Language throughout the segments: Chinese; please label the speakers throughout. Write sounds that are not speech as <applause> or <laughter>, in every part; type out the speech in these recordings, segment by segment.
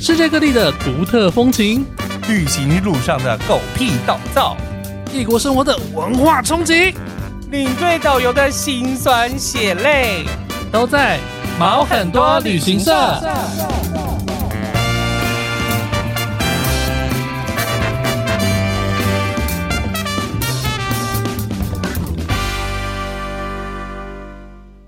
Speaker 1: 世界各地的独特风情，
Speaker 2: 旅行路上的狗屁倒灶，
Speaker 1: 异国生活的文化冲击，
Speaker 2: 领队导游的辛酸血泪，哦
Speaker 1: 都在毛很多旅行社。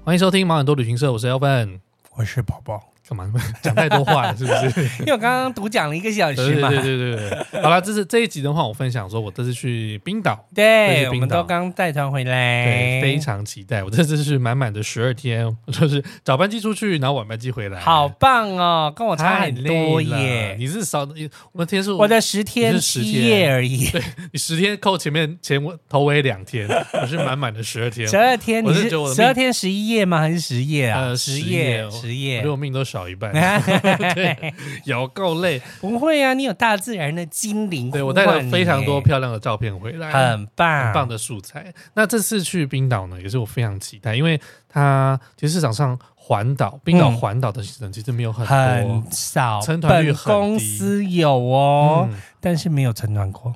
Speaker 1: 欢迎收听毛很多旅行社，我是 Elvin。
Speaker 3: 我是宝宝，
Speaker 1: 干嘛？讲太多话了，是不是？ <laughs>
Speaker 2: 因为我刚刚独讲了一个小
Speaker 1: 对
Speaker 2: 时
Speaker 1: 对
Speaker 2: 嘛，
Speaker 1: 对对对对。好了，这是这一集的话，我分享说我这次去冰岛，
Speaker 2: 对
Speaker 1: 对
Speaker 2: 我们
Speaker 1: 冰岛
Speaker 2: 都刚带团回来，
Speaker 1: 对，非常期待。我这次是满满的十二天，就是早班机出去，然后晚班机回来。
Speaker 2: 好棒哦，跟我差
Speaker 1: 太
Speaker 2: 很
Speaker 1: 累
Speaker 2: 多
Speaker 1: 了
Speaker 2: 耶，
Speaker 1: 你是少我们天数，
Speaker 2: 我的十天
Speaker 1: 你是十
Speaker 2: 七
Speaker 1: 天
Speaker 2: 夜而已，
Speaker 1: 你十天扣前面前头尾两 <laughs> 天，我是满满的十二天。
Speaker 2: <laughs> 十二天你
Speaker 1: 我是觉
Speaker 2: 是
Speaker 1: 得我的
Speaker 2: 十二
Speaker 1: 命
Speaker 2: 天十一夜吗？还是十夜啊？
Speaker 1: 呃
Speaker 2: 十
Speaker 1: 十夜
Speaker 2: 夜，
Speaker 1: 哦
Speaker 2: 十
Speaker 1: 我
Speaker 2: 夜
Speaker 1: 觉得。我命都少一
Speaker 2: <laughs>
Speaker 1: 半，对，有够累。
Speaker 2: 不会啊，你有大自然的精灵，
Speaker 1: 对我带了非常多，漂亮的照片回来，
Speaker 2: 很棒，
Speaker 1: 很棒的素材。那这次去冰岛呢，也是我非常期待，因为它其实市场上环岛、冰岛
Speaker 2: 嗯
Speaker 1: 环岛的行程其实没有很多
Speaker 2: 很。少，
Speaker 1: 成团率
Speaker 2: 本
Speaker 1: 很低
Speaker 2: 公司有哦，
Speaker 1: 嗯
Speaker 2: 但是没有成团过。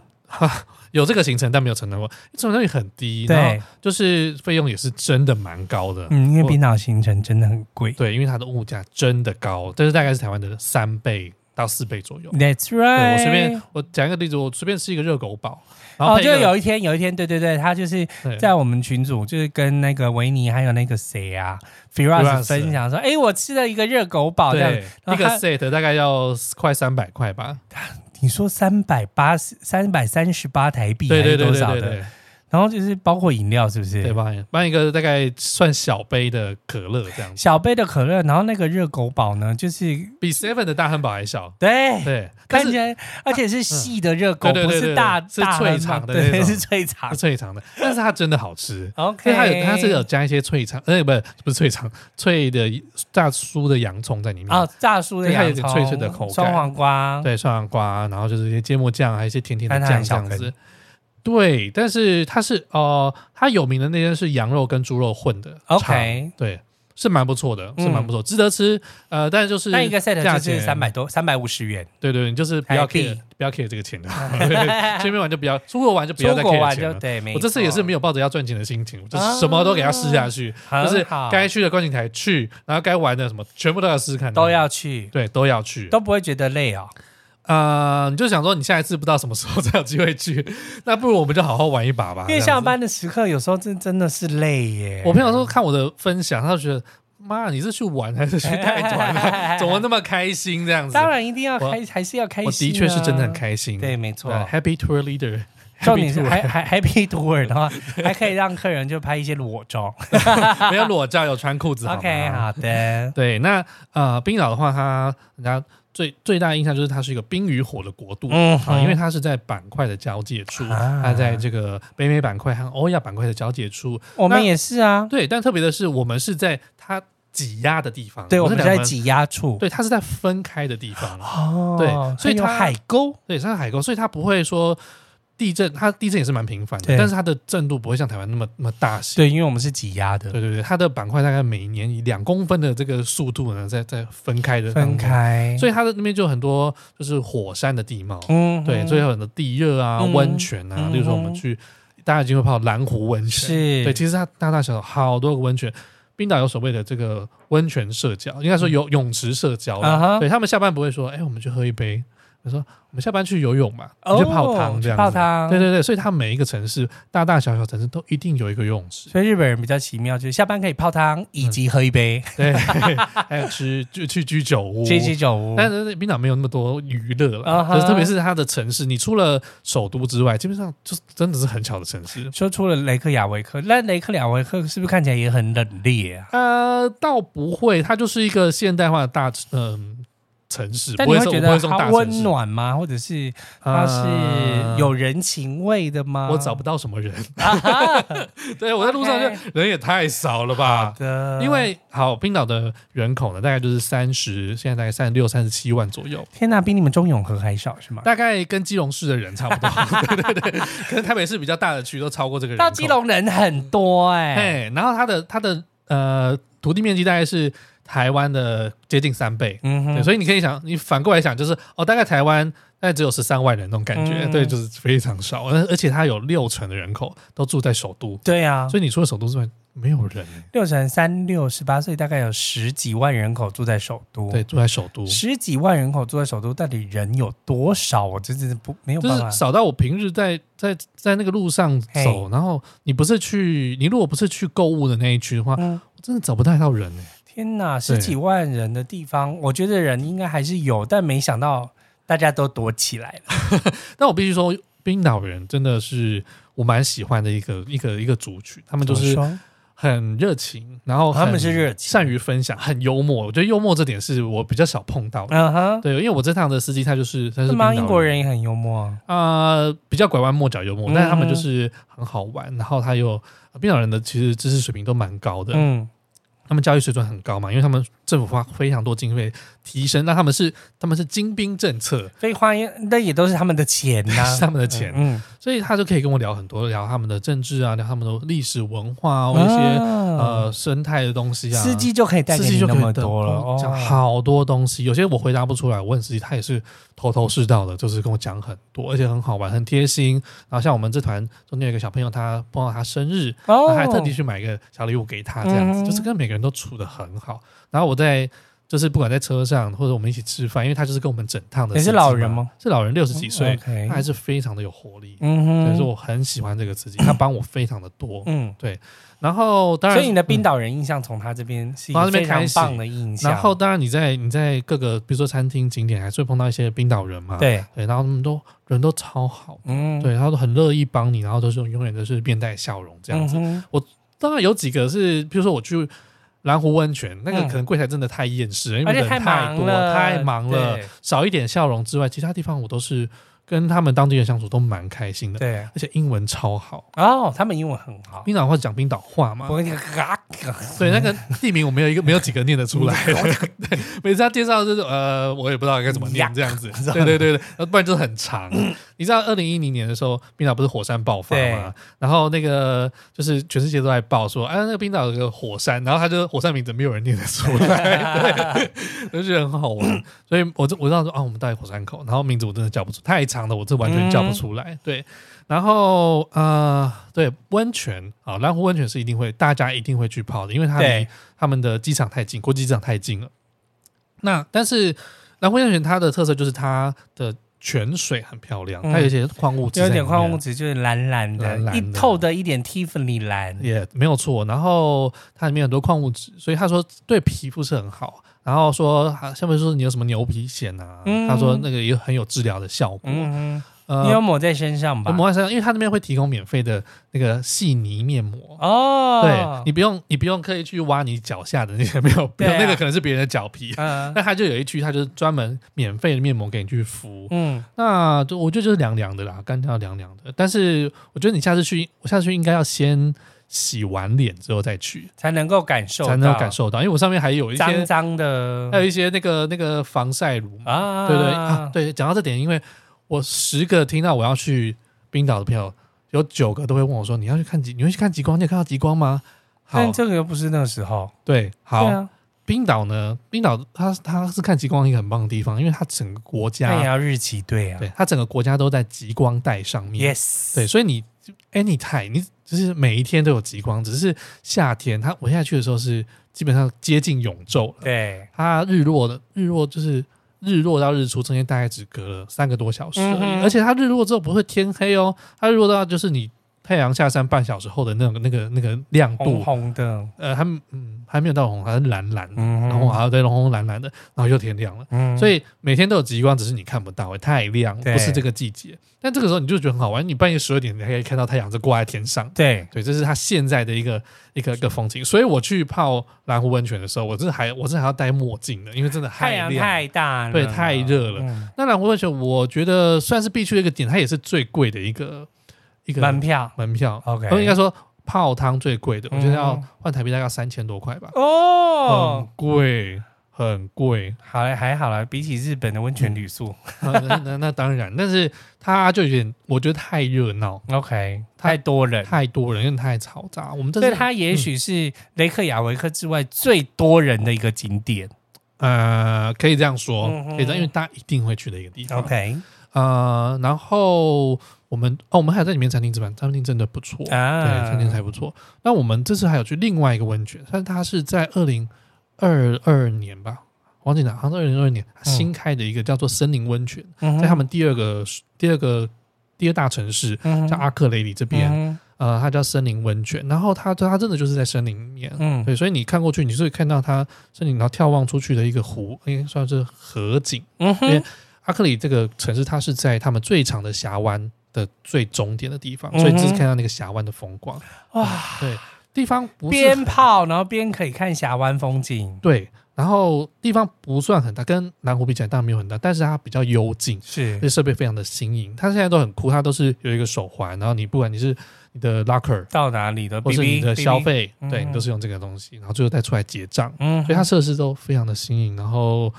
Speaker 1: 有这个行程，但没有成团过，成团率很低，然
Speaker 2: 对
Speaker 1: 后，就是费用也是真的蛮高的。
Speaker 2: 嗯，因为
Speaker 1: 我
Speaker 2: 冰岛行程真的很贵。
Speaker 1: 对，因为它的物价真的高，但是大概是台湾的三倍到四倍左右。
Speaker 2: That's
Speaker 1: 对
Speaker 2: right，
Speaker 1: 我随便我讲一个例子，我随便吃一个热狗堡，然后
Speaker 2: 哦，
Speaker 1: 配一
Speaker 2: 就
Speaker 1: 个
Speaker 2: 有一天，有一天，对对对，他就是
Speaker 1: 对
Speaker 2: 在我们群组，就是跟那个维尼还有那个谁啊
Speaker 1: Firas
Speaker 2: ，Firas 分享说，哎，我吃了一个热狗堡，这样
Speaker 1: 对
Speaker 2: 然后
Speaker 1: 一个
Speaker 2: 它
Speaker 1: set 大概要快三百块吧，
Speaker 2: 你说三百八十三百三十八台币还
Speaker 1: 对对
Speaker 2: 是
Speaker 1: 对
Speaker 2: 多
Speaker 1: 对
Speaker 2: 少
Speaker 1: 对
Speaker 2: 的？
Speaker 1: 对，
Speaker 2: 然后就是包括饮料，是不是？
Speaker 1: 对吧？搬一个大概算小杯的可乐这
Speaker 2: <laughs>
Speaker 1: 样子，
Speaker 2: 小杯的可乐，然后那个热狗堡呢，就是
Speaker 1: 比 seven 的大汉堡还小，
Speaker 2: 对，
Speaker 1: 对，但
Speaker 2: 哎看起
Speaker 1: 是啊嗯
Speaker 2: 来而且是细的热狗，
Speaker 1: 对对
Speaker 2: 不
Speaker 1: 对
Speaker 2: 是
Speaker 1: 对
Speaker 2: 大
Speaker 1: 对是
Speaker 2: 大
Speaker 1: 脆
Speaker 2: 汉
Speaker 1: 肠
Speaker 2: 堡
Speaker 1: 的那
Speaker 2: 对，
Speaker 1: 种
Speaker 2: 是脆肠
Speaker 1: 是。啊脆肠的，但是它真的好吃。
Speaker 2: <laughs>
Speaker 1: 因
Speaker 2: OK，
Speaker 1: 为它有，它是有加一些脆肠，呃，不是不是脆肠，脆的大酥的洋葱在里面
Speaker 2: 啊，炸酥的
Speaker 1: 对它有
Speaker 2: 洋
Speaker 1: 点
Speaker 2: 葱，
Speaker 1: 脆脆的口感
Speaker 2: 酸黄瓜，
Speaker 1: 对，蒜黄瓜，然后就是一些芥末酱，还有一些甜甜的
Speaker 2: 但
Speaker 1: 酱
Speaker 2: 它很
Speaker 1: 这
Speaker 2: 小
Speaker 1: 样子
Speaker 2: 根。
Speaker 1: 对，但是它是哦、呃，它有名的那间是羊肉跟猪肉混的肠
Speaker 2: OK
Speaker 1: 对，是蛮不错的，是蛮
Speaker 2: 嗯
Speaker 1: 不错，值得吃。呃，但是就是
Speaker 2: 那一个 set
Speaker 1: 价
Speaker 2: 就是
Speaker 1: 钱
Speaker 2: 三百，多，三百五十元。
Speaker 1: 对对，你就是不要
Speaker 2: 台币
Speaker 1: care，不要 care 这个钱的， <laughs> 对出国玩就不要，出国玩就不
Speaker 2: 出
Speaker 1: 要再
Speaker 2: 国玩
Speaker 1: care 钱
Speaker 2: 就
Speaker 1: 了。
Speaker 2: 对，没
Speaker 1: 我这次也是没
Speaker 2: 有，
Speaker 1: 有抱着要赚钱的心情，我就是
Speaker 2: 啊
Speaker 1: 什么都给它试下去，
Speaker 2: 很
Speaker 1: 就是
Speaker 2: 好
Speaker 1: 该去的观景台去，然后该玩的什么全部都要试试看，
Speaker 2: 都要去，
Speaker 1: 对都要去，
Speaker 2: 都不会觉得累哦。
Speaker 1: 呃，你就想说你下一次不知道什么时候才有机会去，那不如我们就好好玩一把吧。
Speaker 2: 因
Speaker 1: 啊
Speaker 2: 为
Speaker 1: 这样
Speaker 2: 上
Speaker 1: 子，
Speaker 2: 班的时刻有时候真真的是累耶。
Speaker 1: 我朋友说看我的分享，他就觉得妈，你是去玩还是去带
Speaker 2: 哎
Speaker 1: 团啊？怎么那么开心这样子？
Speaker 2: 当，然一定要
Speaker 1: 我
Speaker 2: 开，还是要开心
Speaker 1: 我
Speaker 2: 啊。
Speaker 1: 的确是真的很开心。
Speaker 2: 对，没错
Speaker 1: 对。，Happy Tour Leader，
Speaker 2: <laughs> 重点是
Speaker 1: Happy
Speaker 2: 还还 Happy Tour 的话，还可以让客人就拍一些裸照。
Speaker 1: <laughs>
Speaker 2: <laughs>
Speaker 1: Tour 没有裸照，有穿裤子。好吗
Speaker 2: OK，好的。
Speaker 1: 对，那呃，冰岛的话，它人家最最大的印象就是它是一个冰与火的国度。
Speaker 2: 嗯
Speaker 1: 啊，因为它是在板块的交界处，
Speaker 2: 啊
Speaker 1: 它在这个北美板块和欧亚板块的交界处，
Speaker 2: 我
Speaker 1: 那
Speaker 2: 们也是啊，
Speaker 1: 对，但特别的是，我们是在它挤压的地方，
Speaker 2: 对，我
Speaker 1: 是
Speaker 2: 们
Speaker 1: 两
Speaker 2: 在
Speaker 1: 个人，
Speaker 2: 挤压处。
Speaker 1: 对，它是在分开的地方，
Speaker 2: 哦
Speaker 1: 对所以
Speaker 2: 有
Speaker 1: 它
Speaker 2: 海沟。
Speaker 1: 对，它是海沟，所以它不会说地震，它地震也是蛮频繁的，
Speaker 2: 对
Speaker 1: 但是它的震度不会像台湾那么那么大型。
Speaker 2: 对，因为我们是挤压的，
Speaker 1: 对对对，它的板块大概每年以两公分的这个速度呢，在在分开的当
Speaker 2: 分
Speaker 1: 中，
Speaker 2: 开。
Speaker 1: 所以它的那边就有很多就是火山的地貌，
Speaker 2: 嗯
Speaker 1: 对，所以有很多地热啊、
Speaker 2: 嗯
Speaker 1: 温泉啊，
Speaker 2: 嗯
Speaker 1: 例如说我们去，大家已经会泡蓝湖温泉，
Speaker 2: 是
Speaker 1: 对，其实它大大小小好多个温泉。冰岛有所谓的这个温泉社交，应该说有泳池社交啦
Speaker 2: 嗯啊哈
Speaker 1: 对他们下班不会说，哎、我们去喝一杯。我说我们下班去游泳嘛，我
Speaker 2: 哦
Speaker 1: 们去泡汤这样子。
Speaker 2: 去泡汤
Speaker 1: 对对对，所以它每一个城市，大大小小城市都一定有一个游泳
Speaker 2: <laughs>
Speaker 1: 池。
Speaker 2: 所以日本人比较奇妙，就是下班可以泡汤以及喝一杯
Speaker 1: 对，还有吃就去居酒
Speaker 2: <laughs>
Speaker 1: 屋。
Speaker 2: J J 酒屋。
Speaker 1: 嗯但是冰岛没有那么多娱乐
Speaker 2: 啊
Speaker 1: 了，
Speaker 2: 哈
Speaker 1: 就是特别是它的城市，你除了首都之外，基本上就是真的是很小的城市。
Speaker 2: 说出了雷克雅维克，那雷克雅维克是不是看起来也很冷冽啊？
Speaker 1: 呃，倒不会，它就是一个现代化的大城嗯、城市，
Speaker 2: 但
Speaker 1: 不
Speaker 2: 你
Speaker 1: 会
Speaker 2: 会
Speaker 1: 是
Speaker 2: 觉
Speaker 1: 不
Speaker 2: 得
Speaker 1: 会是那种
Speaker 2: 它
Speaker 1: 大城
Speaker 2: 温
Speaker 1: 市。呃
Speaker 2: 暖吗？或者是它是有人情味的吗？
Speaker 1: 我找不到什么
Speaker 2: <laughs>
Speaker 1: 人，
Speaker 2: 啊哈
Speaker 1: 对我在路上就
Speaker 2: OK 啊
Speaker 1: 人也太少了吧。
Speaker 2: 的，
Speaker 1: 因为好，冰岛的人口呢，大概就是三十，现在大概三十六、三十七万左右，
Speaker 2: 天哪，比你们中永和还少是吗？
Speaker 1: 大概跟基隆市的人差
Speaker 2: <laughs>
Speaker 1: 不多。对对对，可能台北市比较大的区都超过这个人口。
Speaker 2: 到基隆人很多哎、
Speaker 1: 哎，然后它的它的呃土地面积大概是台湾的接近三倍。
Speaker 2: 嗯
Speaker 1: 对，
Speaker 2: 哼，
Speaker 1: 所以你可以想，你反过来想，就是哦，大概台湾大概只有十三万人那种感觉，
Speaker 2: 嗯
Speaker 1: 对，就是非常少，而而且它有六成的人口都住在首都，
Speaker 2: 对啊，
Speaker 1: 所以你除了首都之外没有人，
Speaker 2: 六乘三六十八岁，大概有十几万人口住在首都。
Speaker 1: 对，，住在首都，
Speaker 2: 十几万人口住在首都，到底人有多少？我真是不没有
Speaker 1: 就
Speaker 2: 办法
Speaker 1: 是。少到我平日在在在那个路上走，
Speaker 2: 嘿
Speaker 1: 然后你不是去，你如果不是去购物的那一区的话，
Speaker 2: 嗯，
Speaker 1: 我真的找不太到人哎、
Speaker 2: 天哪，十几万人的地方，我觉得人应该还是有，但没想到大家都躲起来了。
Speaker 1: 但我必须说，冰岛人真的是我蛮喜欢的一个一个一个族群，他们就
Speaker 2: 怎么
Speaker 1: 是
Speaker 2: 说哦
Speaker 1: 很热情，然后很
Speaker 2: 他们是热情
Speaker 1: 善于分享，很幽默。我觉得幽默这点是我比较少碰到的。
Speaker 2: 嗯哼，
Speaker 1: 对，因为我这趟的司机他就是他是
Speaker 2: 是
Speaker 1: 冰岛
Speaker 2: 吗？英国人也很幽默啊。
Speaker 1: 呃，比较拐弯抹角幽默，
Speaker 2: 嗯
Speaker 1: 但是他们就是很好玩，然后他又冰岛人的其实知识水平都蛮高的，
Speaker 2: 嗯，
Speaker 1: 他们教育水准很高嘛，因为他们政府花非常多经费提升，那他们是他们是精兵政策，
Speaker 2: 所以花样那也都是他们的钱呐、
Speaker 1: <laughs> 是他们的钱，
Speaker 2: 嗯，
Speaker 1: 所以他就可以跟我聊很多，聊他们的政治啊，聊他们的历史文化啊，
Speaker 2: 嗯
Speaker 1: 一些、
Speaker 2: 啊
Speaker 1: 呃生态的东西啊。
Speaker 2: 司机就可以带
Speaker 1: 司
Speaker 2: 给
Speaker 1: 机
Speaker 2: 你
Speaker 1: 就
Speaker 2: 那
Speaker 1: 可以
Speaker 2: 么多了
Speaker 1: 跟我讲
Speaker 2: 哦。
Speaker 1: 好多东西，有些我回答不出来，我问司机，他也是头头是道的，就是跟我讲很多，而且很好玩，很贴心。然后像我们这团中间有一个小朋友，他碰到他生日，
Speaker 2: 哦，
Speaker 1: 他还特地去买一个小礼物给他，这样子、
Speaker 2: 嗯
Speaker 1: 就是跟每个人都处的很好。然后我在就是不管在车上或者我们一起吃饭，因为他就是跟我们整趟的
Speaker 2: 也是
Speaker 1: 司机
Speaker 2: 老
Speaker 1: 嘛
Speaker 2: 人吗？嗯
Speaker 1: 是老人，六十几岁，
Speaker 2: 哦 OK
Speaker 1: 他还是非常的有活力。
Speaker 2: 嗯
Speaker 1: 所以
Speaker 2: 哼，
Speaker 1: 说我很喜欢这个司机，他帮我非常的多。
Speaker 2: 嗯，
Speaker 1: 然后当然，嗯
Speaker 2: 所以你的冰岛人印象从他这边是一
Speaker 1: 从他
Speaker 2: 个
Speaker 1: 这边
Speaker 2: 非
Speaker 1: 开
Speaker 2: 常
Speaker 1: 始
Speaker 2: 棒的印象。
Speaker 1: 然后当然你在你在各个比如说餐厅景点还是会碰到一些冰岛人嘛，
Speaker 2: 对，
Speaker 1: 对，然后他们都人都超好，
Speaker 2: 嗯，
Speaker 1: 对，他都很乐意帮你，然后都是永远都是面带笑容这样子。
Speaker 2: 嗯哼
Speaker 1: 当然有几个是，比如说我去蓝湖温泉，那个
Speaker 2: 嗯
Speaker 1: 可能柜台真的太厌世了，因为
Speaker 2: 而且
Speaker 1: 人
Speaker 2: 太
Speaker 1: 太
Speaker 2: 忙
Speaker 1: 多
Speaker 2: 了，
Speaker 1: 太忙了，
Speaker 2: 对。
Speaker 1: 少一点笑容之外，其他地方我都是跟他们当地人相处都蛮开心的，
Speaker 2: 对，
Speaker 1: 而且英文超好。
Speaker 2: 哦，他们英文很好。
Speaker 1: 冰岛话讲冰岛话嘛
Speaker 2: 我，跟你嘎嘎，
Speaker 1: 对那个地名我没有一个没有几个念得出来，对，每次他介绍就是呃我也不知道该怎么念
Speaker 2: 呀
Speaker 1: 这样子，对对对对，呃不然就是很长。你知道二零一零年的时候，冰岛不是火山爆发嘛？然后那个就是全世界都在报说，哎、那个冰岛有个火山，然后他就火山名字没有人念得出来，对，就觉得很好玩。所以我就我知道说啊，我们到底火山口，然后名字我真的叫不出，太长的我这完全叫不出来。对，然后呃，对温泉啊，蓝湖温泉是一定会大家一定会去泡的，因为它离
Speaker 2: 对
Speaker 1: 他们的机场太近，国际机场太近了。那但是蓝湖温泉它的特色就是它的泉水很漂亮，
Speaker 2: 嗯
Speaker 1: 它有一些矿物质，
Speaker 2: 有点矿物，质，就是蓝蓝的，
Speaker 1: 蓝蓝的
Speaker 2: 一透的一点 Tiffany 蓝。
Speaker 1: 也没有错。然后它里面有很多矿物质，所以他说对皮肤是很好。然后说，啊下面说你有什么牛皮癣啊？
Speaker 2: 嗯
Speaker 1: 他说那个也很有治疗的效果。
Speaker 2: 嗯哼，你有
Speaker 1: 呃，
Speaker 2: 抹在身上吧？
Speaker 1: 摩汗身上，因为它那边会提供免费的那个细泥面膜。对
Speaker 2: 哦，
Speaker 1: 你，不用，你不用刻意去挖你脚下的那些没有，
Speaker 2: 对啊
Speaker 1: 那个可能是别人的脚皮，
Speaker 2: 嗯
Speaker 1: 那它就有一区，它就是专门免费的面膜给你去敷。
Speaker 2: 嗯，
Speaker 1: 那就我觉得就是凉凉的啦，干掉凉凉的。但是我觉得你下次去，我下次去应该要先洗完脸之后再去，
Speaker 2: 才能够感受，
Speaker 1: 才能够感受到，因为我上面还有一
Speaker 2: 脏
Speaker 1: 些，
Speaker 2: 脏的
Speaker 1: 还有一些那个那个防晒乳嘛。
Speaker 2: 哎啊，
Speaker 1: 对对啊，对，讲到这点，因为我十个听到我要去冰岛的朋友，有九个都会问我说：“你要去看极，你会去看极光？你有看到极光吗？”好
Speaker 2: 但，这个又不是那个时候。
Speaker 1: 对，好，
Speaker 2: 对啊，
Speaker 1: 冰岛呢，冰岛它它是看极光一个很棒的地方，因为它整个国
Speaker 2: 那也
Speaker 1: 家，
Speaker 2: 要日期对啊。
Speaker 1: 对它整个国家都在极光带上面。
Speaker 2: Yes，
Speaker 1: 对，所以你 anytime 你就是每一天都有极光，只是夏天它我现在去的时候是基本上接近永昼了。
Speaker 2: 对，
Speaker 1: 它日落的日落就是日落到日出中间大概只隔了三个多小时而已，
Speaker 2: 嗯哼
Speaker 1: 而且它日落之后不会天黑哦，它日落到就是你太阳下山半小时后的那个那个那个亮度，
Speaker 2: 红红的，
Speaker 1: 呃，还嗯还没有到红，还是蓝蓝的，
Speaker 2: 嗯哼
Speaker 1: 然后还有对红红蓝蓝的，然后又天亮了。
Speaker 2: 嗯
Speaker 1: 所
Speaker 2: 以
Speaker 1: 以每天都有极光，只是你看不到、欸，太亮了，
Speaker 2: 对
Speaker 1: 不是这个季节。但这个时候你就觉得很好玩，你半夜十二点你还可以看到太阳是挂在天上。
Speaker 2: 对，
Speaker 1: 对，这是它现在的一个一个一个风景。所以我去泡蓝湖温泉的时候，我这还我这还要戴墨镜的，因为真的
Speaker 2: 太阳
Speaker 1: 亮。
Speaker 2: 太大了，
Speaker 1: 对太热了
Speaker 2: 嗯
Speaker 1: 那蓝湖温泉我觉得算是必去的一个点，它也是最贵的一个一个
Speaker 2: 门票
Speaker 1: 门票。
Speaker 2: OK
Speaker 1: 呃应该说泡汤最贵的，我觉得要
Speaker 2: 嗯
Speaker 1: 哦换台币大概三千多块吧。
Speaker 2: 哦，
Speaker 1: 很，贵，很贵
Speaker 2: 好了，还好了，比起日本的温泉旅宿、
Speaker 1: 哦那那那当然，但是它就有点，我觉得太热闹，
Speaker 2: o k 太多人，
Speaker 1: 太多人，有点太嘈杂。我们这
Speaker 2: 所以
Speaker 1: 是嗯
Speaker 2: 它也许是雷克雅维克之外最多人的一个景点。
Speaker 1: 呃，可以这样说，
Speaker 2: 嗯哼
Speaker 1: 可以这样，因为大家一定会去的一个地方。
Speaker 2: OK
Speaker 1: 呃，然后我们哦，我们还有在里面餐厅吃饭，餐厅真的不错，
Speaker 2: 啊，
Speaker 1: 对，餐厅还不错。那我们这次还有去另外一个温泉，但它是在二零二二年吧，忘记哪，好像二零二二年它新开的一个叫做森林温泉，
Speaker 2: 嗯嗯哼
Speaker 1: 在他们第二个第二个第二大城市
Speaker 2: 嗯
Speaker 1: 叫
Speaker 2: 哼
Speaker 1: 阿克雷里这边，
Speaker 2: 嗯
Speaker 1: 呃，它叫森林温泉，然后它它真的就是在森林里面。
Speaker 2: 哼嗯
Speaker 1: 对，所以你看过去，你是会看到它森林，然后眺望出去的一个湖，应该算是河景。
Speaker 2: 嗯
Speaker 1: 因为
Speaker 2: 哼，
Speaker 1: 阿克里这个城市，它是在他们最长的峡湾的最终点的地方，
Speaker 2: 嗯哼
Speaker 1: 所以只是看到那个峡湾的风光。
Speaker 2: 哇，
Speaker 1: 对，地方不是
Speaker 2: 边
Speaker 1: 很
Speaker 2: 泡然后边可以看峡湾风景，
Speaker 1: 对，然后地方不算很大，跟南湖比起来当然没有很大，但是它比较幽静，
Speaker 2: 是
Speaker 1: 而且设备非常的新颖。它现在都很酷，它都是有一个手环，然后你不管你是你的 locker
Speaker 2: 到哪里的，
Speaker 1: 或是你
Speaker 2: BB
Speaker 1: 的消，费，
Speaker 2: 嗯
Speaker 1: 对你都是用这个东西，然后最后再出来结账。
Speaker 2: 嗯哼，
Speaker 1: 所以它设施都非常的新颖，然后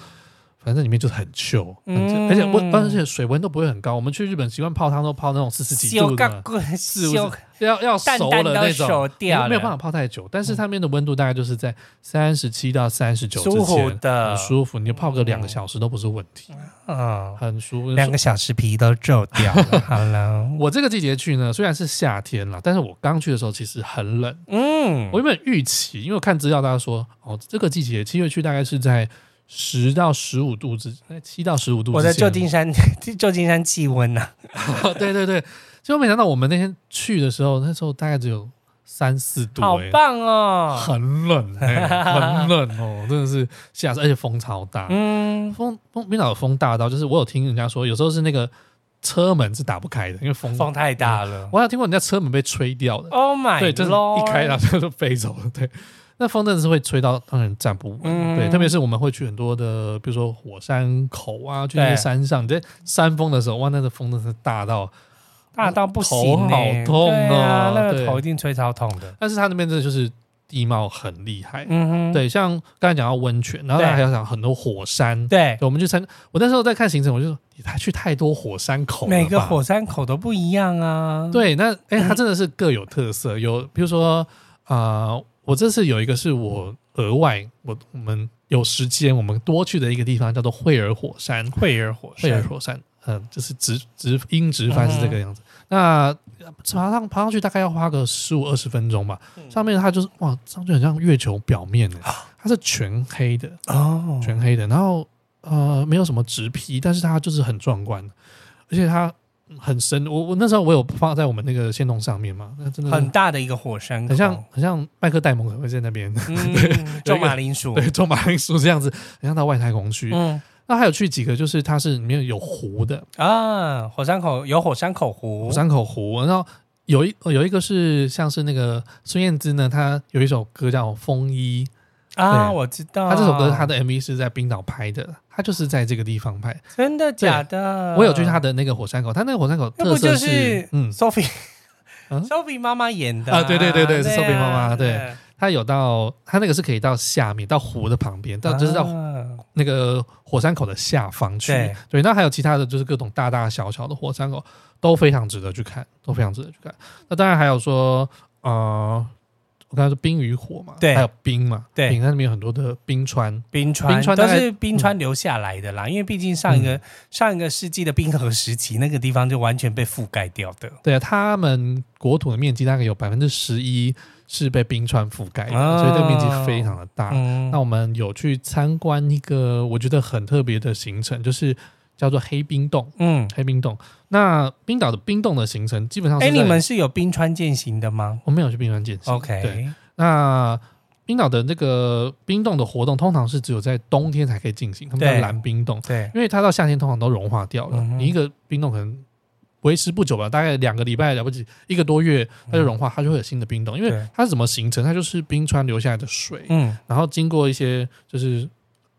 Speaker 1: 反正里面就是很 chill，很 chill，
Speaker 2: 嗯
Speaker 1: 而且温而且水温都不会很高。我们去日本习惯泡汤都泡那种四十几
Speaker 2: 修
Speaker 1: 度
Speaker 2: 个
Speaker 1: 的，
Speaker 2: 滚，
Speaker 1: 四五
Speaker 2: 修
Speaker 1: 十要要
Speaker 2: 蛋
Speaker 1: 熟
Speaker 2: 蛋
Speaker 1: 了
Speaker 2: 都
Speaker 1: 那种，
Speaker 2: 熟掉，嗯
Speaker 1: 没有办法，泡太久。但是它那边的温度大概就是在三十七到三十九之
Speaker 2: 舒服
Speaker 1: 间，
Speaker 2: 的
Speaker 1: 很，舒服，你就泡个两个小时都不是问题，
Speaker 2: 嗯，
Speaker 1: 很舒服。
Speaker 2: 两个小时皮都皱掉
Speaker 1: <laughs>
Speaker 2: 了，好了，
Speaker 1: 我这个季节去呢，虽然是夏天了，但是我刚去的时候其实很冷。
Speaker 2: 嗯
Speaker 1: 我，原本预期，因为我看资料，大家说哦，这个季节七月去大概是在十到十五度之，在七到十五度之间。
Speaker 2: 我在旧金山， <laughs> 旧金山气温啊呐，
Speaker 1: <laughs> 对对对，结果没想到我们那天去的时候，那时候大概只有三四度、
Speaker 2: 好
Speaker 1: 哎
Speaker 2: 棒哦，
Speaker 1: 很冷、
Speaker 2: <laughs>
Speaker 1: 哎很冷哦，真的是吓死，而且风超大，
Speaker 2: 嗯，
Speaker 1: 风风冰岛的风大到，就是我有听人家说，有时候是那个车门是打不开的，因为风
Speaker 2: 风太大了
Speaker 1: 我还有听过人家车门被吹掉的，
Speaker 2: ，Oh my，
Speaker 1: 对，就是一开然后就飞走了。对，那风真的是会吹到让人站不稳。
Speaker 2: 嗯
Speaker 1: 对，特别是我们会去很多的，比如说火山口啊，去那
Speaker 2: 对
Speaker 1: 些山上，你在山峰的时候，哇，那个风真的是大到，
Speaker 2: 大到不行、
Speaker 1: 头
Speaker 2: 欸，
Speaker 1: 好痛哦
Speaker 2: 对啊，那个
Speaker 1: 对
Speaker 2: 头一定吹超痛的。
Speaker 1: 但是它那边真的就是地貌很厉害。
Speaker 2: 嗯哼，
Speaker 1: 对，像刚才讲到温泉，然后
Speaker 2: 对
Speaker 1: 还有讲很多火山。
Speaker 2: 对，
Speaker 1: 对，我们去参，我那时候在看行程，我就说你还去太多火山口了吧，
Speaker 2: 每个火山口都不一样啊。，
Speaker 1: 对，那哎、它真的是各有特色。有比如说，啊，我这次有一个是我额外，我我们有时间，我们多去的一个地方叫做惠尔火山。
Speaker 2: 惠而火
Speaker 1: 惠尔
Speaker 2: 山，
Speaker 1: 火山，嗯、就是直直英直翻是这个样
Speaker 2: 嗯
Speaker 1: 子。那爬上爬上去大概要花个十五二十分钟吧。
Speaker 2: 嗯
Speaker 1: 上面它就是哇，上去很像月球表面呢，它是全黑的，
Speaker 2: 啊哦，
Speaker 1: 全黑的。然后呃，没有什么植皮，但是它就是很壮观，而且它很深。我我那时候我有放在我们那个线洞上面嘛，那真的是
Speaker 2: 很大的一个火山口，
Speaker 1: 很像很像麦克戴蒙可能会在那边， <laughs>
Speaker 2: 嗯，种马铃薯。
Speaker 1: 对，种马铃薯这样子，很像到外太空去。
Speaker 2: 嗯
Speaker 1: 那还有去几个，就是它是里面有湖的，
Speaker 2: 啊，火山口有火山口湖，
Speaker 1: 火山口湖，然后。有一有一个是像是那个孙燕姿呢，她有一首歌叫《风衣》，
Speaker 2: 啊，
Speaker 1: 对
Speaker 2: 我知道。
Speaker 1: 她这首歌她的 MV 是在冰岛拍的，她就是在这个地方拍。
Speaker 2: 真的假的？
Speaker 1: 我有去她，的那个火山口，她那个火山口
Speaker 2: 啊那
Speaker 1: 特
Speaker 2: 不
Speaker 1: 色
Speaker 2: 就是是
Speaker 1: 嗯，
Speaker 2: Sophie
Speaker 1: <laughs> 嗯
Speaker 2: Sophie 妈妈演的
Speaker 1: 啊对对对对是
Speaker 2: 啊
Speaker 1: Sophie 妈妈对，它有到它那个是可以到下面，到湖的旁边，到就是到
Speaker 2: 啊
Speaker 1: 那个火山口的下方去。
Speaker 2: 对
Speaker 1: 对，那还有其他的就是各种大大小小的火山口都非常值得去看，都非常值得去看。那当然还有说，呃，我刚才说冰与火嘛，
Speaker 2: 对
Speaker 1: 还有冰嘛，
Speaker 2: 对
Speaker 1: 冰那里面有很多的冰川，
Speaker 2: 冰川
Speaker 1: 冰川
Speaker 2: 都
Speaker 1: 大概嗯
Speaker 2: 是冰川留下来的啦，因为毕竟上一个、上一个世纪的冰河时期，那个地方就完全被覆盖掉的。
Speaker 1: 对啊，他们国土的面积大概有百分之十一是被冰川覆盖的，
Speaker 2: 哦
Speaker 1: 所以这个面积非常的大。
Speaker 2: 嗯
Speaker 1: 啊那我们有去参观一个我觉得很特别的行程，就是叫做黑冰洞。
Speaker 2: 嗯，
Speaker 1: 黑冰洞，那冰岛的冰洞的行程基本上哦是
Speaker 2: 哎，
Speaker 1: 在
Speaker 2: 你们是有冰川践行的吗
Speaker 1: 我没有去冰川健
Speaker 2: 哦
Speaker 1: 行。对，
Speaker 2: ？OK，
Speaker 1: 那冰岛的那个冰洞的活动，通常是只有在冬天才可以进行，他们叫
Speaker 2: 对
Speaker 1: 蓝冰洞，
Speaker 2: 对，
Speaker 1: 因为它到夏天通常都融化掉了。
Speaker 2: 嗯哼
Speaker 1: 你一个冰洞可能维持不久吧，大概两个礼拜了不起，一个多月它就融化，它就会有新的冰洞。因为
Speaker 2: 嗯对
Speaker 1: 它是怎么形成？它就是冰川留下来的水，
Speaker 2: 嗯
Speaker 1: 然后经过一些就是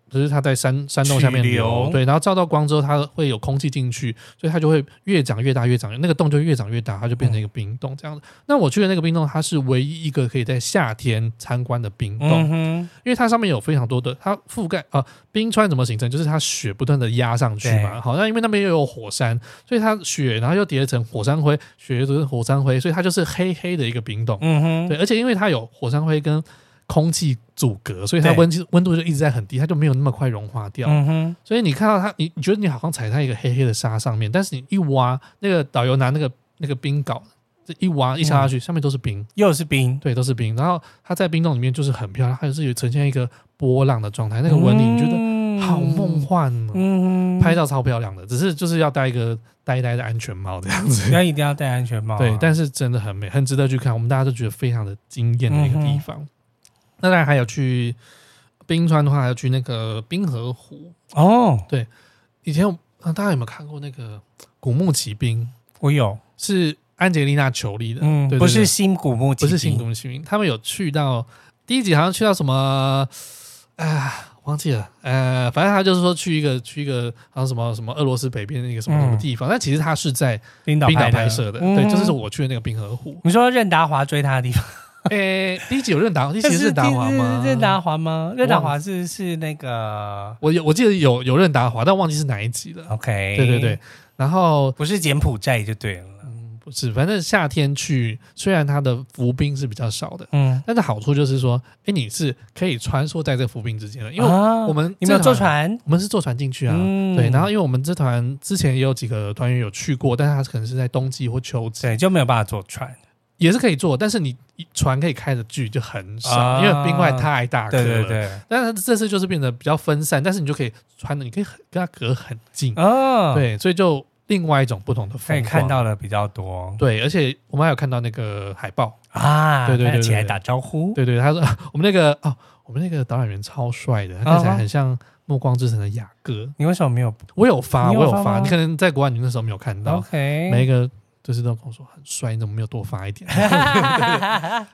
Speaker 1: 不是它在山山洞下面
Speaker 2: 去
Speaker 1: 流
Speaker 2: 流，
Speaker 1: 对，然后照到光之后，它会有空气进去，所以它就会越长越大，越长那个洞就越长越大，它就变成一个冰洞这样子。
Speaker 2: 嗯
Speaker 1: 那我去的那个冰洞，它是唯一一个可以在夏天参观的冰洞，
Speaker 2: 嗯哼，
Speaker 1: 因为它上面有非常多的，它覆盖啊、冰川怎么形成？就是它雪不断的压上去嘛。
Speaker 2: 对
Speaker 1: 好，那因为那边又有火山，所以它雪，然后又叠成火山灰，雪又叠成火山灰，所以它就是黑黑的一个冰洞。
Speaker 2: 嗯哼，
Speaker 1: 对，而且因为它有火山灰跟空气阻隔，所以它
Speaker 2: 对
Speaker 1: 温气温度就一直在很低，它就没有那么快融化掉。
Speaker 2: 嗯哼，
Speaker 1: 所以你看到它，你你觉得你好像踩在一个黑黑的沙上面，但是你一挖，那个导游拿那个那个冰镐，这一挖一敲下去，上面都是冰。
Speaker 2: 又是冰，
Speaker 1: 对，都是冰。然后它在冰洞里面就是很漂亮，它就是有呈现一个波浪的状态，那个纹理你觉得
Speaker 2: 得
Speaker 1: 好梦，幻哦，
Speaker 2: 嗯嗯哼
Speaker 1: 拍。照超漂亮的。只是就是要戴一个呆呆的安全帽这样子。
Speaker 2: <laughs> 那一定要戴安全帽啊、
Speaker 1: 对，但是真的很美，很值得去看。我们大家都觉得非常的惊艳的一个地
Speaker 2: 嗯哼
Speaker 1: 方。那当然还有去冰川的话，还有去那个冰河湖。
Speaker 2: 哦，
Speaker 1: 以前我啊，大家有没有看过那个《古墓奇兵
Speaker 2: 我有，》？
Speaker 1: 是安吉丽娜·裘丽的，
Speaker 2: 嗯，
Speaker 1: 对对
Speaker 2: 不
Speaker 1: 对
Speaker 2: 是新古墓奇
Speaker 1: 不
Speaker 2: 兵，
Speaker 1: 是新东西，他们有去到第一集好像去到什么啊，忘记了，呃，反正他就是说去一个去一个好像什么什么俄罗斯北边的一个什么
Speaker 2: 嗯
Speaker 1: 什么地方，但其实他是在
Speaker 2: 冰岛
Speaker 1: 冰岛
Speaker 2: 的
Speaker 1: 拍摄的，
Speaker 2: 嗯
Speaker 1: 对，就是我去的那个冰河湖。
Speaker 2: 你说任达华追他的地方， <laughs>
Speaker 1: 诶，哎第一集有任达，第一集是任达华吗？
Speaker 2: 任达华吗？任达华是是那个
Speaker 1: 我有我记得有有任达华，但忘记是哪一集了。
Speaker 2: OK，
Speaker 1: 对对对，，然后
Speaker 2: 不是柬埔寨就对了，
Speaker 1: 嗯不是，反正夏天去，虽然它的浮冰是比较少的，
Speaker 2: 嗯，
Speaker 1: 但是好处就是说，诶，你是可以穿梭在这浮冰之间的，因为
Speaker 2: 啊
Speaker 1: 我们
Speaker 2: 你没有
Speaker 1: 这
Speaker 2: 坐
Speaker 1: 团
Speaker 2: 船，
Speaker 1: 我们是坐船进去啊，
Speaker 2: 嗯
Speaker 1: 对。然后因为我们这团之前也有几个团员有去过，但是他可能是在冬季或秋季，
Speaker 2: 对，就没有办法坐船，
Speaker 1: 也是可以坐，但是你船可以开的距就很少，
Speaker 2: 啊
Speaker 1: 因为冰块太大颗了。
Speaker 2: 对对对，
Speaker 1: 但是这次就是变得比较分散，但是你就可以穿的，你可以很跟它隔很近，
Speaker 2: 哦，，
Speaker 1: 对，所以就另外一种不同的风
Speaker 2: 可以
Speaker 1: 光。
Speaker 2: 看到的比较多
Speaker 1: 对，而且我们还有看到那个海报，
Speaker 2: 啊，
Speaker 1: 对对对
Speaker 2: 大家起来
Speaker 1: 对对
Speaker 2: 打招呼，
Speaker 1: 对对，他说我们那个哦，我们那个导演员超帅的，他看起来
Speaker 2: 啊
Speaker 1: 很像《暮光之城》的雅哥。
Speaker 2: 你为什么没有
Speaker 1: 我有发，
Speaker 2: 你有
Speaker 1: 我有
Speaker 2: 发
Speaker 1: 发，
Speaker 2: 吗
Speaker 1: 你可能在国外你那时候没有看到，
Speaker 2: OK？
Speaker 1: 每一个就是都跟我说很帅，你怎么没有多发一
Speaker 2: <laughs>
Speaker 1: 点？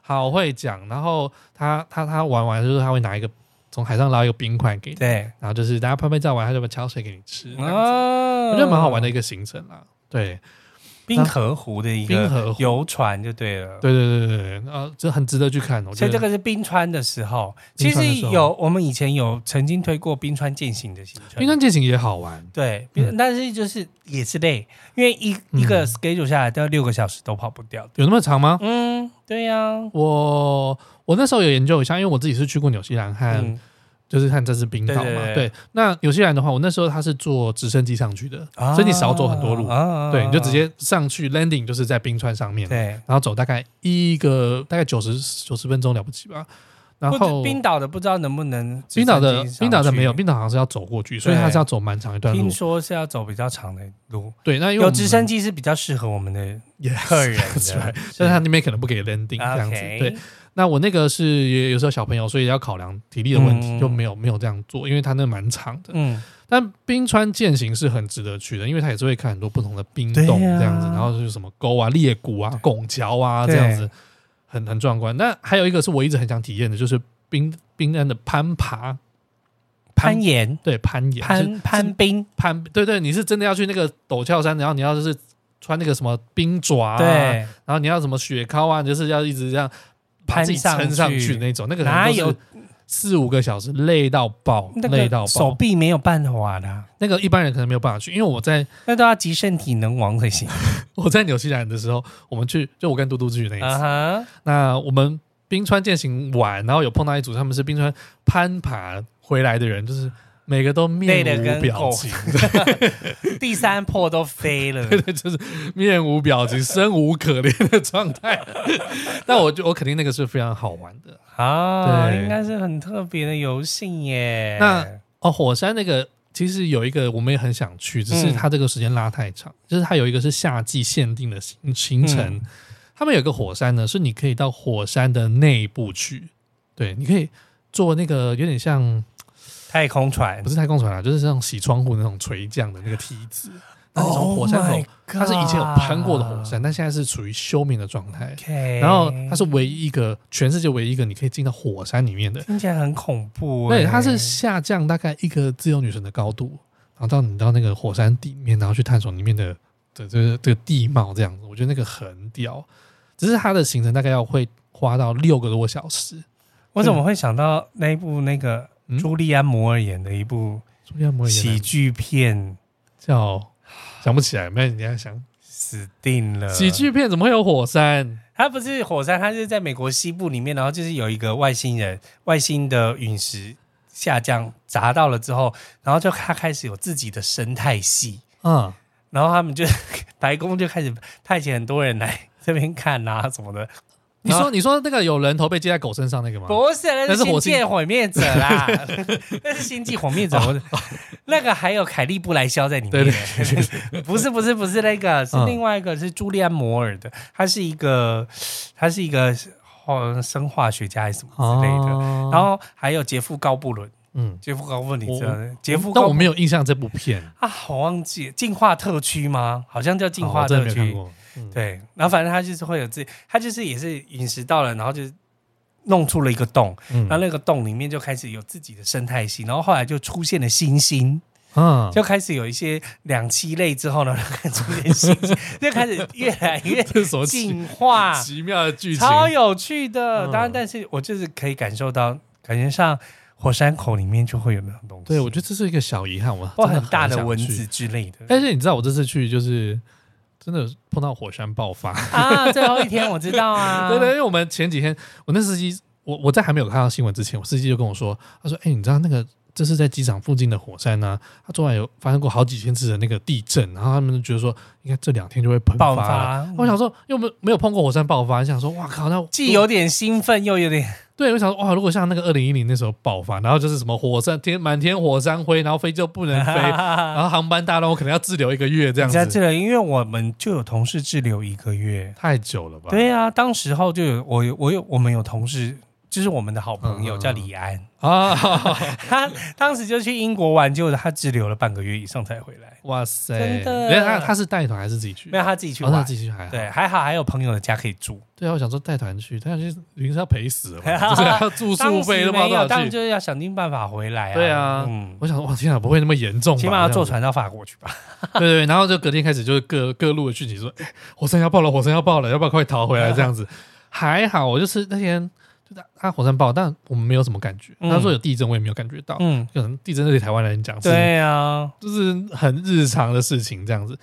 Speaker 1: 好会讲，然后他他他玩完就是他会拿一个从海上捞一个冰块给你，
Speaker 2: 对，
Speaker 1: 然后就是大家拍拍照完，他就把敲水给你吃，这样子
Speaker 2: 哦
Speaker 1: 我觉得蛮好玩的一个行程啦。对
Speaker 2: 冰河湖的一
Speaker 1: 冰
Speaker 2: 个
Speaker 1: 河湖
Speaker 2: 游船就对了。
Speaker 1: 对对对对对，呃，这很值得去看。我
Speaker 2: 所
Speaker 1: 觉
Speaker 2: 以
Speaker 1: 得
Speaker 2: 这个是冰川的时候，
Speaker 1: 冰
Speaker 2: 其
Speaker 1: 川的
Speaker 2: 实
Speaker 1: 时候
Speaker 2: 有我们以前有曾经推过冰川践行的行程，
Speaker 1: 冰川践行也好玩，
Speaker 2: 对，
Speaker 1: 嗯
Speaker 2: 但是就是也是累，因为一一个 schedule 下来都要六个小时都跑不掉的。
Speaker 1: 有那么长吗？
Speaker 2: 嗯，对呀、
Speaker 1: 我我那时候有研究一下，因为我自己是去过纽西兰和
Speaker 2: 嗯
Speaker 1: 就是看这次冰岛嘛。
Speaker 2: 对对对
Speaker 1: 那纽西兰的话，我那时候它是坐直升机上去的，
Speaker 2: 啊
Speaker 1: 所以你少走很多路。
Speaker 2: 啊
Speaker 1: 对，你就直接上去 landing 就是在冰川上面，
Speaker 2: 对。
Speaker 1: 然后走大概一个大概九十九十分钟了不起吧。然
Speaker 2: 不
Speaker 1: 后
Speaker 2: 止冰岛的不知道能不能直
Speaker 1: 冰
Speaker 2: 升机
Speaker 1: 岛的
Speaker 2: 上去
Speaker 1: 冰岛的没有，，冰岛好像是要走过去，所以它是要走蛮长一段路
Speaker 2: 听。说是要走比较长的路，
Speaker 1: 对，那因为
Speaker 2: 有直升
Speaker 1: 机
Speaker 2: 机是比较适合我们的
Speaker 1: <laughs>
Speaker 2: <laughs>
Speaker 1: 也
Speaker 2: 客人
Speaker 1: 出来
Speaker 2: 的，，
Speaker 1: 但是它那边可能不给 landing 这样子。
Speaker 2: OK
Speaker 1: 对，那我那个是也有时候小朋友，所以要考量体力的问题，
Speaker 2: 嗯
Speaker 1: 就没有没有这样做，因为它那蛮长的。
Speaker 2: 嗯，
Speaker 1: 但冰川践行是很值得去的，因为它也是会看很多不同的冰
Speaker 2: 对
Speaker 1: 洞
Speaker 2: 啊
Speaker 1: 这样子，然后就是什么沟啊、裂谷啊、拱桥啊这
Speaker 2: 对
Speaker 1: 样子，很很壮观。那还有一个是我一直很想体验的，就是冰冰山的攀爬，
Speaker 2: 攀岩、
Speaker 1: 对攀岩、就是
Speaker 2: 攀攀冰，
Speaker 1: 攀，对对，你是真的要去那个陡峭山，然后你要就是穿那个什么冰爪、啊，
Speaker 2: 对，
Speaker 1: 然后你要什么雪橇啊，你就是要一直这样把
Speaker 2: 攀
Speaker 1: 自己
Speaker 2: 上
Speaker 1: 撑上
Speaker 2: 去
Speaker 1: 去的那种，那个可能
Speaker 2: 哪
Speaker 1: 都是
Speaker 2: 有
Speaker 1: 四五个小时，累到爆，
Speaker 2: 那
Speaker 1: 累到
Speaker 2: 个手
Speaker 1: 爆。
Speaker 2: 臂没有办法的啊，
Speaker 1: 那个一般人可能没有办法去，因为我在 <laughs>
Speaker 2: 那都要极限体能王才行。
Speaker 1: 我在纽西兰的时候，我们去就我跟嘟嘟去那一次，
Speaker 2: 啊哈，
Speaker 1: 那我们冰川践行完，然后有碰到一组他们是冰川攀爬回来的人，就是每个都面
Speaker 2: 累得
Speaker 1: 无
Speaker 2: 跟
Speaker 1: 表
Speaker 2: 狗
Speaker 1: 情，
Speaker 2: 第三破都飞了，
Speaker 1: <laughs> 对对，就是面无表情、生无可恋的状态。但我就我肯定那个是非常好玩的
Speaker 2: 啊，
Speaker 1: 对
Speaker 2: 应该是很特别的游戏耶。
Speaker 1: 那哦。火山那个其实有一个我们也很想去，只
Speaker 2: 嗯
Speaker 1: 是它这个时间拉太长，就是它有一个是夏季限定的行行程。
Speaker 2: 嗯
Speaker 1: 他们有一个火山呢，是你可以到火山的内部去，对，你可以坐那个有点像
Speaker 2: 太空船
Speaker 1: 不是太空船啊，就是像洗窗户那种垂降的那个梯子，那那种火山
Speaker 2: Oh
Speaker 1: 口
Speaker 2: my，
Speaker 1: 它是以前有
Speaker 2: God
Speaker 1: 攀过的火山，但现在是处于休眠的状态。
Speaker 2: OK，
Speaker 1: 然后它是唯一一个全世界唯一一个你可以进到火山里面的，
Speaker 2: 听起来很恐怖、欸，
Speaker 1: 对，它是下降大概一个自由女神的高度，然后到你到那个火山底面，然后去探索里面的的这个这个地貌这样子，我觉得那个很屌。只是它的行程大概要会花到六个多小时。
Speaker 2: 我怎么会想到那一部那个
Speaker 1: 嗯
Speaker 2: 朱莉安·摩尔演的一部
Speaker 1: 朱利安摩
Speaker 2: 喜
Speaker 1: 演
Speaker 2: 剧片？
Speaker 1: 叫想不起来，没有你在想
Speaker 2: 死定了！
Speaker 1: 喜，剧片怎么会有火山？
Speaker 2: 它不是火山，它是在美国西部里面，然后就是有一个外星人，外星的陨石下降砸到了之后，然后就它开始有自己的生态系，
Speaker 1: 嗯，
Speaker 2: 然后他们就 <laughs> 白宫就开始派遣很多人来这边看啊什么的，
Speaker 1: 你说你说那个有人头被接在狗身上那个吗？
Speaker 2: 不是，那
Speaker 1: 那
Speaker 2: 是
Speaker 1: 是
Speaker 2: 星
Speaker 1: 火星
Speaker 2: 际毁灭者啦， <laughs> 哦那是星际毁灭者。我那个还有凯利布莱肖在里面。 <laughs>
Speaker 1: 对
Speaker 2: 不是不是不是那个，是
Speaker 1: 嗯
Speaker 2: 另外一个，是朱利安摩尔的，他是一个，他是一个哦生化学家还是什么之类的。
Speaker 1: 哦
Speaker 2: 然后还有杰夫高布伦，
Speaker 1: 嗯，
Speaker 2: 杰夫高布伦，你
Speaker 1: 我
Speaker 2: 知道的？杰夫
Speaker 1: 但我
Speaker 2: 高布
Speaker 1: 没有印象这部片，
Speaker 2: 啊，我忘记了进化特区吗？好像叫进
Speaker 1: 好
Speaker 2: 化
Speaker 1: 哦我真的没
Speaker 2: 特
Speaker 1: 有看
Speaker 2: 区。
Speaker 1: 过。嗯，
Speaker 2: 对，然后反正他就是会有自己，他就是也是饮食到了，然后就弄出了一个洞。
Speaker 1: 嗯
Speaker 2: 然后那个洞里面就开始有自己的生态系，然后后来就出现了星星，
Speaker 1: 嗯，
Speaker 2: 就开始有一些两栖类之后呢， <laughs> 开始出现星 <laughs> 星，就开始越来越
Speaker 1: <laughs> 这是什么奇
Speaker 2: 进化，
Speaker 1: 奇妙的剧情？
Speaker 2: 超有趣的。
Speaker 1: 嗯
Speaker 2: 当然，但是我就是可以感受到，感觉上火山口里面就会有那种东西，
Speaker 1: 对，我觉得这是一个小遗憾，我
Speaker 2: 或
Speaker 1: 真
Speaker 2: 很大的
Speaker 1: 想
Speaker 2: 蚊
Speaker 1: 去哎
Speaker 2: 子。之类的。
Speaker 1: 但是你知道，我这次去就是真的碰到火山爆发。
Speaker 2: 啊，最后一天我知道啊，
Speaker 1: <laughs> 对对，因为我们前几天，我那司机，我我在还没有看到新闻之前，我司机就跟我说，他说：“哎、你知道那个这是在机场附近的火山呢、啊，它昨晚有发生过好几千次的那个地震，然后他们就觉得说，应该这两天就会喷
Speaker 2: 爆
Speaker 1: 发了。
Speaker 2: 发，
Speaker 1: 我想说，又没有没有碰过火山爆发，想说，哇靠，那
Speaker 2: 既有点兴奋又
Speaker 1: <laughs>
Speaker 2: 有点
Speaker 1: 对，我想说哇，如果像那个二零一零那时候爆发，然后就是什么火山天满天火山灰，然后飞机就不能
Speaker 2: <laughs>
Speaker 1: 飞，然后航班大乱，我可能要滞留一个啊月这样
Speaker 2: 你在这
Speaker 1: 子，
Speaker 2: 里，因为我们就有同事滞留一个月。
Speaker 1: 太久了吧？
Speaker 2: 对啊，当时候就有我有我有我们有同事，就是我们的好朋
Speaker 1: 嗯
Speaker 2: 友
Speaker 1: 嗯嗯
Speaker 2: 叫李安，
Speaker 1: 啊， <laughs>
Speaker 2: 他 <laughs> 当时就去英国玩，结果他滞留了半个月以上才回来，
Speaker 1: 哇塞！
Speaker 2: 真的
Speaker 1: 等一下他他是带团还是自己去？
Speaker 2: 没有他自己去
Speaker 1: 哦那
Speaker 2: 玩。
Speaker 1: 自己去还好。
Speaker 2: 对，还好还有朋友的家可以住，
Speaker 1: 对啊，我想说带团去，带团去已经是要赔死了
Speaker 2: <laughs>
Speaker 1: 吧，就是要住宿
Speaker 2: 当
Speaker 1: 费
Speaker 2: 时
Speaker 1: 都不
Speaker 2: 没
Speaker 1: 知道多
Speaker 2: 有，当
Speaker 1: 少
Speaker 2: 然
Speaker 1: 去。
Speaker 2: 就是要想尽办法回来啊。
Speaker 1: 对啊
Speaker 2: 嗯，
Speaker 1: 我想说，哇天啊，不会那么严重吧？
Speaker 2: 起码要坐
Speaker 1: 这样
Speaker 2: 船到法国去吧。
Speaker 1: <laughs> 子。对对对，然后就隔天开始就是各各路的讯息说，哎火山要爆了，火山要爆了，要不要快逃回来？这
Speaker 2: <laughs>
Speaker 1: 样子还好，我就是那天就他他火山爆，但我们没有什么感觉。
Speaker 2: 嗯
Speaker 1: 他说有地震，我也没有感觉到。
Speaker 2: 嗯，
Speaker 1: 可能地震对台湾人讲是
Speaker 2: 对啊，
Speaker 1: 就是很日常的事情这样子。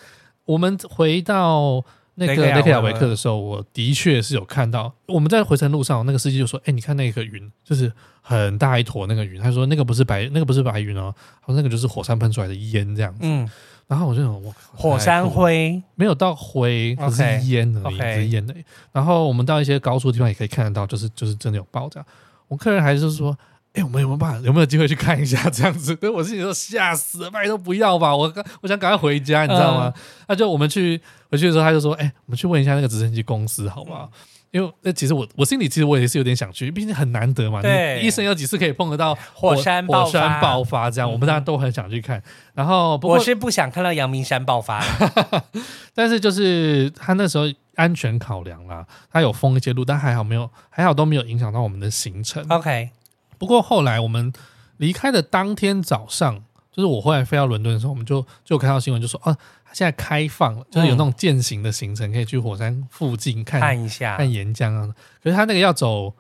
Speaker 1: 我们回到那个
Speaker 2: 雷克雅
Speaker 1: 雷克雅维
Speaker 2: 未克
Speaker 1: 克的时候，我的确是有看到，我们在回程路上，那个司机就说：“哎、你看那个云，就是很大一坨那个云。”他说：“那个不是白，那个不是白云哦，他说那个就是火山喷出来的烟这样子。
Speaker 2: 嗯，
Speaker 1: 然后我就想，我
Speaker 2: 火山灰，
Speaker 1: 没有到灰，可是
Speaker 2: OK，
Speaker 1: 烟而已
Speaker 2: OK
Speaker 1: 只是烟而已。然后我们到一些高速地方也可以看得到，就是就是真的有爆炸。我客人还是说。哎、我们有没有办法？有没有机会去看一下这样子？ <laughs> 对我心里说吓死了，拜托不要吧！我我想赶快回家，你知道
Speaker 2: 嗯
Speaker 1: 吗？那就我们去回去的时候，他就说：“哎、我们去问一下那个直升机公司好不好？”
Speaker 2: 嗯
Speaker 1: 因为那其实我我心里其实我也是有点想去，毕竟很难得嘛。
Speaker 2: 对
Speaker 1: 你一生有几次可以碰得到
Speaker 2: 火山爆
Speaker 1: 火
Speaker 2: 发嗯
Speaker 1: 山爆发这样，我们大家都很想去看。然后不过
Speaker 2: 我是不想看到阳明山
Speaker 1: <laughs>
Speaker 2: 爆发。
Speaker 1: 但是就是他那时候安全考量啦，他有封一些路，但还好没有，还好都没有影响到我们的行程。
Speaker 2: OK，
Speaker 1: 不过后来我们离开的当天早上，就是我后来飞到伦敦的时候，我们就就有看到新闻，就说啊，他现在开放了，就是有那种践行的行程，可以去火山附近看看
Speaker 2: 看一下。
Speaker 1: 岩浆啊。可是他那个要走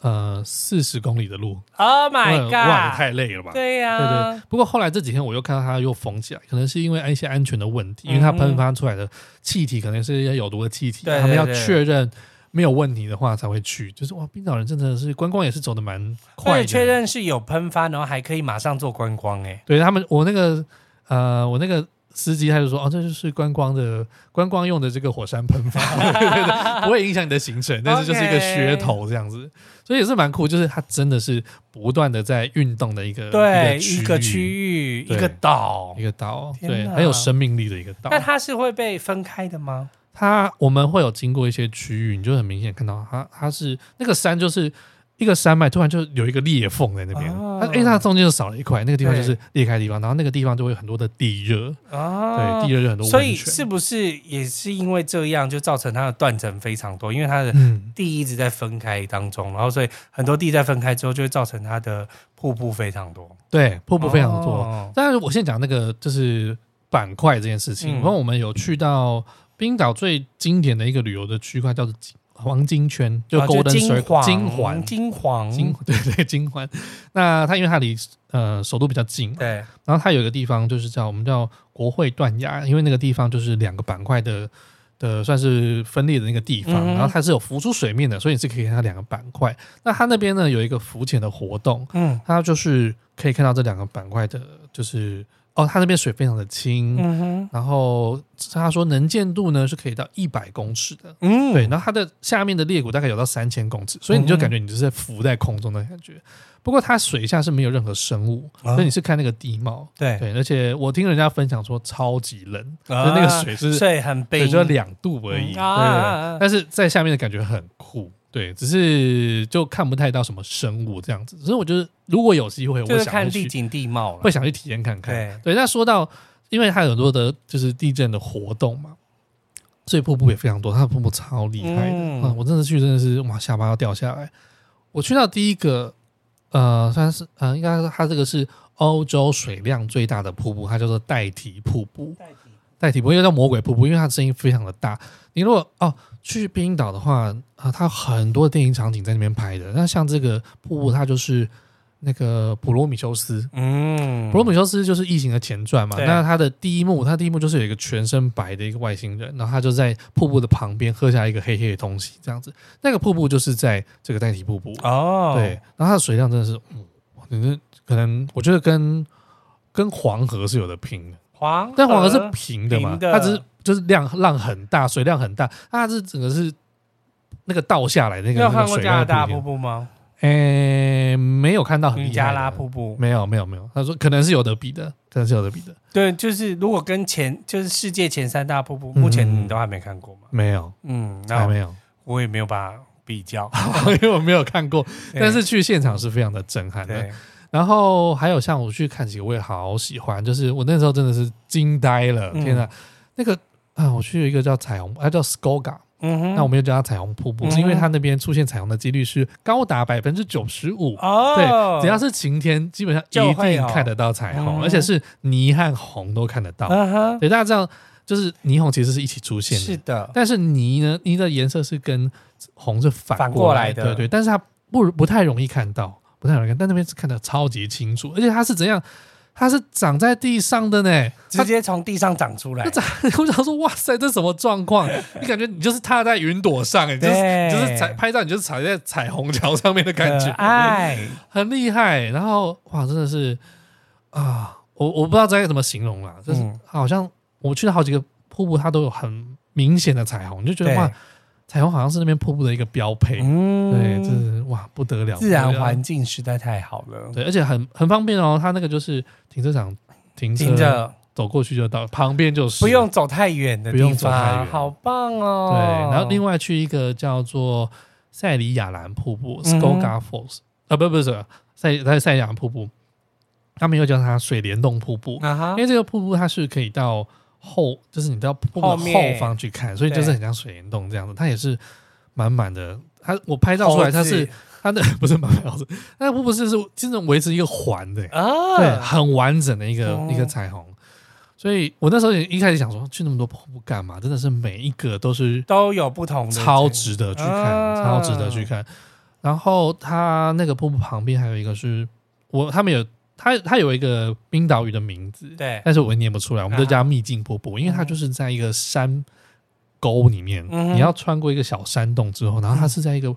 Speaker 1: 呃四十公里的路
Speaker 2: Oh
Speaker 1: 哇哇
Speaker 2: my
Speaker 1: 也
Speaker 2: god！
Speaker 1: 太累了吧？
Speaker 2: 对啊呀、
Speaker 1: 对对，不过后来这几天我又看到它又缝起来，可能是因为一些安全的问题，因为它喷发出来的气体可能是一些有毒的气体，
Speaker 2: 嗯对对
Speaker 1: 他们要
Speaker 2: 对
Speaker 1: 确认没有问题的话才会去。就是哇，冰岛人真的是观光也是走的蛮
Speaker 2: 或
Speaker 1: 快
Speaker 2: 者确
Speaker 1: 的，
Speaker 2: 认是有喷发，然后还可以马上做观光、欸，
Speaker 1: 对他们，我那个呃，我那个。司机他就说：“哦，这就是观光的观光用的这个火山喷发， <laughs> 对对对不会影响你的行程，但是就是一个
Speaker 2: OK
Speaker 1: 噱头这样子，所以也是蛮酷。就是它真的是不断的在运动的一个
Speaker 2: 对，
Speaker 1: 一
Speaker 2: 一
Speaker 1: 个
Speaker 2: 个
Speaker 1: 区域
Speaker 2: 区域，
Speaker 1: 对
Speaker 2: 一个岛
Speaker 1: 一。个岛，
Speaker 2: 天
Speaker 1: 对，
Speaker 2: 哪
Speaker 1: 很有生命力的一个岛
Speaker 2: 那。它是会被分开的吗？
Speaker 1: 它我们会有经过一些区域，你就很明显看到它，它是那个山就是一个山脉突然就有一个裂缝在那边，
Speaker 2: 哦
Speaker 1: 它哎，它中间就少了一块，那个地方
Speaker 2: 对
Speaker 1: 就是裂开的地方，然后那个地方就会有很多的地热，
Speaker 2: 啊
Speaker 1: 对，地热就很多
Speaker 2: 所
Speaker 1: 温
Speaker 2: 以
Speaker 1: 泉，
Speaker 2: 是不是也是因为这样，就造成它的断层非常多？因为它的
Speaker 1: 嗯，
Speaker 2: 地一直在分开当中，然后所以很多地在分开之后，就会造成它的瀑布非常多，
Speaker 1: 对，瀑布非常多。
Speaker 2: 哦
Speaker 1: 但是我先讲那个就是板块这件事情，
Speaker 2: 嗯
Speaker 1: 然后我们有去到冰岛最经典的一个旅游的区块，叫做金黄金圈，就
Speaker 2: 啊
Speaker 1: Golden Circle、
Speaker 2: 金
Speaker 1: 金环。
Speaker 2: 金黄，
Speaker 1: 金 <laughs> 对对金环，那它因为它离呃首都比较近，
Speaker 2: 对，
Speaker 1: 然后它有一个地方就是叫我们叫国会断崖，因为那个地方就是两个板块的的算是分裂的那个地方，
Speaker 2: 嗯哼
Speaker 1: 然后它是有浮出水面的，所以你是可以看到两个板块。那它那边呢有一个浮潜的活动，
Speaker 2: 嗯
Speaker 1: 它就是可以看到这两个板块的，就是哦，它那边水非常的清，
Speaker 2: 嗯哼，
Speaker 1: 然后他说能见度呢是可以到一百公尺的，
Speaker 2: 嗯
Speaker 1: 对，，然后它的下面的裂谷大概有到三千公尺，所以你就感觉你就是在浮在空中的感觉。不过它水下是没有任何生物，
Speaker 2: 啊
Speaker 1: 所以你是看那个地貌。
Speaker 2: 对，
Speaker 1: 对，而且我听人家分享说超级冷，
Speaker 2: 啊
Speaker 1: 就是那个水是
Speaker 2: 水很冰，
Speaker 1: 水就两度而已，
Speaker 2: 嗯
Speaker 1: 对
Speaker 2: 啊啊啊啊
Speaker 1: 但是在下面的感觉很酷，对，只是就看不太到什么生物这样子。所以我觉得如果有机会，
Speaker 2: 就
Speaker 1: 我
Speaker 2: 是
Speaker 1: 想
Speaker 2: 看
Speaker 1: 会
Speaker 2: 地
Speaker 1: 去，
Speaker 2: 景地貌了
Speaker 1: 会。想去体验看看。
Speaker 2: 对，
Speaker 1: 对，那说到，因为它有很多的就是地震的活动嘛，所以瀑布也非常多，它的瀑布超厉害的。
Speaker 2: 嗯
Speaker 1: 嗯我真的去真的是哇，下巴要掉下来。我去到第一个，呃，算是呃，应该说它这个是欧洲水量最大的瀑布，它叫做代替瀑布。代替瀑布又叫魔鬼瀑布，因为它的声音非常的大。你如果哦去冰岛的话啊、它很多电影场景在那边拍的。那像这个瀑布，它就是那个普罗米修斯，
Speaker 2: 嗯，
Speaker 1: 普罗米修斯就是《异形》的前传嘛，
Speaker 2: 对
Speaker 1: 那他的第一幕，他第一幕就是有一个全身白的一个外星人，然后他就在瀑布的旁边喝下一个黑黑的东西，这样子，那个瀑布就是在这个代替瀑布，
Speaker 2: 哦，
Speaker 1: 对，，然后它的水量真的是，嗯，哇可能可能我觉得跟跟黄河是有的拼的，
Speaker 2: 黄，
Speaker 1: 但黄河是平的嘛，
Speaker 2: 平的
Speaker 1: 它只是就是量浪很大，水量很大，它是整个是那个倒下来那
Speaker 2: 你
Speaker 1: 个
Speaker 2: 有
Speaker 1: 那
Speaker 2: 看
Speaker 1: 个
Speaker 2: 过
Speaker 1: 水
Speaker 2: 加
Speaker 1: 量
Speaker 2: 拿
Speaker 1: 的
Speaker 2: 大
Speaker 1: 平
Speaker 2: 瀑
Speaker 1: 面，
Speaker 2: 布吗？
Speaker 1: 哎，没有看到很
Speaker 2: 尼
Speaker 1: 厉害
Speaker 2: 加
Speaker 1: 的嗯
Speaker 2: 拉瀑布，
Speaker 1: 没有没有没有，他说可能是有得比的，可能是有得比的，
Speaker 2: 对，就是如果跟前就是世界前三大瀑布，目前
Speaker 1: 嗯
Speaker 2: 你都还没看过嘛？
Speaker 1: 没有，
Speaker 2: 嗯，
Speaker 1: 还
Speaker 2: 那
Speaker 1: 没有，
Speaker 2: 我也没有把它比较，
Speaker 1: 因为我啊没有看过，
Speaker 2: <laughs> 对
Speaker 1: 但是去现场是非常的震撼的。
Speaker 2: 对，
Speaker 1: 然后还有像我去看几个，我也好喜欢，就是我那时候真的是惊呆了，
Speaker 2: 嗯
Speaker 1: 天哪！那个啊，我去有一个叫彩虹，它、啊叫 Skoga，、
Speaker 2: 嗯哼，
Speaker 1: 那我们又叫它彩虹瀑布，
Speaker 2: 嗯
Speaker 1: 是因为它那边出现彩虹的几率是高达百分之九十五。
Speaker 2: 哦，
Speaker 1: 对，只要是晴天，基本上一
Speaker 2: 就会
Speaker 1: 定
Speaker 2: 有
Speaker 1: 看得到彩虹，
Speaker 2: 嗯
Speaker 1: 而且是泥和红都看得到。
Speaker 2: 嗯哼，
Speaker 1: 对，大家知道，就是霓虹其实是一起出现的
Speaker 2: 是，的，
Speaker 1: 但是泥呢，泥的颜色是跟红是反过来
Speaker 2: 反过来的
Speaker 1: 对对，但是它不不太容易看到，不太容易看，但那边是看得超级清楚，而且它是怎样，它是长在地上的呢， <laughs>
Speaker 2: 直
Speaker 1: 它
Speaker 2: 接从地上长出来
Speaker 1: 它，长，我想说，哇塞，这什么状况？你感觉你就是踏在云朵上，你就是
Speaker 2: 对
Speaker 1: 你就是踩拍照，你就是踩在彩虹桥上面的感觉，
Speaker 2: 可爱，
Speaker 1: 很厉害。然后哇，真的是啊，我我不知道该怎么形容啦，就是
Speaker 2: 嗯
Speaker 1: 好像我去了好几个瀑布，它都有很明显的彩虹，你就觉得
Speaker 2: 对
Speaker 1: 哇，彩虹好像是那边瀑布的一个标配。
Speaker 2: 嗯
Speaker 1: 对，这是哇不得了，
Speaker 2: 自然
Speaker 1: 不得了
Speaker 2: 环境实在太好了，
Speaker 1: 对，而且很很方便哦。它那个就是停车场停车，
Speaker 2: 听着
Speaker 1: 走过去就到，旁边就是
Speaker 2: 不用走太远的地
Speaker 1: 不
Speaker 2: 方，
Speaker 1: 用走太远
Speaker 2: 好棒哦。
Speaker 1: 对。然后另外去一个叫做塞里亚兰瀑布
Speaker 2: 嗯
Speaker 1: （Skoga Falls），啊，不不是塞在塞里亚兰瀑布，他们又叫它水帘洞瀑布，
Speaker 2: 啊哈
Speaker 1: 因，为这个瀑布它是可以到后，就是你到瀑布的
Speaker 2: 后面
Speaker 1: 后方去看，所以
Speaker 2: 对
Speaker 1: 就是很像水帘洞这样子。它也是满满的，它我拍照出来，它是它
Speaker 2: <laughs>
Speaker 1: 的不是满满猴子，它的瀑布是是真的维持一个环的、
Speaker 2: 啊，
Speaker 1: 对，很完整的一个、
Speaker 2: 哦
Speaker 1: 一个彩虹。所以我那时候也一开始想说，去那么多瀑布干嘛？真的是每一个都是
Speaker 2: 都有不同的
Speaker 1: 超值得去看，
Speaker 2: 啊
Speaker 1: 超值得去看。然后它那个瀑布旁边还有一个是我他们有它它有一个冰岛语的名字，
Speaker 2: 对，
Speaker 1: 但是我也念不出来，我
Speaker 2: 啊
Speaker 1: 们都叫它秘境瀑布，因为它就是在一个山沟里面，
Speaker 2: 嗯哼
Speaker 1: 你要穿过一个小山洞之后，然后它是在一个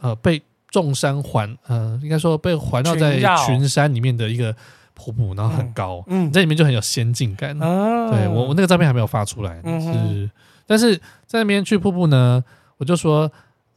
Speaker 1: 呃被众山环呃，应该说被环绕在
Speaker 2: 群绕
Speaker 1: 群山里面的一个瀑布，然后很高，
Speaker 2: 嗯
Speaker 1: 你，在里面就很有仙境感。
Speaker 2: 啊
Speaker 1: 嗯对我我那个照片还没有发出来，
Speaker 2: 嗯哼
Speaker 1: 是，但是在那边去瀑布呢，我就说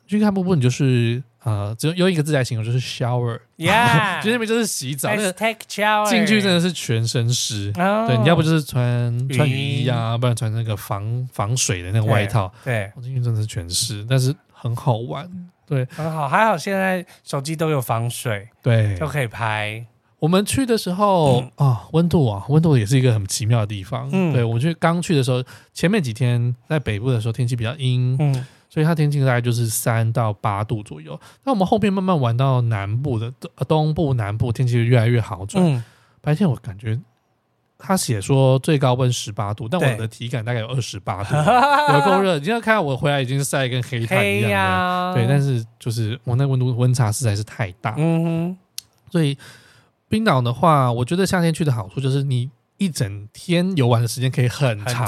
Speaker 1: 去看瀑布，你就是呃，只有用一个字来形容，就是 shower， <laughs>
Speaker 2: Yeah，
Speaker 1: 就那边就是洗澡，那
Speaker 2: Let's
Speaker 1: 个
Speaker 2: take shower
Speaker 1: 进去真的是全身湿，
Speaker 2: 哦
Speaker 1: 对你要不就是穿
Speaker 2: 雨
Speaker 1: 穿雨衣啊，不然穿那个防防水的那个外套。
Speaker 2: 对
Speaker 1: 我进去真的是全湿，但是很好玩。对
Speaker 2: 很好，还好现在手机都有防水，
Speaker 1: 对，
Speaker 2: 都可以拍。
Speaker 1: 我们去的时候啊、温度啊，温度也是一个很奇妙的地方。
Speaker 2: 嗯
Speaker 1: 对我去刚去的时候，前面几天在北部的时候天气比较阴，
Speaker 2: 嗯，
Speaker 1: 所以它天气大概就是三到八度左右。那我们后面慢慢玩到南部的呃东部、南部，天气就越来越好转。
Speaker 2: 嗯，
Speaker 1: 白天我感觉他写说最高温十八度，但
Speaker 2: 对
Speaker 1: 我的体感大概有二十
Speaker 2: <laughs>
Speaker 1: 八度，有够热。你要看到我回来已经晒得跟黑炭一
Speaker 2: 黑
Speaker 1: 样了。
Speaker 2: 呀，
Speaker 1: 对，但
Speaker 2: 是
Speaker 1: 是就是我那温度温差实在是太大，
Speaker 2: 嗯
Speaker 1: 所以冰岛的话，我觉得夏天去的好处就是你一整天游玩的时间可以很
Speaker 2: 很
Speaker 1: 长，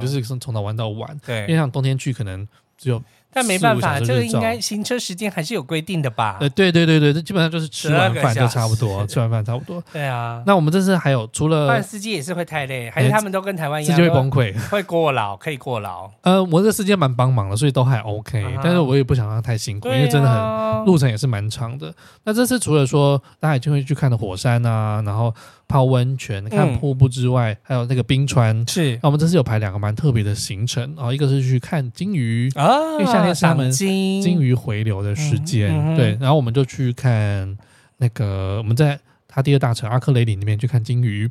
Speaker 1: 对，就是从从早玩到晚。
Speaker 2: 哼，
Speaker 1: 因为
Speaker 2: 对，
Speaker 1: 像冬天去可能只有
Speaker 2: 但没办
Speaker 1: 四五
Speaker 2: 法，
Speaker 1: 小时
Speaker 2: 这个
Speaker 1: 就
Speaker 2: 应该行车时间还是有规定的吧？
Speaker 1: 呃，对对对对，这基本上就是吃完饭就差不
Speaker 2: 12
Speaker 1: 多，
Speaker 2: 啊个小时
Speaker 1: 吃完饭差不多。
Speaker 2: 对啊，
Speaker 1: 那我呃们这次还有除
Speaker 2: 不然
Speaker 1: 了
Speaker 2: 司机也是会太累，还是他们都跟台湾一
Speaker 1: 司
Speaker 2: 样
Speaker 1: 机会
Speaker 2: 都
Speaker 1: 崩溃，
Speaker 2: 会过劳，可以过劳。
Speaker 1: 呃，我这司机蛮帮忙的，所以都还 OK，、
Speaker 2: 啊哈
Speaker 1: 但是我也不想让他太辛苦，因为真的很
Speaker 2: 很
Speaker 1: 路程也是蛮长的。那这次除了说大家一定会去看的火山啊，然后泡温
Speaker 2: 嗯
Speaker 1: 泉、看瀑布之外，还有那个冰川。
Speaker 2: 是
Speaker 1: 那我们这次有排两个蛮特别的行程啊、哦，一个是去看鲸鱼，
Speaker 2: 啊，
Speaker 1: 因为夏天是他们
Speaker 2: 赏金
Speaker 1: 鲸鱼回流的时间，
Speaker 2: 嗯嗯哼
Speaker 1: 对，然后我们就去看那个我们在它第二大城阿克雷里那边去看鲸鱼。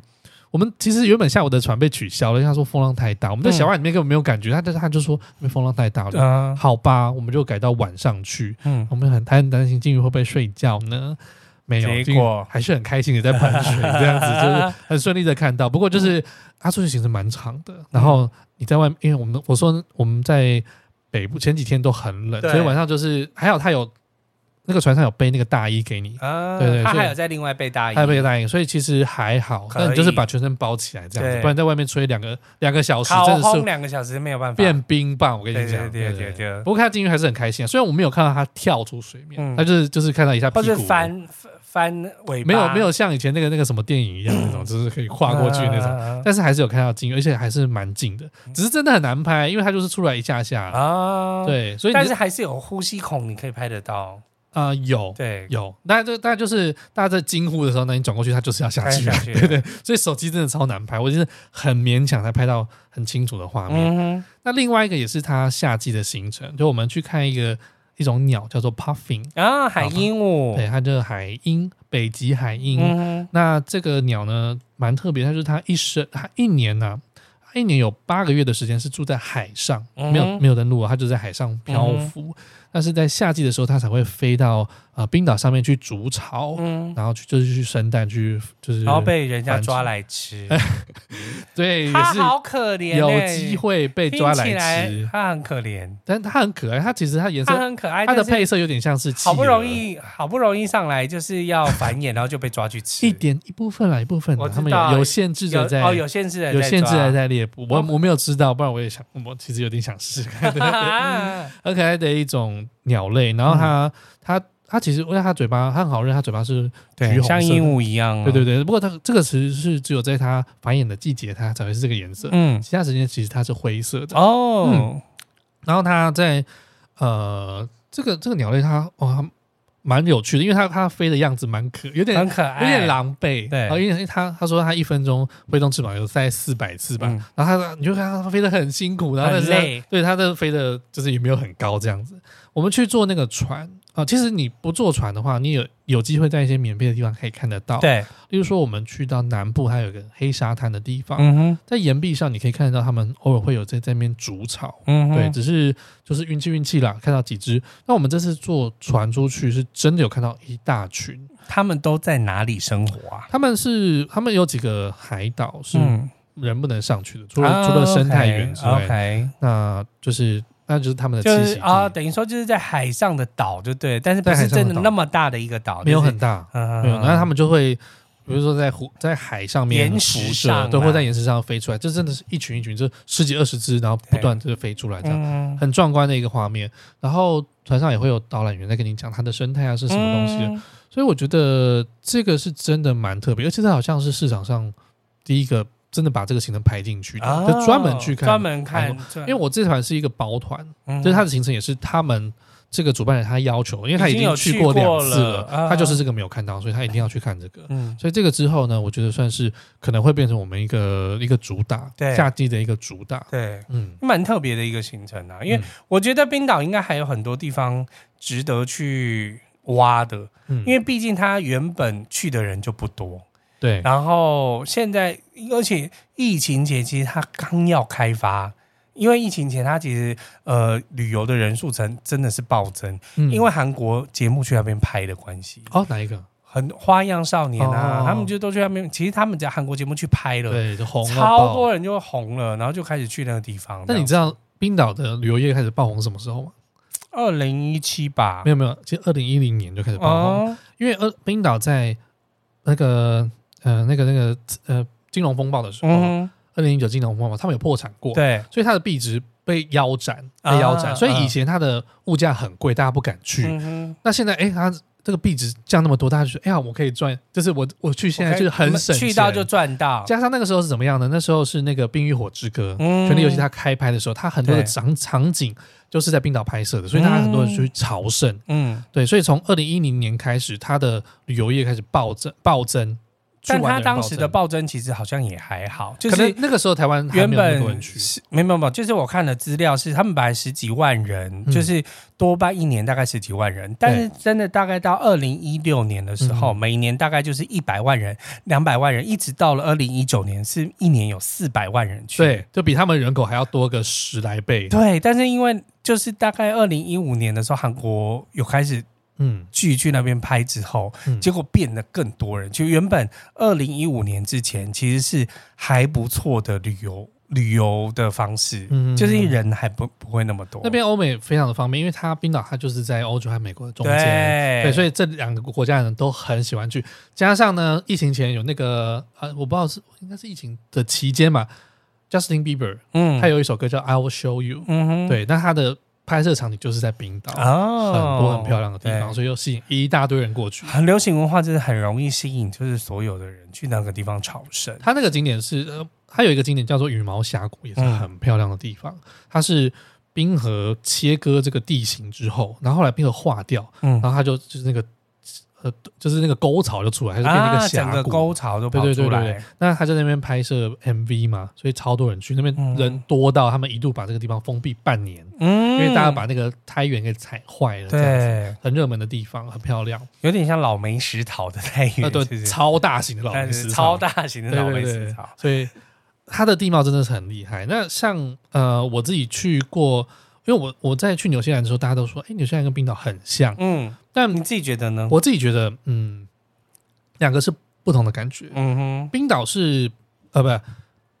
Speaker 1: 我们其实原本下午的船被取消了，因为他说风浪太大，我们在
Speaker 2: 嗯
Speaker 1: 小湾里面根本没有感觉，他就他就说因为风浪太大了，
Speaker 2: 啊，
Speaker 1: 好吧，我们就改到晚上去。
Speaker 2: 嗯，
Speaker 1: 我们很担担心金鱼会不会睡觉呢？没有，
Speaker 2: 结
Speaker 1: 金鱼
Speaker 2: 果
Speaker 1: 还是很开心的在喷水，这样子就是很顺利的看到。不过就是它出去行程蛮长的，然后你在外面，因为我们我说我们在北部前几天都很冷，
Speaker 2: 对
Speaker 1: 所以晚上就是还好它有那个船上有背那个大衣给你，
Speaker 2: 啊，
Speaker 1: 对对
Speaker 2: 他
Speaker 1: 所以
Speaker 2: 还有在另外被大衣，
Speaker 1: 还有背个大衣，所以其实还好。
Speaker 2: 可以
Speaker 1: 那你就是把全身包起来这样子，
Speaker 2: 对
Speaker 1: 不然在外面吹两个两个小时
Speaker 2: 烤
Speaker 1: 真的
Speaker 2: 烘
Speaker 1: 是
Speaker 2: 两个小时没有办法
Speaker 1: 变冰棒。我跟
Speaker 2: 对
Speaker 1: 你
Speaker 2: 对
Speaker 1: 讲，
Speaker 2: 对对对对，
Speaker 1: 不过看到金鱼还是很开心啊，虽然我没有看到它跳出水面，
Speaker 2: 嗯
Speaker 1: 它就是就是看到一下屁
Speaker 2: 或
Speaker 1: 股
Speaker 2: 是，翻翻尾巴，
Speaker 1: 没有没有像以前那个那个什么电影一样那
Speaker 2: 嗯
Speaker 1: 种，就是可以跨过去那种，
Speaker 2: 种
Speaker 1: 但是还是有看到金鱼，而且还是蛮近的，只是真的很难拍，因为它就是出来一下下，
Speaker 2: 嗯啊，，
Speaker 1: 对，所以
Speaker 2: 但
Speaker 1: 你
Speaker 2: 是
Speaker 1: 就
Speaker 2: 还是有呼吸孔，你可以拍得到，
Speaker 1: 啊、有。
Speaker 2: 对，
Speaker 1: 有，那就那就是大家在惊呼的时候，那你转过去，它就是要下去了
Speaker 2: 它，要下去
Speaker 1: <laughs> 对对，所以手机真的超难拍，我就是很勉强才拍到很清楚的画面。
Speaker 2: 嗯哼，
Speaker 1: 那另外一个也是它夏季的行程，就我们去看一个一种鸟叫做 puffin，
Speaker 2: 然后啊海鹦鹉，
Speaker 1: 对，它就是海鹰，北极海鹰。
Speaker 2: 哦嗯
Speaker 1: 那这个鸟呢，蛮特别，它就是它一生，它一年呢、它一年有八个月的时间是住在海上，没
Speaker 2: 嗯
Speaker 1: 有
Speaker 2: 哼嗯
Speaker 1: 没有登陆啊，它就在海上漂浮。但是在夏季的时候，它才会飞到呃冰岛上面去筑巢
Speaker 2: 哼，，嗯，
Speaker 1: 然后去就是去生蛋，去就是
Speaker 2: 然后被人家
Speaker 1: 繁殖
Speaker 2: 抓来吃，
Speaker 1: 对也
Speaker 2: 它
Speaker 1: 是
Speaker 2: 好可怜欸，
Speaker 1: 有机会被抓
Speaker 2: 听起
Speaker 1: 来
Speaker 2: 来
Speaker 1: 吃，
Speaker 2: 它很可怜，
Speaker 1: 但它很可爱，它其实它颜
Speaker 2: 它
Speaker 1: 色。
Speaker 2: 很可爱，
Speaker 1: 它的
Speaker 2: 但是
Speaker 1: 配色有点像是企鹅
Speaker 2: 好不容易好不容易上来就是要繁衍，然后就被抓去
Speaker 1: <laughs>
Speaker 2: 吃，
Speaker 1: 一点一部分啦，一部分啦
Speaker 2: 我知
Speaker 1: 他们有
Speaker 2: 道
Speaker 1: 有限制
Speaker 2: 有
Speaker 1: 的在
Speaker 2: 哦有限制的，
Speaker 1: 有限制还在 <laughs> 猎捕，我
Speaker 2: 哦
Speaker 1: 我没有知道，不然我也想，我其实有点想试试看，
Speaker 2: 在
Speaker 1: 很可爱的一种鸟类。然后它、
Speaker 2: 嗯
Speaker 1: 它它其实因为它嘴巴它很好认，它嘴巴是橘
Speaker 2: <laughs> 对，
Speaker 1: 红色的
Speaker 2: 像鹦鹉一样、啊，
Speaker 1: 对对对，不过它这个其实是只有在它繁衍的季节它才会是这个颜色，
Speaker 2: 嗯，
Speaker 1: 其他时间其实它是灰色的。
Speaker 2: 哦，
Speaker 1: 嗯然后它在呃这个这个鸟类它哇它蛮有趣的，因为它它飞的样子蛮可，有点
Speaker 2: 很可
Speaker 1: 有
Speaker 2: 爱，
Speaker 1: 点狼狈，
Speaker 2: 哎对
Speaker 1: 然后因为他他说他一分钟挥动翅膀有在四百次吧，
Speaker 2: 嗯
Speaker 1: 然后他你就看他飞得很辛苦，然后但是他
Speaker 2: 很累
Speaker 1: 对他的飞的就是也没有很高这样子。我们去坐那个船啊、其实你不坐船的话，你有有机会在一些免费的地方可以看得到，，
Speaker 2: 对，
Speaker 1: 例如说我们去到南部，它有一个黑沙滩的地方，
Speaker 2: 嗯哼，
Speaker 1: 在岩壁上你可以看得到他们偶尔会有在在那边筑巢。
Speaker 2: 嗯哼，
Speaker 1: 对，只是就是运气运气啦，看到几只。那我们这次坐船出去，是真的有看到一大群，
Speaker 2: 他们都在哪里生活啊？
Speaker 1: 他们是他们有几个海岛是
Speaker 2: 嗯，啊
Speaker 1: 人不能上去的，除了除了生态园之外，
Speaker 2: ，OK，
Speaker 1: 那就是那就是他们的
Speaker 2: 就
Speaker 1: 栖息
Speaker 2: 是
Speaker 1: 地，
Speaker 2: 啊，等于说就是在海上的岛，就对，但是不
Speaker 1: 在海
Speaker 2: 是
Speaker 1: 上的
Speaker 2: 真的那么大的一个岛，
Speaker 1: 没有
Speaker 2: 就是
Speaker 1: 很，大，
Speaker 2: 嗯
Speaker 1: 没有。那他们就会比如说在湖在海上面
Speaker 2: 岩石
Speaker 1: 辐
Speaker 2: 上啊
Speaker 1: 射，都会在岩石上飞出来，这真的是一群一群，就十几二十只，然后不断就是飞出来这样。
Speaker 2: 嗯，
Speaker 1: 很壮观的一个画面，然后船上也会有导览员在跟你讲它的生态啊是什么东西的，
Speaker 2: 嗯
Speaker 1: 所以我觉得这个是真的蛮特别，而且它好像是市场上第一个真的把这个行程排进去的，
Speaker 2: 哦
Speaker 1: 啊就专门去看。
Speaker 2: 专门看嗯
Speaker 1: 因为，我这团是一为我这团是一个包团，
Speaker 2: 因
Speaker 1: 就是它的行程也是他们这个主办人他要求，因为他
Speaker 2: 已经有
Speaker 1: 经
Speaker 2: 去
Speaker 1: 去过两次
Speaker 2: 过了啊
Speaker 1: 他就是这个没有看到，所以他一定要去看这个。
Speaker 2: 嗯，
Speaker 1: 所以这个之后呢，我觉得算是可能会变成我们一个一个主打，
Speaker 2: 对
Speaker 1: 夏季的一个主打。
Speaker 2: 对，
Speaker 1: 嗯，
Speaker 2: 蛮特别的一个行程啊，因为
Speaker 1: 嗯
Speaker 2: 我觉得冰岛应该还有很多地方值得去挖的，
Speaker 1: 嗯
Speaker 2: 因为毕竟它原本去的人就不多，
Speaker 1: 对
Speaker 2: 然后现在而且疫情前其实它刚要开发。因为疫情前，它其实呃旅游的人数真真的是暴增，
Speaker 1: 嗯
Speaker 2: 因为韩国节目去那边拍的关系，
Speaker 1: 哦哪一个？
Speaker 2: 很花样少年啊，
Speaker 1: 哦
Speaker 2: 他们就都去那边。其实他们在韩国节目去拍了，
Speaker 1: 对，就红了
Speaker 2: 超
Speaker 1: 爆
Speaker 2: 多人就红了，然后就开始去那个地方。
Speaker 1: 那你知道冰岛的旅游业开始爆红什么时候吗？
Speaker 2: 二零一七吧
Speaker 1: 没？有没有，其实二零一零年就开始爆红，
Speaker 2: 哦，
Speaker 1: 因为呃冰岛在那个呃那个那个呃金融风暴的时候，
Speaker 2: 嗯哼，嗯
Speaker 1: 二零一九金融风暴，他们有破产过，
Speaker 2: 对，
Speaker 1: 所以它的币值被腰斩，被
Speaker 2: 啊
Speaker 1: 腰斩，所以
Speaker 2: 啊
Speaker 1: 以前它的物价很贵，大家不敢去。
Speaker 2: 嗯哼，
Speaker 1: 那现在哎，它这个币值降那么多，大家就觉得哎呀，我可以赚，就是我我去现在就是很省钱，
Speaker 2: 去到就赚到。
Speaker 1: 加上那个时候是怎么样呢？那时候是那个《冰与火之歌》
Speaker 2: 嗯
Speaker 1: 权力游戏》它开拍的时候，它很多的
Speaker 2: 对
Speaker 1: 场场景就是在冰岛拍摄的，所以它
Speaker 2: 嗯
Speaker 1: 很多人去朝圣。
Speaker 2: 嗯，
Speaker 1: 对，所以从二零一零年开始，它的旅游业开始暴增暴增。去
Speaker 2: 但
Speaker 1: 玩
Speaker 2: 他
Speaker 1: 人暴增
Speaker 2: 当时的暴增其实好像也还好，就
Speaker 1: 可能
Speaker 2: 是
Speaker 1: 那个时候台湾还
Speaker 2: 原
Speaker 1: 没有那么多人
Speaker 2: 本
Speaker 1: 去，
Speaker 2: 是没有没有没有，就是我看的资料是他们本来十几万人，
Speaker 1: 嗯
Speaker 2: 就是多办一年大概十几万人，但是真的大概到二零一六年的时候，
Speaker 1: 嗯
Speaker 2: 每年大概就是一百万人、两百万人，一直到了二零一九年是一年有四百万人去。
Speaker 1: 对，就比他们人口还要多个十来倍。
Speaker 2: 对，但是因为就是大概二零一五年的时候，韩国有开始
Speaker 1: 嗯，
Speaker 2: 剧去那边拍之后，
Speaker 1: 嗯
Speaker 2: 结果变得更多人。就原本二零一五年之前其实是还不错的旅游旅游的方式，
Speaker 1: 嗯
Speaker 2: 就是人还不不会那么多。
Speaker 1: 那边欧美非常的方便，因为它冰岛它就是在欧洲和美国的中间。
Speaker 2: 对
Speaker 1: 对，所
Speaker 2: 以
Speaker 1: 以这两个国家的人都很喜欢去，加上呢，疫情前有那个呃，我不知道是应该是疫情的期间吧，Justin Bieber
Speaker 2: 嗯
Speaker 1: 他有一首歌叫《I Will Show You》，
Speaker 2: 嗯哼
Speaker 1: 对，那他的拍摄场景就是在冰岛，
Speaker 2: 哦
Speaker 1: 很多很漂亮的地方，
Speaker 2: 对
Speaker 1: 所以又吸引一大堆人过去。
Speaker 2: 很流行文化真的很容易吸引，就是所有的人去那个地方朝圣。
Speaker 1: 它那个景点是，呃，它有一个景点叫做羽毛峡谷，也是
Speaker 2: 嗯
Speaker 1: 很漂亮的地方。它是冰河切割这个地形之后，然后后来冰河化掉，
Speaker 2: 嗯
Speaker 1: 然后它就就是那个呃，就是那个沟槽就出来，它就变成一
Speaker 2: 啊，
Speaker 1: 个
Speaker 2: 整
Speaker 1: 峡
Speaker 2: 个
Speaker 1: 谷。
Speaker 2: 沟槽都
Speaker 1: 对
Speaker 2: 跑
Speaker 1: 对对
Speaker 2: 出
Speaker 1: 对
Speaker 2: 来
Speaker 1: 对，，那他在那边拍摄 MV 嘛，所以超多人去，那边
Speaker 2: 嗯
Speaker 1: 人多到他们一度把这个地方封闭半年，
Speaker 2: 嗯
Speaker 1: 因为大家把那个苔原给踩坏了，这样子
Speaker 2: 对，
Speaker 1: 很热门的地方，很漂亮，
Speaker 2: 有点像老梅石桃的太
Speaker 1: 呃，
Speaker 2: 原，
Speaker 1: 对
Speaker 2: 是不，是
Speaker 1: 超大型的老
Speaker 2: 但
Speaker 1: 梅
Speaker 2: 是
Speaker 1: 市
Speaker 2: 哎超
Speaker 1: 场，
Speaker 2: 大型的
Speaker 1: 对
Speaker 2: 老
Speaker 1: 对
Speaker 2: 梅
Speaker 1: 对，
Speaker 2: 石桃。
Speaker 1: 所以它的地貌真的是很厉害。那像呃，我自己去过，因为我我在去纽西兰的时候，大家都说，哎、纽西兰跟冰岛很像，
Speaker 2: 嗯，
Speaker 1: 但
Speaker 2: 你自己觉得呢？
Speaker 1: 我自己觉得，嗯，两个是不同的感觉。
Speaker 2: 嗯
Speaker 1: 冰岛是呃，不，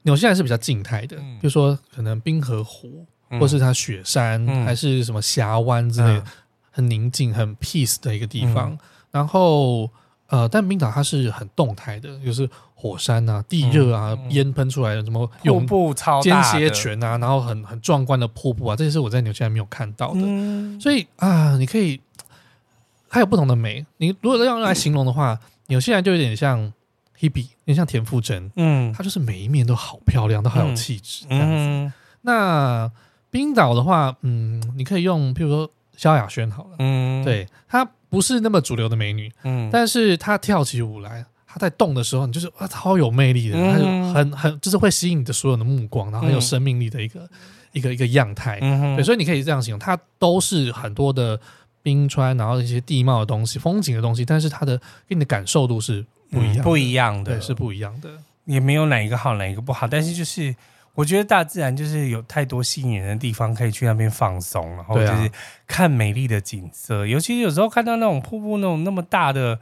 Speaker 1: 纽西兰是比较静态的，
Speaker 2: 嗯
Speaker 1: 比如说可能冰河湖，
Speaker 2: 哼，
Speaker 1: 或是它雪山，
Speaker 2: 嗯
Speaker 1: 还是什么峡湾之类的，
Speaker 2: 嗯
Speaker 1: 很宁静、很 peace 的一个地方。然后呃，但冰岛它是很动态的，就是火山啊、地热啊、
Speaker 2: 嗯嗯
Speaker 1: 烟喷出来的什么
Speaker 2: 瀑
Speaker 1: 涌
Speaker 2: 布超
Speaker 1: 间
Speaker 2: 大
Speaker 1: 歇
Speaker 2: 的，
Speaker 1: 泉啊，然后很很壮观的瀑布啊，这些是我在纽西兰没有看到的。
Speaker 2: 嗯，
Speaker 1: 所以啊，你可以它有不同的美。你如果要用来形容的话，纽西兰就有点像 Hebe，有点像田馥甄，
Speaker 2: 嗯
Speaker 1: 它就是每一面都好漂亮，都好有气质这样子。
Speaker 2: 嗯
Speaker 1: 那冰岛的话，嗯，你可以用，譬如说萧亚轩好了，
Speaker 2: 嗯，，
Speaker 1: 对，她不是那么主流的美女，
Speaker 2: 嗯，
Speaker 1: 但是她跳起舞来，她在动的时候，你就是哇，超有魅力的，
Speaker 2: 嗯
Speaker 1: 她就很很就是会吸引你的所有的目光，然后很有生命力的一个、一个一个样态。
Speaker 2: 嗯哼
Speaker 1: 对，所以你可以这样形容，它都是很多的冰川，然后一些地貌的东西、风景的东西，但是它的给你的感受度是不一样的，
Speaker 2: 嗯不一样的，嗯
Speaker 1: 对，是不一样的。
Speaker 2: 也没有哪一个好，哪一个不好，但是就是。我觉得大自然就是有太多吸引人的地方，可以去那边放松，然后就
Speaker 1: 对啊
Speaker 2: 是看美丽的景色。尤其有时候看到那种瀑布那种那么
Speaker 1: <laughs>
Speaker 2: 大的，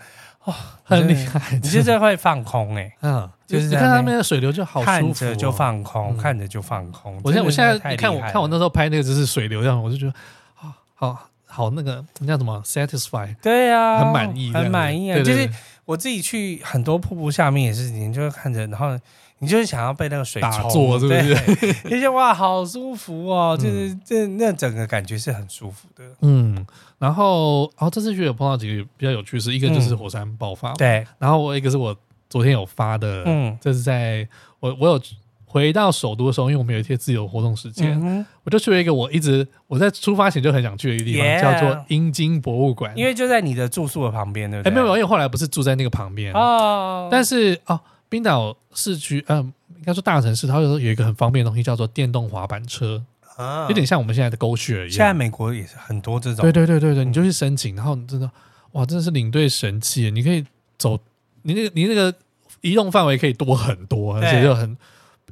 Speaker 1: 很厉害，
Speaker 2: 你就是会放空哎、
Speaker 1: 啊，就
Speaker 2: 就
Speaker 1: 是是你
Speaker 2: 在
Speaker 1: 看
Speaker 2: 那
Speaker 1: 那边的水流就好舒服、啊
Speaker 2: 看着就。放
Speaker 1: 嗯
Speaker 2: 空，看着就放空。
Speaker 1: 我现在我现
Speaker 2: 真的是
Speaker 1: 在
Speaker 2: 太
Speaker 1: 你看
Speaker 2: 厉
Speaker 1: 我
Speaker 2: 害
Speaker 1: 看我
Speaker 2: 了
Speaker 1: 那时候拍那个只是水流这样，我就觉得啊，好好那个那叫什么 satisfy，
Speaker 2: 对啊，
Speaker 1: 很满意这样子，
Speaker 2: 很满意啊！
Speaker 1: 对对
Speaker 2: 就是
Speaker 1: 对
Speaker 2: 我自己去很多瀑布下面也是，你就会看着，然后你就是想要被那个水
Speaker 1: 打
Speaker 2: 冲
Speaker 1: 坐是不是？
Speaker 2: 对， <laughs> 就觉得哇，好舒服哦，
Speaker 1: 嗯
Speaker 2: 就是这那整个感觉是很舒服的。
Speaker 1: 嗯，然后然后这次去有碰到几个比较有趣的事，一个就是火山爆发，
Speaker 2: 嗯对，
Speaker 1: 然后我一个是我昨天有发的，
Speaker 2: 嗯
Speaker 1: 这是在我我有回到首都的时候，因为我们有一些自由活动时间，
Speaker 2: 嗯哼
Speaker 1: 我就去了一个我一直我在出发前就很想去的一个地方
Speaker 2: Yeah
Speaker 1: 叫做英金博物馆。
Speaker 2: 因为就在你的住宿的旁边，对不
Speaker 1: 哎，
Speaker 2: 对？
Speaker 1: 没有没有，因为后来不是住在那个旁边，
Speaker 2: 哦，
Speaker 1: 但是哦，冰岛市区，嗯、应该说大城市，它有有一个很方便的东西叫做电动滑板车，
Speaker 2: 啊
Speaker 1: 有点像我嗯们现在的 GoShare 一样。嗯
Speaker 2: 现在美国也是很多这种，
Speaker 1: 对对对对对，你就去申请，然后你真的，哇，真的是领队神器耶，你可以走，你那个你那个移动范围可以多很多，而
Speaker 2: 对
Speaker 1: 且就很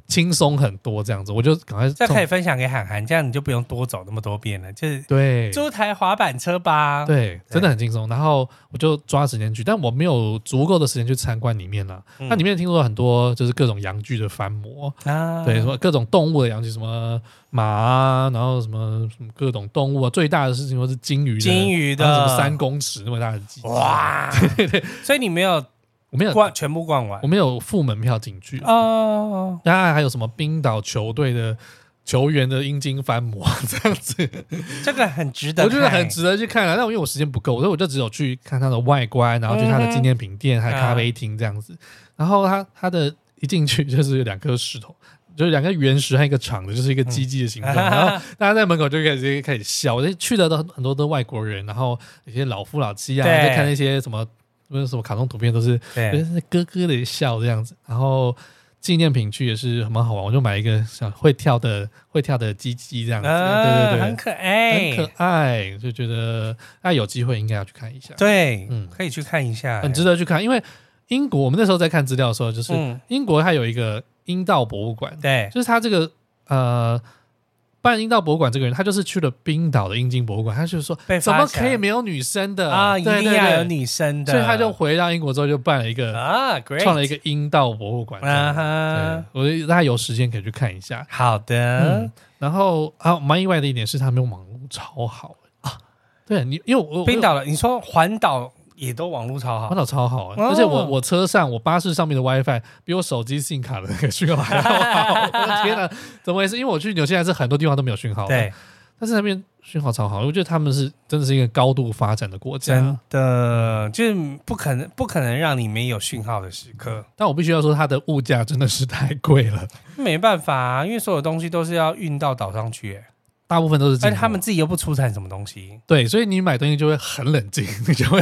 Speaker 1: 轻松很多这样子。我就赶快
Speaker 2: 这可以
Speaker 1: 从
Speaker 2: 分享给涵涵，这样你就不用多走那么多遍了，就是
Speaker 1: 对
Speaker 2: 租台滑板车吧。，
Speaker 1: 啊对，真的很轻松。然后我就抓时间去，但我没有足够的时间去参观里面了。
Speaker 2: 嗯
Speaker 1: 那里面听说很多就是各种洋具的翻模，
Speaker 2: 啊
Speaker 1: 对，什么各种动物的洋具，什么马啊，然后什么什么各种动物啊，最大的事情说是金鱼的，
Speaker 2: 金鱼的
Speaker 1: 然后什么三公尺那么大的鸡，
Speaker 2: 哇，所以你没有
Speaker 1: 我没有
Speaker 2: 逛全部逛完
Speaker 1: 我们有付门票进去，
Speaker 2: 哦。
Speaker 1: 当然还有什么冰岛球队的球员的阴茎翻模 <laughs> 这样子，
Speaker 2: 这个很值得，
Speaker 1: 我觉得很。值得去看啊。但我因为我时间不够，所以我就只有去看它的外观，然后去它的纪念品店、还有咖啡厅这样子。然后它它的一进去就是有两颗石头。 <laughs> 就是两个圆石和一个长的，就是一个鸡鸡的形状。
Speaker 2: 啊
Speaker 1: 然后大家在门口就开始开始笑，我就去了的很多都外国人，然后有些老夫老妻啊，
Speaker 2: 对
Speaker 1: 在看那些什么不是什么卡通图片，都是就
Speaker 2: 对，
Speaker 1: 是咯咯的笑这样子。然后纪念品区也是蛮好玩，我就买一个小会跳的会跳的鸡鸡这样子，
Speaker 2: 啊，
Speaker 1: 对
Speaker 2: 很
Speaker 1: 对
Speaker 2: 可
Speaker 1: 对，
Speaker 2: 爱，
Speaker 1: 很可爱，就觉得那有机会应该要去看一下，
Speaker 2: 对，
Speaker 1: 嗯
Speaker 2: 可以去看一下，
Speaker 1: 很值得去看。因为英国我们那时候在看资料的时候，就是
Speaker 2: 嗯，
Speaker 1: 英国它有一个阴道博物馆，
Speaker 2: 对，
Speaker 1: 就是它这个呃。办阴道博物馆这个人，他就是去了冰岛的阴茎博物馆，他就说
Speaker 2: 被
Speaker 1: 怎
Speaker 2: 发
Speaker 1: 么
Speaker 2: 现
Speaker 1: 可以没有女生的
Speaker 2: 啊，一
Speaker 1: 嗯对
Speaker 2: 定
Speaker 1: 对
Speaker 2: 要
Speaker 1: 对
Speaker 2: 有女生的，
Speaker 1: 所以他就回到英国之后就办了一个
Speaker 2: 啊，great，
Speaker 1: 创了一个阴道博物馆。
Speaker 2: 啊
Speaker 1: 对
Speaker 2: 哈，，
Speaker 1: 我觉得大家有时间可以去看一下。
Speaker 2: 好
Speaker 1: 嗯
Speaker 2: 的，，
Speaker 1: 然后啊，蛮意外的一点是他们网络超好啊，对你，因为我
Speaker 2: 冰岛了，你说环岛也都网络超
Speaker 1: 我
Speaker 2: 好
Speaker 1: 环，岛超好、
Speaker 2: 哦
Speaker 1: 而且我我车上我巴士上面的 WiFi 比我手机信卡的那个讯号还好。我的天哪、啊
Speaker 2: <laughs>
Speaker 1: 怎么回事？因为我去纽西兰是很多地方都没有讯号，
Speaker 2: 对，，
Speaker 1: 但是那边讯号超好，我觉得他们是真的是一个高度发展的国
Speaker 2: 真
Speaker 1: 家。
Speaker 2: 的就是不可能，不可能让你没有讯号的时刻，
Speaker 1: 但我必须要说，它的物价真的是太贵了，
Speaker 2: 没办法啊，因为所有东西都是要运到岛上去，哎
Speaker 1: 大部分都是进
Speaker 2: 而且
Speaker 1: 口
Speaker 2: 他们自己又不出产什么东西，
Speaker 1: 对，所以你买东西就会很冷静，你就
Speaker 2: <laughs>
Speaker 1: 会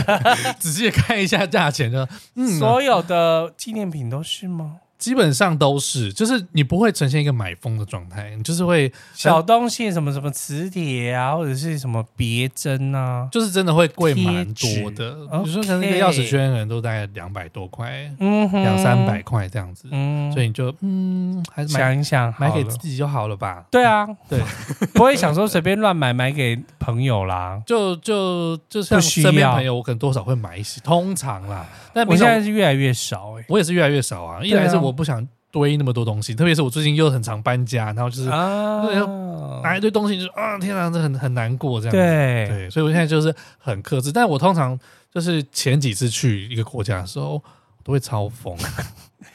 Speaker 1: 仔细地看一下价钱，就嗯，
Speaker 2: 所有的纪念品都是吗？
Speaker 1: 基本上都是，就是你不会呈现一个买疯的状态，你就是会
Speaker 2: 小东西什么什么磁铁啊，或者是什么别针啊，
Speaker 1: 就是真的会贵蛮多
Speaker 2: 贴纸
Speaker 1: 的。比如说，可能一个
Speaker 2: OK
Speaker 1: 钥匙圈可能都大概两百多块，
Speaker 2: 嗯哼，
Speaker 1: 两三百，块这样子，
Speaker 2: 嗯，
Speaker 1: 所以你就嗯，还是买
Speaker 2: 想一想，
Speaker 1: 买给
Speaker 2: 好了
Speaker 1: 自己就好了吧。
Speaker 2: 对啊，
Speaker 1: 对，
Speaker 2: <laughs> 不会想说随便乱买买给朋友啦。
Speaker 1: 就就就像
Speaker 2: 不需
Speaker 1: 身边
Speaker 2: 要
Speaker 1: 朋友，我可能多少会买一些，通常啦。但
Speaker 2: 我
Speaker 1: 平
Speaker 2: 现
Speaker 1: 常
Speaker 2: 在是越来越少哎、
Speaker 1: 我也是越来越少啊，一来
Speaker 2: 对啊
Speaker 1: 是我不想堆那么多东西，特别是我最近又很常搬家，然后就是
Speaker 2: 嗯
Speaker 1: 对
Speaker 2: 啊，
Speaker 1: 拿一堆东西就是啊，天啊，这很很难过这样子。
Speaker 2: 对，
Speaker 1: 对，所以我现在就是很克制，但我通常就是前几次去一个国家的时候，我都会超疯，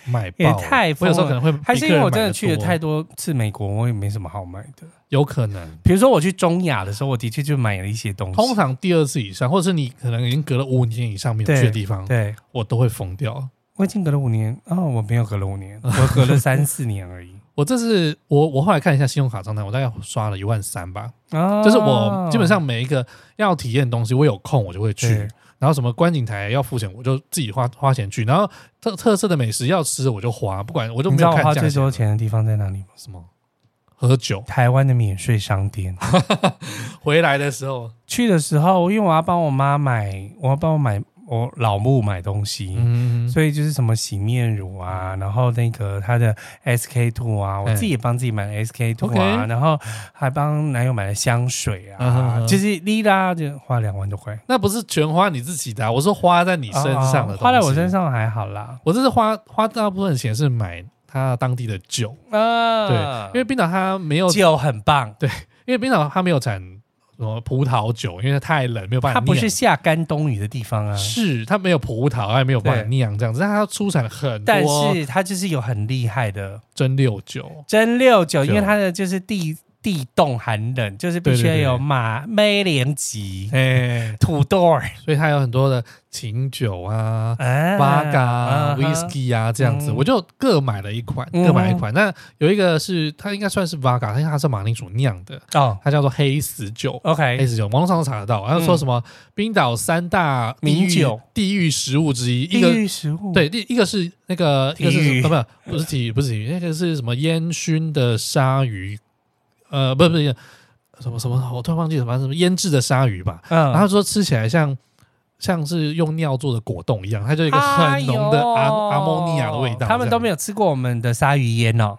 Speaker 1: 买爆，
Speaker 2: 也太
Speaker 1: 我
Speaker 2: 疯
Speaker 1: 有
Speaker 2: 了
Speaker 1: 时候可能会
Speaker 2: 还是因为我真的去了
Speaker 1: 了
Speaker 2: 太多次美国，我也没什么好买的。
Speaker 1: 有可能，
Speaker 2: 比如说我去中亚的时候，我的确就买了一些东西。
Speaker 1: 通常第二次以上，或者是你可能已经隔了五年以上没有
Speaker 2: 对
Speaker 1: 去的地方，
Speaker 2: 对，
Speaker 1: 我都会疯掉。
Speaker 2: 我已经隔了五年哦，我没有隔了五 <laughs> 年，我隔了三四年而 <laughs> 已。
Speaker 1: 我这次我我后来看一下信用卡账单，我大概刷了一万三吧，
Speaker 2: 啊，
Speaker 1: 就是我基本上每一个要体验的东西，我有空我就会去
Speaker 2: 对。
Speaker 1: 然后什么观景台要付钱，我就自己花花钱去。然后特特色的美食要吃，我就花，不管我就
Speaker 2: 你
Speaker 1: 没
Speaker 2: 知
Speaker 1: 有
Speaker 2: 道我
Speaker 1: 看
Speaker 2: 花
Speaker 1: 价
Speaker 2: 最多
Speaker 1: 钱。
Speaker 2: 钱的地方在哪里吗？
Speaker 1: 什么喝酒，
Speaker 2: 台湾的免税商 <laughs> 店。
Speaker 1: 回来的时
Speaker 2: <laughs>
Speaker 1: 候，
Speaker 2: 去的时候，因为我要帮我妈买，我要帮我买我老母买东西，
Speaker 1: 嗯，
Speaker 2: 所以就是什么洗面乳啊，然后那个她的 SK two 啊，我
Speaker 1: 嗯
Speaker 2: 自己也帮自己买了 SK two 啊，
Speaker 1: OK
Speaker 2: 然后还帮男友买了香水
Speaker 1: 嗯哼
Speaker 2: 啊，
Speaker 1: 哼
Speaker 2: 就是哩啦就花两万多块，
Speaker 1: 那不是全花你自己的啊、我说花在你身上的、
Speaker 2: 哦花在我身，上还好啦，
Speaker 1: 我这是花花大部分钱是买他当地的酒，
Speaker 2: 哦啊
Speaker 1: 因为冰岛它没有，
Speaker 2: 酒很棒，
Speaker 1: 因为冰岛它没有产什么葡萄酒，因为它太冷没有办法
Speaker 2: 它
Speaker 1: 酿。
Speaker 2: 不是下干冬雨的地方啊，
Speaker 1: 是它没有葡萄，也没有办法
Speaker 2: 对
Speaker 1: 酿这样子，但它出产很
Speaker 2: 但
Speaker 1: 多
Speaker 2: 是它就是有很厉害的
Speaker 1: 蒸馏酒。
Speaker 2: 蒸馏酒，因为
Speaker 1: 酒
Speaker 2: 它的就是地地动寒冷，就是必须要
Speaker 1: 对对对
Speaker 2: 有马梅莲级
Speaker 1: 哎，
Speaker 2: 土豆儿
Speaker 1: 所以它有很多的琴酒啊、
Speaker 2: 啊
Speaker 1: 八嘎啊、
Speaker 2: 嗯哼
Speaker 1: whisky 啊这样子，
Speaker 2: 嗯
Speaker 1: 我就各买了一款，
Speaker 2: 嗯哼
Speaker 1: 各买一款。那有一个是它应该算是 v 嘎，因为它是马铃薯酿的，
Speaker 2: 哦
Speaker 1: 它叫做黑死酒。黑
Speaker 2: ，OK，
Speaker 1: 死酒，网络上都查得到。然后说什么冰岛三大地
Speaker 2: 名
Speaker 1: 狱
Speaker 2: 酒
Speaker 1: 地狱食物之一，一
Speaker 2: 地
Speaker 1: 个
Speaker 2: 狱食物，
Speaker 1: 对，第一个是那个，一个
Speaker 2: 体
Speaker 1: 是
Speaker 2: 育
Speaker 1: 什么啊，不是不是体育，不是体育，那个是什么烟熏的鲨鱼，呃，不是不是什么什么，我突然忘记了，反正什么腌制的鲨鱼吧。
Speaker 2: 嗯，
Speaker 1: 然后说吃起来像像是用尿做的果冻一样，它就有一个
Speaker 2: 哎
Speaker 1: 很
Speaker 2: 呦
Speaker 1: 浓的阿阿莫尼亚的味道这样。
Speaker 2: 他们都没
Speaker 1: 有，
Speaker 2: 有吃过我们的鲨鱼烟哦，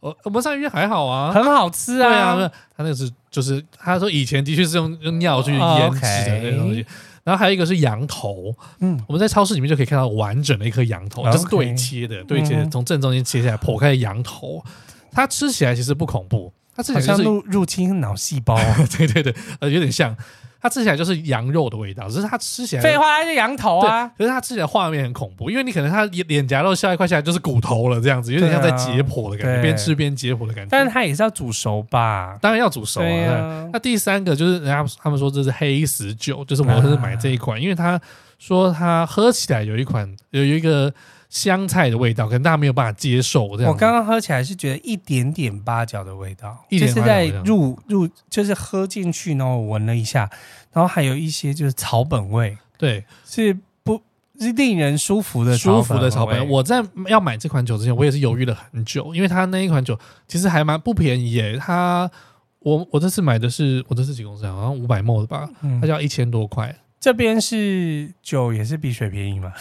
Speaker 1: 我我们鲨鱼还好啊，
Speaker 2: 很好吃
Speaker 1: 对
Speaker 2: 啊，
Speaker 1: 啊，那他那个是就是他说以前的确是用用尿去腌制的那个东西。然后还有一个是羊头，
Speaker 2: 哦嗯，
Speaker 1: 我们在超市里面就可以看到完整的一颗羊头，
Speaker 2: OK
Speaker 1: 它是对切的，对切的
Speaker 2: 嗯
Speaker 1: 从正中间切下来，剖开的羊头，它吃起来其实不恐怖，它吃起
Speaker 2: 好
Speaker 1: 来 <laughs> 就
Speaker 2: 像
Speaker 1: 是
Speaker 2: 入入侵脑细胞哦，
Speaker 1: 对对对，呃，有点像，它吃起来就是羊肉的味道，只是它吃起来
Speaker 2: 废话，它是羊头
Speaker 1: 对
Speaker 2: 啊，，
Speaker 1: 可是它吃起来画面很恐怖，因为你可能它脸脸颊肉下一块下来就是骨头了，这样子有点像在
Speaker 2: 对啊
Speaker 1: 解剖的感觉，
Speaker 2: 对
Speaker 1: 边吃边解剖的感觉。
Speaker 2: 但是它也是要煮熟吧？
Speaker 1: 当然要煮熟啊。
Speaker 2: 对
Speaker 1: 当然
Speaker 2: 啊
Speaker 1: 那第三个就是人家他们说这是黑死酒，就是我是买这一
Speaker 2: 啊
Speaker 1: 款，因为他说他喝起来有一款有一个香菜的味道，可能大家没有办法接受这样。
Speaker 2: 我刚刚喝起来是觉得一点点八角的味道，
Speaker 1: 一
Speaker 2: 就
Speaker 1: 点
Speaker 2: 是
Speaker 1: 八角
Speaker 2: 在
Speaker 1: 的味道
Speaker 2: 入入，就是喝进去，然后我闻了一下，然后还有一些就是草本味，
Speaker 1: 对
Speaker 2: 是不是令人舒服的
Speaker 1: 舒服的草
Speaker 2: 味
Speaker 1: 本，我在要买这款酒之前，我也是犹豫了很久，因为它那一款酒其实还蛮不便宜耶，它。我我这次买的是我这次几公升啊，好像五百 ml 的吧，
Speaker 2: 嗯
Speaker 1: 它就要一千多块。 <laughs>
Speaker 2: 这边是酒也是比水便宜嘛，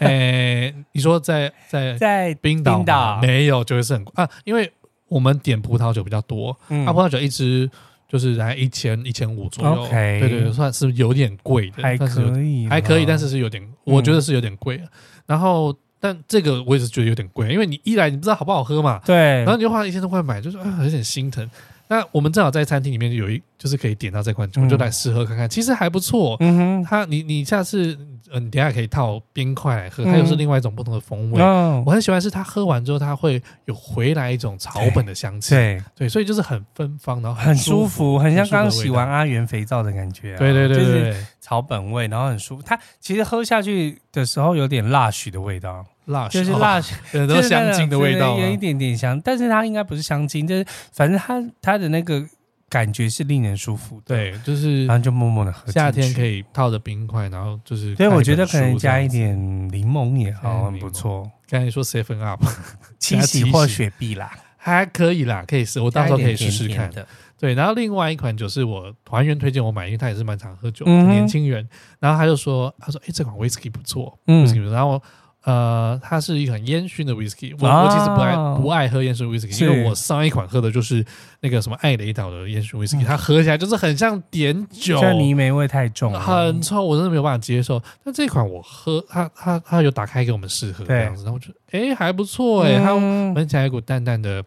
Speaker 1: 诶、你说在在
Speaker 2: 在
Speaker 1: 冰岛吗？
Speaker 2: 冰岛
Speaker 1: 没有，就会是很贵啊，因为我们点葡萄酒比较多，
Speaker 2: 嗯
Speaker 1: 阿葡萄酒一支就是来一千一千五左右
Speaker 2: OK
Speaker 1: 对对对，算是有点贵的，
Speaker 2: 还
Speaker 1: 但是有
Speaker 2: 可以啦，
Speaker 1: 还可以，但是是有点，我觉得是有点贵。然后，但这个我也是觉得有点贵，因为你一来你不知道好不好喝嘛，
Speaker 2: 对
Speaker 1: 然后你就花一千多块买，就是啊有点心疼。那我们正好在餐厅里面有一，就是可以点到这款酒，
Speaker 2: 嗯
Speaker 1: 就来试喝看看，其实还不错。
Speaker 2: 嗯
Speaker 1: 它你你下次，呃，你等一下可以套冰块来喝，
Speaker 2: 嗯
Speaker 1: 它又是另外一种不同的风
Speaker 2: 哼，
Speaker 1: 味。
Speaker 2: 哦
Speaker 1: 我，很喜欢是它喝完之后，它会有回来一种草本的香气。
Speaker 2: 对，
Speaker 1: 对，所以就是很芬芳，然后
Speaker 2: 很舒
Speaker 1: 舒。
Speaker 2: 服，很像
Speaker 1: 很舒服的
Speaker 2: 刚刚洗
Speaker 1: 味道
Speaker 2: 完阿元肥皂的感觉啊，
Speaker 1: 对对对
Speaker 2: 就是
Speaker 1: 对，
Speaker 2: 草本味，然后很舒服。它其实喝下去的时候有点辣许的味道，
Speaker 1: 辣
Speaker 2: <laughs>
Speaker 1: 哦
Speaker 2: 就是辣，
Speaker 1: 很
Speaker 2: 就
Speaker 1: 多
Speaker 2: 是那
Speaker 1: 香
Speaker 2: 种
Speaker 1: 精的味道
Speaker 2: 对有一
Speaker 1: 啊。
Speaker 2: 点点香，但是它应该不是香精，就是反正它它的那个感觉是令人舒服的。，
Speaker 1: 对，就是
Speaker 2: 然后就默默的啊喝。
Speaker 1: 夏天可
Speaker 2: 以，
Speaker 1: 以套着冰块，然后就是
Speaker 2: 所
Speaker 1: 看一本书这样
Speaker 2: 以
Speaker 1: 子。
Speaker 2: 我觉得可能加一点柠檬也好，
Speaker 1: 嗯
Speaker 2: 很不错。
Speaker 1: 刚才说 seven up
Speaker 2: <laughs> 七喜
Speaker 1: 加七喜
Speaker 2: 或雪碧啦，
Speaker 1: 还可以啦，可以试，我到时候可以试试
Speaker 2: 加一点甜
Speaker 1: 看。
Speaker 2: 甜的。
Speaker 1: 对，然后另外一款酒是我团员推荐我买，因为他也是蛮常喝酒，
Speaker 2: 嗯哼
Speaker 1: 年轻人。然后他就说，他说：“哎，这款 whisky 不错，whisky
Speaker 2: 嗯，
Speaker 1: 不错。”然后呃，它是一款烟熏的 whisky，我、
Speaker 2: 啊
Speaker 1: 我其实不爱不爱喝烟熏 whisky，
Speaker 2: 是
Speaker 1: 因为我上一款喝的就是那个什么艾雷岛的烟熏
Speaker 2: 嗯
Speaker 1: whisky，、它喝起来就是很像碘酒，
Speaker 2: 这泥煤味太重了，
Speaker 1: 很臭，我真的没有办法接受。但这款我喝，它它它有打开给我们试喝这
Speaker 2: 对
Speaker 1: 样子，然后我觉得哎、诶还不错哎、它
Speaker 2: 嗯
Speaker 1: 闻起来有一股淡淡的，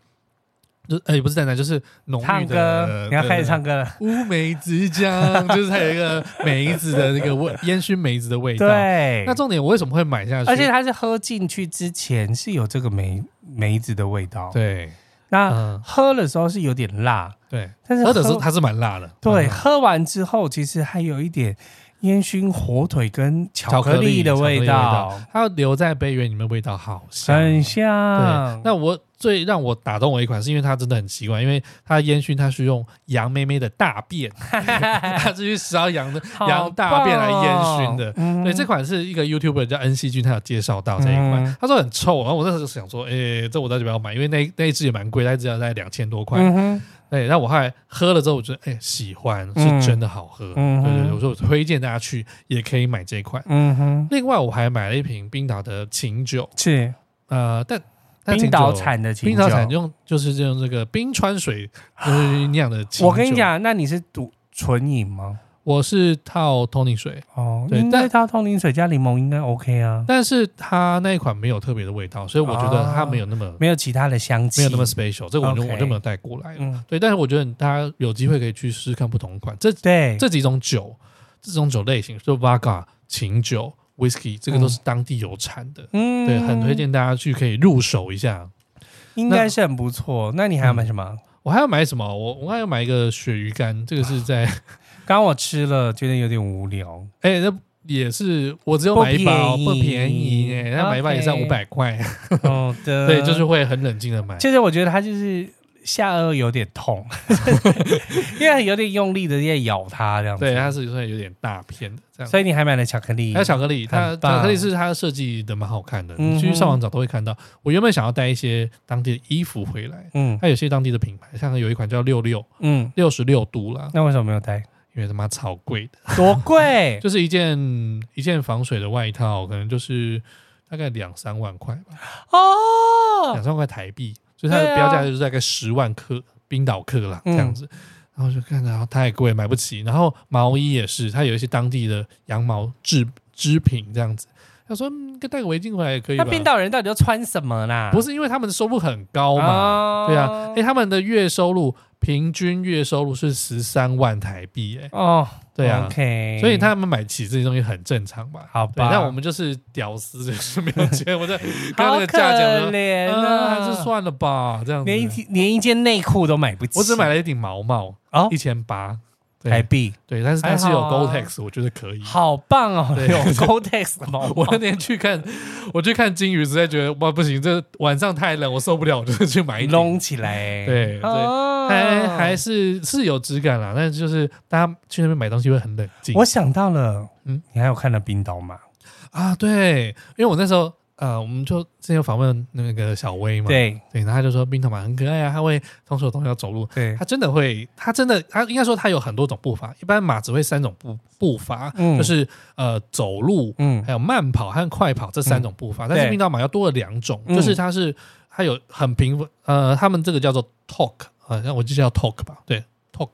Speaker 1: 就哎、不是淡淡，就是浓
Speaker 2: 唱
Speaker 1: 郁
Speaker 2: 歌
Speaker 1: 的。，
Speaker 2: 你要开始唱
Speaker 1: 歌。
Speaker 2: 歌了。
Speaker 1: 乌梅子
Speaker 2: <laughs>
Speaker 1: 酱就是它有一个梅子的那个味，烟熏梅子的味道。
Speaker 2: 对，
Speaker 1: 那重点我为什么会买下去？
Speaker 2: 而且它是喝进去之前是有这个梅梅子的味道，，
Speaker 1: 对，
Speaker 2: 那
Speaker 1: 嗯，
Speaker 2: 喝的时候是有点辣，
Speaker 1: 对，
Speaker 2: 但是
Speaker 1: 喝的时候它是蛮辣的。
Speaker 2: 对，
Speaker 1: 嗯
Speaker 2: 喝完之后其实还有一点烟熏火腿跟巧克力的
Speaker 1: 巧
Speaker 2: 味
Speaker 1: 克力
Speaker 2: 道，
Speaker 1: 它留在杯缘里面味道好香嗯哦，
Speaker 2: 很
Speaker 1: 对
Speaker 2: 像，。
Speaker 1: 那我最让我打动我一款，是因为它真的很奇怪，因为它烟熏它是用羊妹妹的大 <laughs> 便，它是去烧羊的
Speaker 2: 好
Speaker 1: 羊大便来烟熏的。
Speaker 2: 棒哦嗯
Speaker 1: 对，这款是一个 YouTuber 叫恩熙君，他有介绍到这一款，
Speaker 2: 嗯
Speaker 1: 他说很臭，然后我那时候想说，诶，这我到底要不要买？因为那那一支也蛮贵，它只要在两千多块。
Speaker 2: 嗯哼，
Speaker 1: 对，那我后来喝了之后，我觉得，诶，哎喜欢，
Speaker 2: 嗯
Speaker 1: 是真的好喝。
Speaker 2: 嗯
Speaker 1: 对对对，
Speaker 2: 哼
Speaker 1: 我说我推荐大家去也可以买这一款。
Speaker 2: 嗯哼，
Speaker 1: 另外，我还买了一瓶冰岛的琴酒，
Speaker 2: 是
Speaker 1: 呃，但但
Speaker 2: 冰
Speaker 1: 琴
Speaker 2: 岛
Speaker 1: 酒
Speaker 2: 产的琴
Speaker 1: 冰岛产
Speaker 2: 酒
Speaker 1: 用就是用这个冰川水就是酿的清酒。
Speaker 2: 我跟你，讲，那你是赌纯饮吗？
Speaker 1: 我是套通灵水，
Speaker 2: 哦，
Speaker 1: 对
Speaker 2: 应
Speaker 1: 但
Speaker 2: 该它通灵水加柠檬应该 OK 啊，
Speaker 1: 但是它那一款没有特别的味道，所以我觉得它没有那么、
Speaker 2: 没有其他的香气，
Speaker 1: 没有那么 special，这个我就
Speaker 2: OK
Speaker 1: 我就没有带过来了。
Speaker 2: 嗯，
Speaker 1: 对，但是我觉得大家有机会可以去试试看不同款，这
Speaker 2: 对，
Speaker 1: 这几种酒，这种酒类型，就 vodka、琴酒、whisky，这个都是当地有产的。
Speaker 2: 嗯
Speaker 1: 对，很推，荐大家去可以入手一下。嗯
Speaker 2: 应该是很不错。那你还有买什么？
Speaker 1: 我我还要买什么？我我还要买一个鳕鱼干，这个是在 <laughs>
Speaker 2: 刚刚我吃了，觉得有点无聊。
Speaker 1: 哎、那也是我只有买一包，不
Speaker 2: 不
Speaker 1: 便
Speaker 2: 便
Speaker 1: 宜
Speaker 2: 宜
Speaker 1: 哎、那买一包也是
Speaker 2: OK
Speaker 1: 五百
Speaker 2: <laughs>
Speaker 1: 块，
Speaker 2: 好的，
Speaker 1: 对，就是会很冷静的买。
Speaker 2: 哦其实我觉得它就是下颚有点痛，
Speaker 1: <laughs>
Speaker 2: 因为有点用力的在咬它这样子。
Speaker 1: 对，它是算有点大片的这样。
Speaker 2: 所以你还买了巧克力，
Speaker 1: 还有巧克力，它
Speaker 2: 很棒
Speaker 1: 巧克力是它设计的蛮好看的，
Speaker 2: 嗯哼
Speaker 1: 你去上网找都会看到。我原本想要带一些当地的衣服回来，
Speaker 2: 嗯
Speaker 1: 它有些当地的品牌，像有一款叫六六
Speaker 2: 嗯，
Speaker 1: 六十六度啦，
Speaker 2: 那为什么没有带？
Speaker 1: 因为他妈超贵的，？
Speaker 2: 多贵
Speaker 1: <laughs> 就是一件一件防水的外套，可能就是大概两三万块吧，
Speaker 2: 哦
Speaker 1: 两，三万块台币，所以它
Speaker 2: 对
Speaker 1: 的
Speaker 2: 啊
Speaker 1: 标价就是大概十万克冰岛克啦这
Speaker 2: 嗯
Speaker 1: 样子。然后就看到太贵，买不起。然后毛衣也是，它有一些当地的羊毛制织品这样子。他说嗯带个围巾回来也可以吧
Speaker 2: 那？冰岛人到底都穿什么啦？哦
Speaker 1: 不
Speaker 2: 是
Speaker 1: 是因为他们的收入很高嘛？对啊，哎，他们的月收入平均月收入是十三万台币，哎，
Speaker 2: 哦，
Speaker 1: 对啊。
Speaker 2: ，OK，
Speaker 1: 所以他们买起这些东西很正常吧？
Speaker 2: 好
Speaker 1: 对，
Speaker 2: 吧，
Speaker 1: 那我们就是屌丝，就是没有钱，我在看
Speaker 2: 好
Speaker 1: 那
Speaker 2: 可
Speaker 1: 个价钱呢，
Speaker 2: 怜
Speaker 1: 嗯，
Speaker 2: 啊，
Speaker 1: 还是算了吧，这样
Speaker 2: 连一
Speaker 1: 子。
Speaker 2: 连一件内裤都买不起，
Speaker 1: 我只买了一顶毛帽，
Speaker 2: 哦
Speaker 1: 一千八，
Speaker 2: 台
Speaker 1: 对
Speaker 2: 币，
Speaker 1: 对，但是它是
Speaker 2: 还
Speaker 1: 有
Speaker 2: 好啊
Speaker 1: Gore-Tex，我觉得可以。
Speaker 2: 好棒哦，
Speaker 1: 对
Speaker 2: 有 Gore-Tex 的毛
Speaker 1: <laughs> 我那
Speaker 2: 毛，
Speaker 1: 天去看，我去看金鱼，实在觉得哇不行，这晚上太冷，我受不了，我就去买一顶。
Speaker 2: 隆起来，
Speaker 1: 对对，
Speaker 2: 哦，
Speaker 1: 还还是是有质感啦，但是就是大家去那边买东西会很冷静。
Speaker 2: 我想到了，
Speaker 1: 嗯
Speaker 2: 嗯，你还有看了冰岛吗？
Speaker 1: 啊，对，因为我那时候呃，我们就之前有访问那个小薇嘛，
Speaker 2: 对
Speaker 1: 对，然后他就说冰糖马很可爱啊，它会同手同脚走路，
Speaker 2: 对
Speaker 1: 它，真的会，它真的，它应该说它有很多种步伐，一般马只会三种步步伐，
Speaker 2: 嗯
Speaker 1: 就是呃走路，
Speaker 2: 嗯
Speaker 1: 还有慢跑和快跑这三种步伐，但是
Speaker 2: 对
Speaker 1: 冰岛马要多了两种，
Speaker 2: 嗯
Speaker 1: 就是它是它有很平分，呃，他们这个叫做 talk，好像我记得叫 talk 吧，对 talk。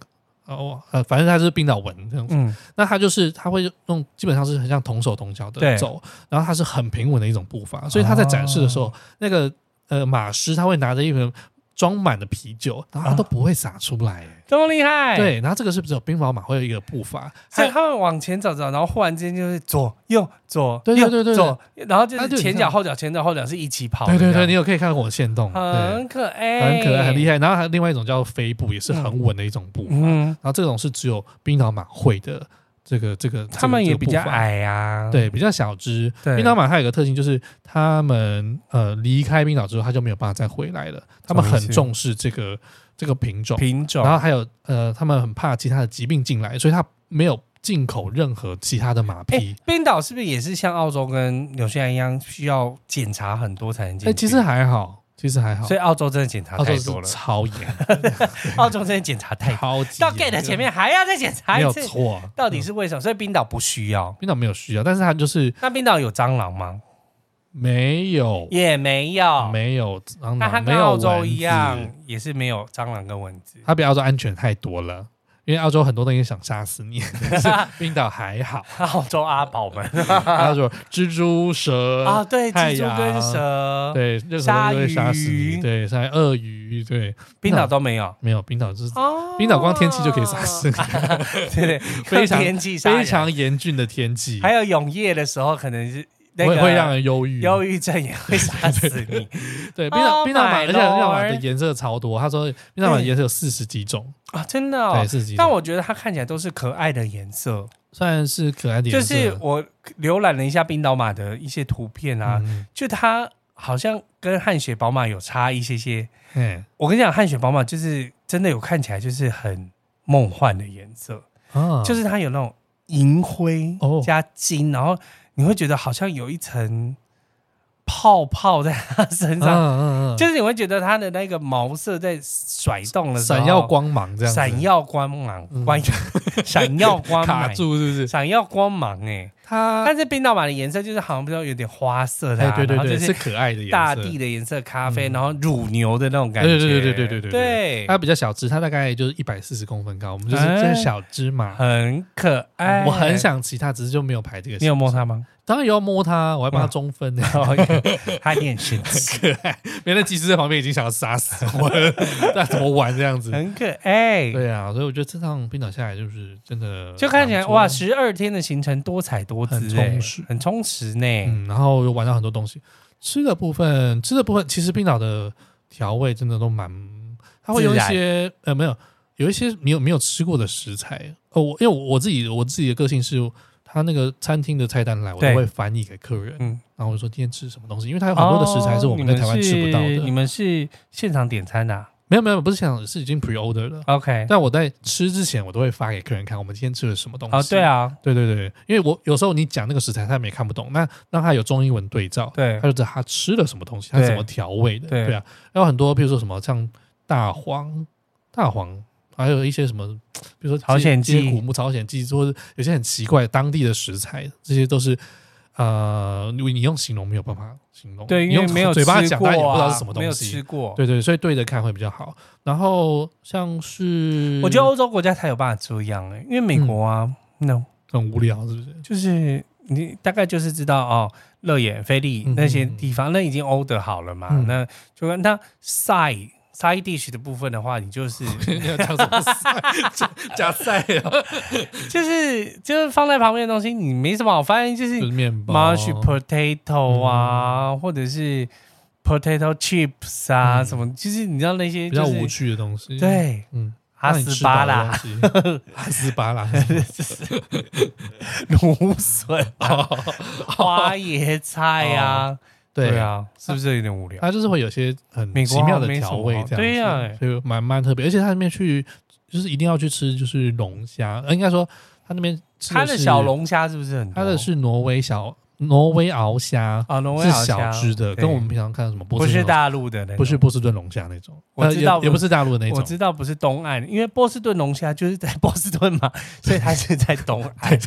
Speaker 1: 哦，呃，反正它是冰岛文这样子，
Speaker 2: 嗯，
Speaker 1: 那它就是它会用，基本上是很像同手同脚的
Speaker 2: 对
Speaker 1: 走，然后它是很平稳的一种步伐，所以它在展示的时
Speaker 2: 哦
Speaker 1: 候，那个呃马师他会拿着一瓶装满的啤酒，然后他都不会洒出来、欸
Speaker 2: 这么厉害，，
Speaker 1: 对，然后这个是不是有冰雹马会有一个步伐？
Speaker 2: 哎所以他们往前走走，然后忽然间就是左右左
Speaker 1: 对对
Speaker 2: 右
Speaker 1: 对对对
Speaker 2: 左，然后就
Speaker 1: 啊
Speaker 2: 是
Speaker 1: 对
Speaker 2: 前
Speaker 1: 你
Speaker 2: 脚
Speaker 1: 看
Speaker 2: 后脚前脚后脚是一起跑的
Speaker 1: 对
Speaker 2: 这样，
Speaker 1: 对对，你有可以看我线动，对，
Speaker 2: 很可爱，
Speaker 1: 很可爱，很厉
Speaker 2: 害，
Speaker 1: 害。然后还有另外一种叫飞步，也是很稳的一种步伐。
Speaker 2: 嗯，
Speaker 1: 然后这种是只有冰岛马会的这个这个，
Speaker 2: 他们
Speaker 1: 这个
Speaker 2: 也比较
Speaker 1: 这个步伐
Speaker 2: 矮呀，
Speaker 1: 对，比较小只。
Speaker 2: 对
Speaker 1: 冰岛马它有个特性，就是他们呃离开冰岛之后，它就没有办法再回来了。他们
Speaker 2: 什么
Speaker 1: 很
Speaker 2: 意思
Speaker 1: 重视这个这个品种，
Speaker 2: 品种，
Speaker 1: 然后还有呃，他们很怕其他的疾病进来，所以它没有进口任何其他的马
Speaker 2: 哎
Speaker 1: 匹。，
Speaker 2: 冰岛是不是也是像澳洲跟纽西兰一样，需要检查很多才能进
Speaker 1: 哎，
Speaker 2: 去？
Speaker 1: 其实还好，其实还好
Speaker 2: 所。以澳洲真的检查
Speaker 1: 澳洲
Speaker 2: 太
Speaker 1: 是
Speaker 2: 多了，
Speaker 1: 超严，
Speaker 2: 澳洲真的
Speaker 1: <laughs>
Speaker 2: 检查太多，
Speaker 1: 超级
Speaker 2: 到
Speaker 1: 严
Speaker 2: gate 的前面还要再检查
Speaker 1: 没
Speaker 2: 一
Speaker 1: 有
Speaker 2: 次，
Speaker 1: 错啊。
Speaker 2: 到底是为什么？所以冰岛不需要。
Speaker 1: 冰岛没有需要，但是它就是
Speaker 2: 那冰岛有蟑螂吗？
Speaker 1: 没有
Speaker 2: 也没有。
Speaker 1: 没有蟑
Speaker 2: 那它
Speaker 1: 螂，没
Speaker 2: 跟
Speaker 1: 有
Speaker 2: 澳洲
Speaker 1: 蚊
Speaker 2: 一
Speaker 1: 子
Speaker 2: 样，啊也是没有蟑螂跟蚊子。
Speaker 1: 它比澳洲安全太多了，因为澳洲很多东西想杀死你， <laughs> 但是冰岛还好。
Speaker 2: 澳洲阿
Speaker 1: <laughs>
Speaker 2: 宝们
Speaker 1: 还有什么蜘蛛、蛇
Speaker 2: 啊，对，
Speaker 1: 太
Speaker 2: 蜘蛛跟
Speaker 1: 阳
Speaker 2: 蛇，
Speaker 1: 对，任何东西都会杀死
Speaker 2: 鲨
Speaker 1: 你。
Speaker 2: 鱼
Speaker 1: 对，鲨鱼鳄鱼，对，
Speaker 2: 冰岛都没有。
Speaker 1: 没有冰岛就是
Speaker 2: 哦
Speaker 1: 冰岛光天气就可以杀死你， <laughs>
Speaker 2: 对对，
Speaker 1: 非常
Speaker 2: 靠天气杀人
Speaker 1: 非。常严峻的天气，
Speaker 2: 还有永夜的时候，可能是那
Speaker 1: 会
Speaker 2: 个
Speaker 1: 会让人忧郁。
Speaker 2: 忧郁症也
Speaker 1: <laughs>
Speaker 2: 会杀死你。
Speaker 1: 对，冰岛
Speaker 2: Oh
Speaker 1: 冰岛马，
Speaker 2: my
Speaker 1: 而且冰岛马的
Speaker 2: lord
Speaker 1: 颜色超多。他说冰岛马的颜色有四十几种，
Speaker 2: 啊，真的哦
Speaker 1: 对，。四十几
Speaker 2: 但
Speaker 1: 种，
Speaker 2: 我觉得它看起来都是可爱的颜色，
Speaker 1: 算是可爱的
Speaker 2: 就
Speaker 1: 颜色。
Speaker 2: 是我浏览了一下冰岛马的一些图片啊，
Speaker 1: 嗯，
Speaker 2: 就它好像跟汗血宝马有差一些些。
Speaker 1: 哎，
Speaker 2: 我跟你讲，汗血宝马就是真的有看起来就是很梦幻的颜色，
Speaker 1: 啊
Speaker 2: 就是它有那种银灰
Speaker 1: 哦
Speaker 2: 加金，然后你会觉得好像有一层泡泡在它
Speaker 1: 嗯
Speaker 2: 身上，
Speaker 1: 嗯嗯，
Speaker 2: 就是你会觉得它的那个毛色在甩动的时候
Speaker 1: 闪耀。光芒这样子，
Speaker 2: 闪耀光芒
Speaker 1: 嗯，
Speaker 2: 光 <laughs> 闪耀光
Speaker 1: 卡
Speaker 2: 芒，
Speaker 1: 住是不是？
Speaker 2: 闪耀光芒哎、
Speaker 1: 它
Speaker 2: 但是冰岛马的颜色就是好像比较有点花色的、
Speaker 1: 哎
Speaker 2: 啊，
Speaker 1: 对对
Speaker 2: 然后
Speaker 1: 对，
Speaker 2: 就是
Speaker 1: 可爱的颜色，
Speaker 2: 大地的颜色咖啡，然后乳牛的那种感觉。
Speaker 1: 对对对对对啊对对
Speaker 2: 对
Speaker 1: 它比较小只，它大概就是一百四十公分高，我们就是
Speaker 2: 哎
Speaker 1: 这小只嘛。
Speaker 2: 很可爱。
Speaker 1: 我很，想骑它，只是就哎没有嗯哦排这个。
Speaker 2: 你有摸？它
Speaker 1: <laughs>
Speaker 2: 吗？
Speaker 1: 当然有要摸它，我还帮它中分呢。
Speaker 2: 它一定很生气，
Speaker 1: <laughs> 可爱，别人技师在旁边已经想要杀死我了， <laughs> 那怎么玩这样子？
Speaker 2: 很可爱。
Speaker 1: 对啊，所以我觉得这趟冰岛下来就是真的，
Speaker 2: 就看起
Speaker 1: 啊
Speaker 2: 来哇，，十二天的行程多彩多姿、
Speaker 1: 很
Speaker 2: 哎
Speaker 1: 充实
Speaker 2: 很充实呢。
Speaker 1: 嗯嗯，然后又玩到很多东西。吃的部分，吃的部分，其实冰岛的调味真的都蛮，它会用一些呃没有有一些没有没有吃过的食材哦，我因为我我自己我自己的个性是，他那个餐厅的菜单来，我
Speaker 2: 对
Speaker 1: 都会翻译给客人，
Speaker 2: 嗯，
Speaker 1: 然后我就说今天吃什么东西，因为它有很多的食材是我们在台湾吃不到
Speaker 2: 哦你们是你
Speaker 1: 的。
Speaker 2: 们是现场点餐的啊
Speaker 1: 没有没有，不是现场是已经 pre order 了。
Speaker 2: ？OK，
Speaker 1: 但我在吃之前，我都会发给客人看我们今天吃了什么东西。
Speaker 2: 哦，对，啊，
Speaker 1: 对对对，因为我有时候你讲那个食材，他们也看不懂，那让他有中英文对照，
Speaker 2: 对
Speaker 1: 他就知道他吃了什么东西，他
Speaker 2: 对
Speaker 1: 怎么调味的，
Speaker 2: 对
Speaker 1: 对啊。还有很多，比如说什么像大黄、大黄，还有一些什么，比如说
Speaker 2: 朝鲜
Speaker 1: 鸡、
Speaker 2: 蓟
Speaker 1: 古木朝鲜蓟，或者有些很奇怪当地的食材，这些都是呃，你你用形容没有办法形容，
Speaker 2: 对，
Speaker 1: 你
Speaker 2: 因为
Speaker 1: 用
Speaker 2: 没有
Speaker 1: 嘴巴
Speaker 2: 吃
Speaker 1: 讲，
Speaker 2: 过
Speaker 1: 大家也不知道
Speaker 2: 啊
Speaker 1: 是什么
Speaker 2: 没
Speaker 1: 东
Speaker 2: 有
Speaker 1: 西
Speaker 2: 吃。过。
Speaker 1: 对对，所以对着看会比较好。然后像是
Speaker 2: 我觉得欧洲国家才有办法这样哎、因为
Speaker 1: 嗯
Speaker 2: 美国啊、n o
Speaker 1: 很无聊，是不是？ <laughs>
Speaker 2: 就是你大概就是知道哦，乐眼、菲力
Speaker 1: 嗯
Speaker 2: 那些地方，那已经 order 好了嘛，
Speaker 1: 嗯
Speaker 2: 那就跟那 side side dish 的部分的话，你就是
Speaker 1: <laughs> 你要讲什
Speaker 2: <laughs>
Speaker 1: 么赛？加加赛
Speaker 2: 哦
Speaker 1: 啊，
Speaker 2: 就是就是放在旁边的东西，你没什么好发现，
Speaker 1: <laughs>
Speaker 2: 就
Speaker 1: 就是是面包、
Speaker 2: mash potato 啊，或者是 potato chips 啊，
Speaker 1: 嗯
Speaker 2: 什么，就是你知道那些
Speaker 1: 比
Speaker 2: 就
Speaker 1: 较
Speaker 2: 是
Speaker 1: 无趣的东西。，
Speaker 2: 对
Speaker 1: 嗯，
Speaker 2: 阿斯巴
Speaker 1: 拉
Speaker 2: <laughs> 啦、，
Speaker 1: <laughs> 阿斯巴拉，
Speaker 2: 芦笋、啊
Speaker 1: 哦
Speaker 2: <laughs> 花椰菜啊， <laughs> 对
Speaker 1: 对啊，
Speaker 2: 啊，是不是有点无聊？
Speaker 1: 它就是会有些很
Speaker 2: 美国
Speaker 1: 奇妙的
Speaker 2: 好像没什么
Speaker 1: 调味
Speaker 2: 好
Speaker 1: 这样子，
Speaker 2: 对呀哎
Speaker 1: 所以蛮蛮特别。而且它那边去就是一定要去吃，就是龙虾，呃，应该说它那边吃
Speaker 2: 它的
Speaker 1: 是
Speaker 2: 小，龙虾是不是很多？
Speaker 1: 它的是挪威小挪威鳌虾，
Speaker 2: 啊，挪威
Speaker 1: 是
Speaker 2: 好
Speaker 1: 小
Speaker 2: 虾
Speaker 1: 只的，
Speaker 2: 对
Speaker 1: 跟我们平常看的什么波
Speaker 2: 不
Speaker 1: 士顿
Speaker 2: 是
Speaker 1: 龙虾
Speaker 2: 大陆的那种
Speaker 1: 不是。波士顿龙虾那种，
Speaker 2: 我
Speaker 1: 呃
Speaker 2: 知
Speaker 1: 也
Speaker 2: 道
Speaker 1: 也不是大陆的那
Speaker 2: 我
Speaker 1: 种，
Speaker 2: 知道不是东岸，因为波士顿龙虾就是在 <laughs> 波士顿嘛，所以它是在东岸，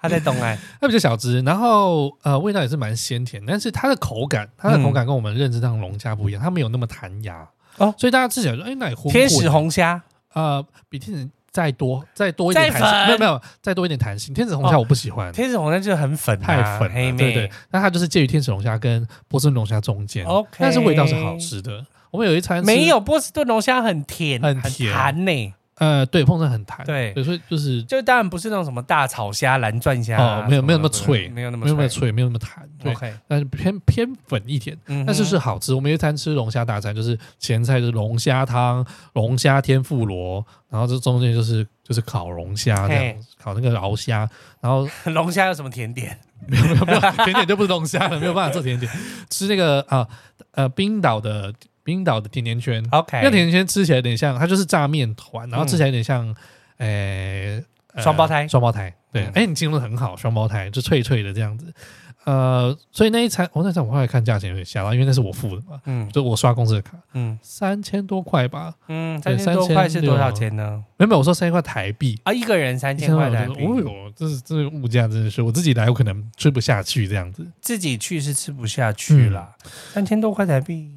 Speaker 2: 它在东
Speaker 1: <laughs>
Speaker 2: 岸。
Speaker 1: 它比较小只，然后呃味道也是蛮鲜甜，但是它的口感，它的口
Speaker 2: 嗯
Speaker 1: 感跟我们认知上的龙虾不一样，它没有那么弹牙
Speaker 2: 哦
Speaker 1: 所以大家吃起来说，哎、那也混混
Speaker 2: 天使红虾
Speaker 1: 呃比天使再多再多一点弹
Speaker 2: 再
Speaker 1: 性，
Speaker 2: 粉哦
Speaker 1: 没有没有再多一点弹性，天使红虾我不喜欢。
Speaker 2: 天使红虾就是很粉啊、
Speaker 1: 太粉
Speaker 2: 黑
Speaker 1: 了，
Speaker 2: 妹
Speaker 1: 对对，那它就是介于天使龙虾跟波士顿龙虾中间
Speaker 2: OK
Speaker 1: 但是味道是好吃的。我们有一餐是
Speaker 2: 没，有波士顿龙虾很甜，
Speaker 1: 很甜
Speaker 2: 弹呢、
Speaker 1: 呃，对，碰上很弹，
Speaker 2: 对
Speaker 1: 所以就是
Speaker 2: 就当然不是那种什么大草虾、蓝钻虾啊、
Speaker 1: 哦没有没有那么
Speaker 2: 什
Speaker 1: 脆
Speaker 2: 的没有那么
Speaker 1: 没有那么
Speaker 2: 脆。
Speaker 1: 脆，没有那么弹，对，
Speaker 2: OK，
Speaker 1: 但是偏偏粉一点，
Speaker 2: 嗯哼
Speaker 1: 但是是好吃。我们有一餐吃龙虾大餐，就是前菜就是龙虾汤、龙虾天妇罗，然后这中间就是就是烤龙虾这
Speaker 2: 嘿
Speaker 1: 样，烤那个鳌虾，然后 <laughs>
Speaker 2: 龙虾有什么甜点？
Speaker 1: 没有没有没有甜点就不是龙虾了，没有办法做甜点，吃那个啊呃冰岛的冰岛的甜甜圈，
Speaker 2: OK
Speaker 1: 那甜甜圈吃起来有点像，它就是炸面团，然后吃起来有点像诶呃
Speaker 2: 嗯双胞胎
Speaker 1: 双胞胎对，
Speaker 2: 嗯
Speaker 1: 哎你形容的很好，双胞胎就脆脆的这样子。呃，所以那一餐，我、那餐我后来看价钱有点吓到，因为那是我付的嘛，
Speaker 2: 嗯
Speaker 1: 就我刷公司的卡，
Speaker 2: 嗯
Speaker 1: 三千多块吧？
Speaker 2: 嗯，三
Speaker 1: 对
Speaker 2: 千多块是多少
Speaker 1: 3600
Speaker 2: 钱呢？
Speaker 1: 没有，没有，我说三千块台币。
Speaker 2: 啊，一个人三千块台币，
Speaker 1: 我就说哦呦，这是这是物价真的是，我自己来我可能吃不下去这样子。
Speaker 2: 自己去是吃不下去啦，
Speaker 1: 嗯
Speaker 2: 三千多块台币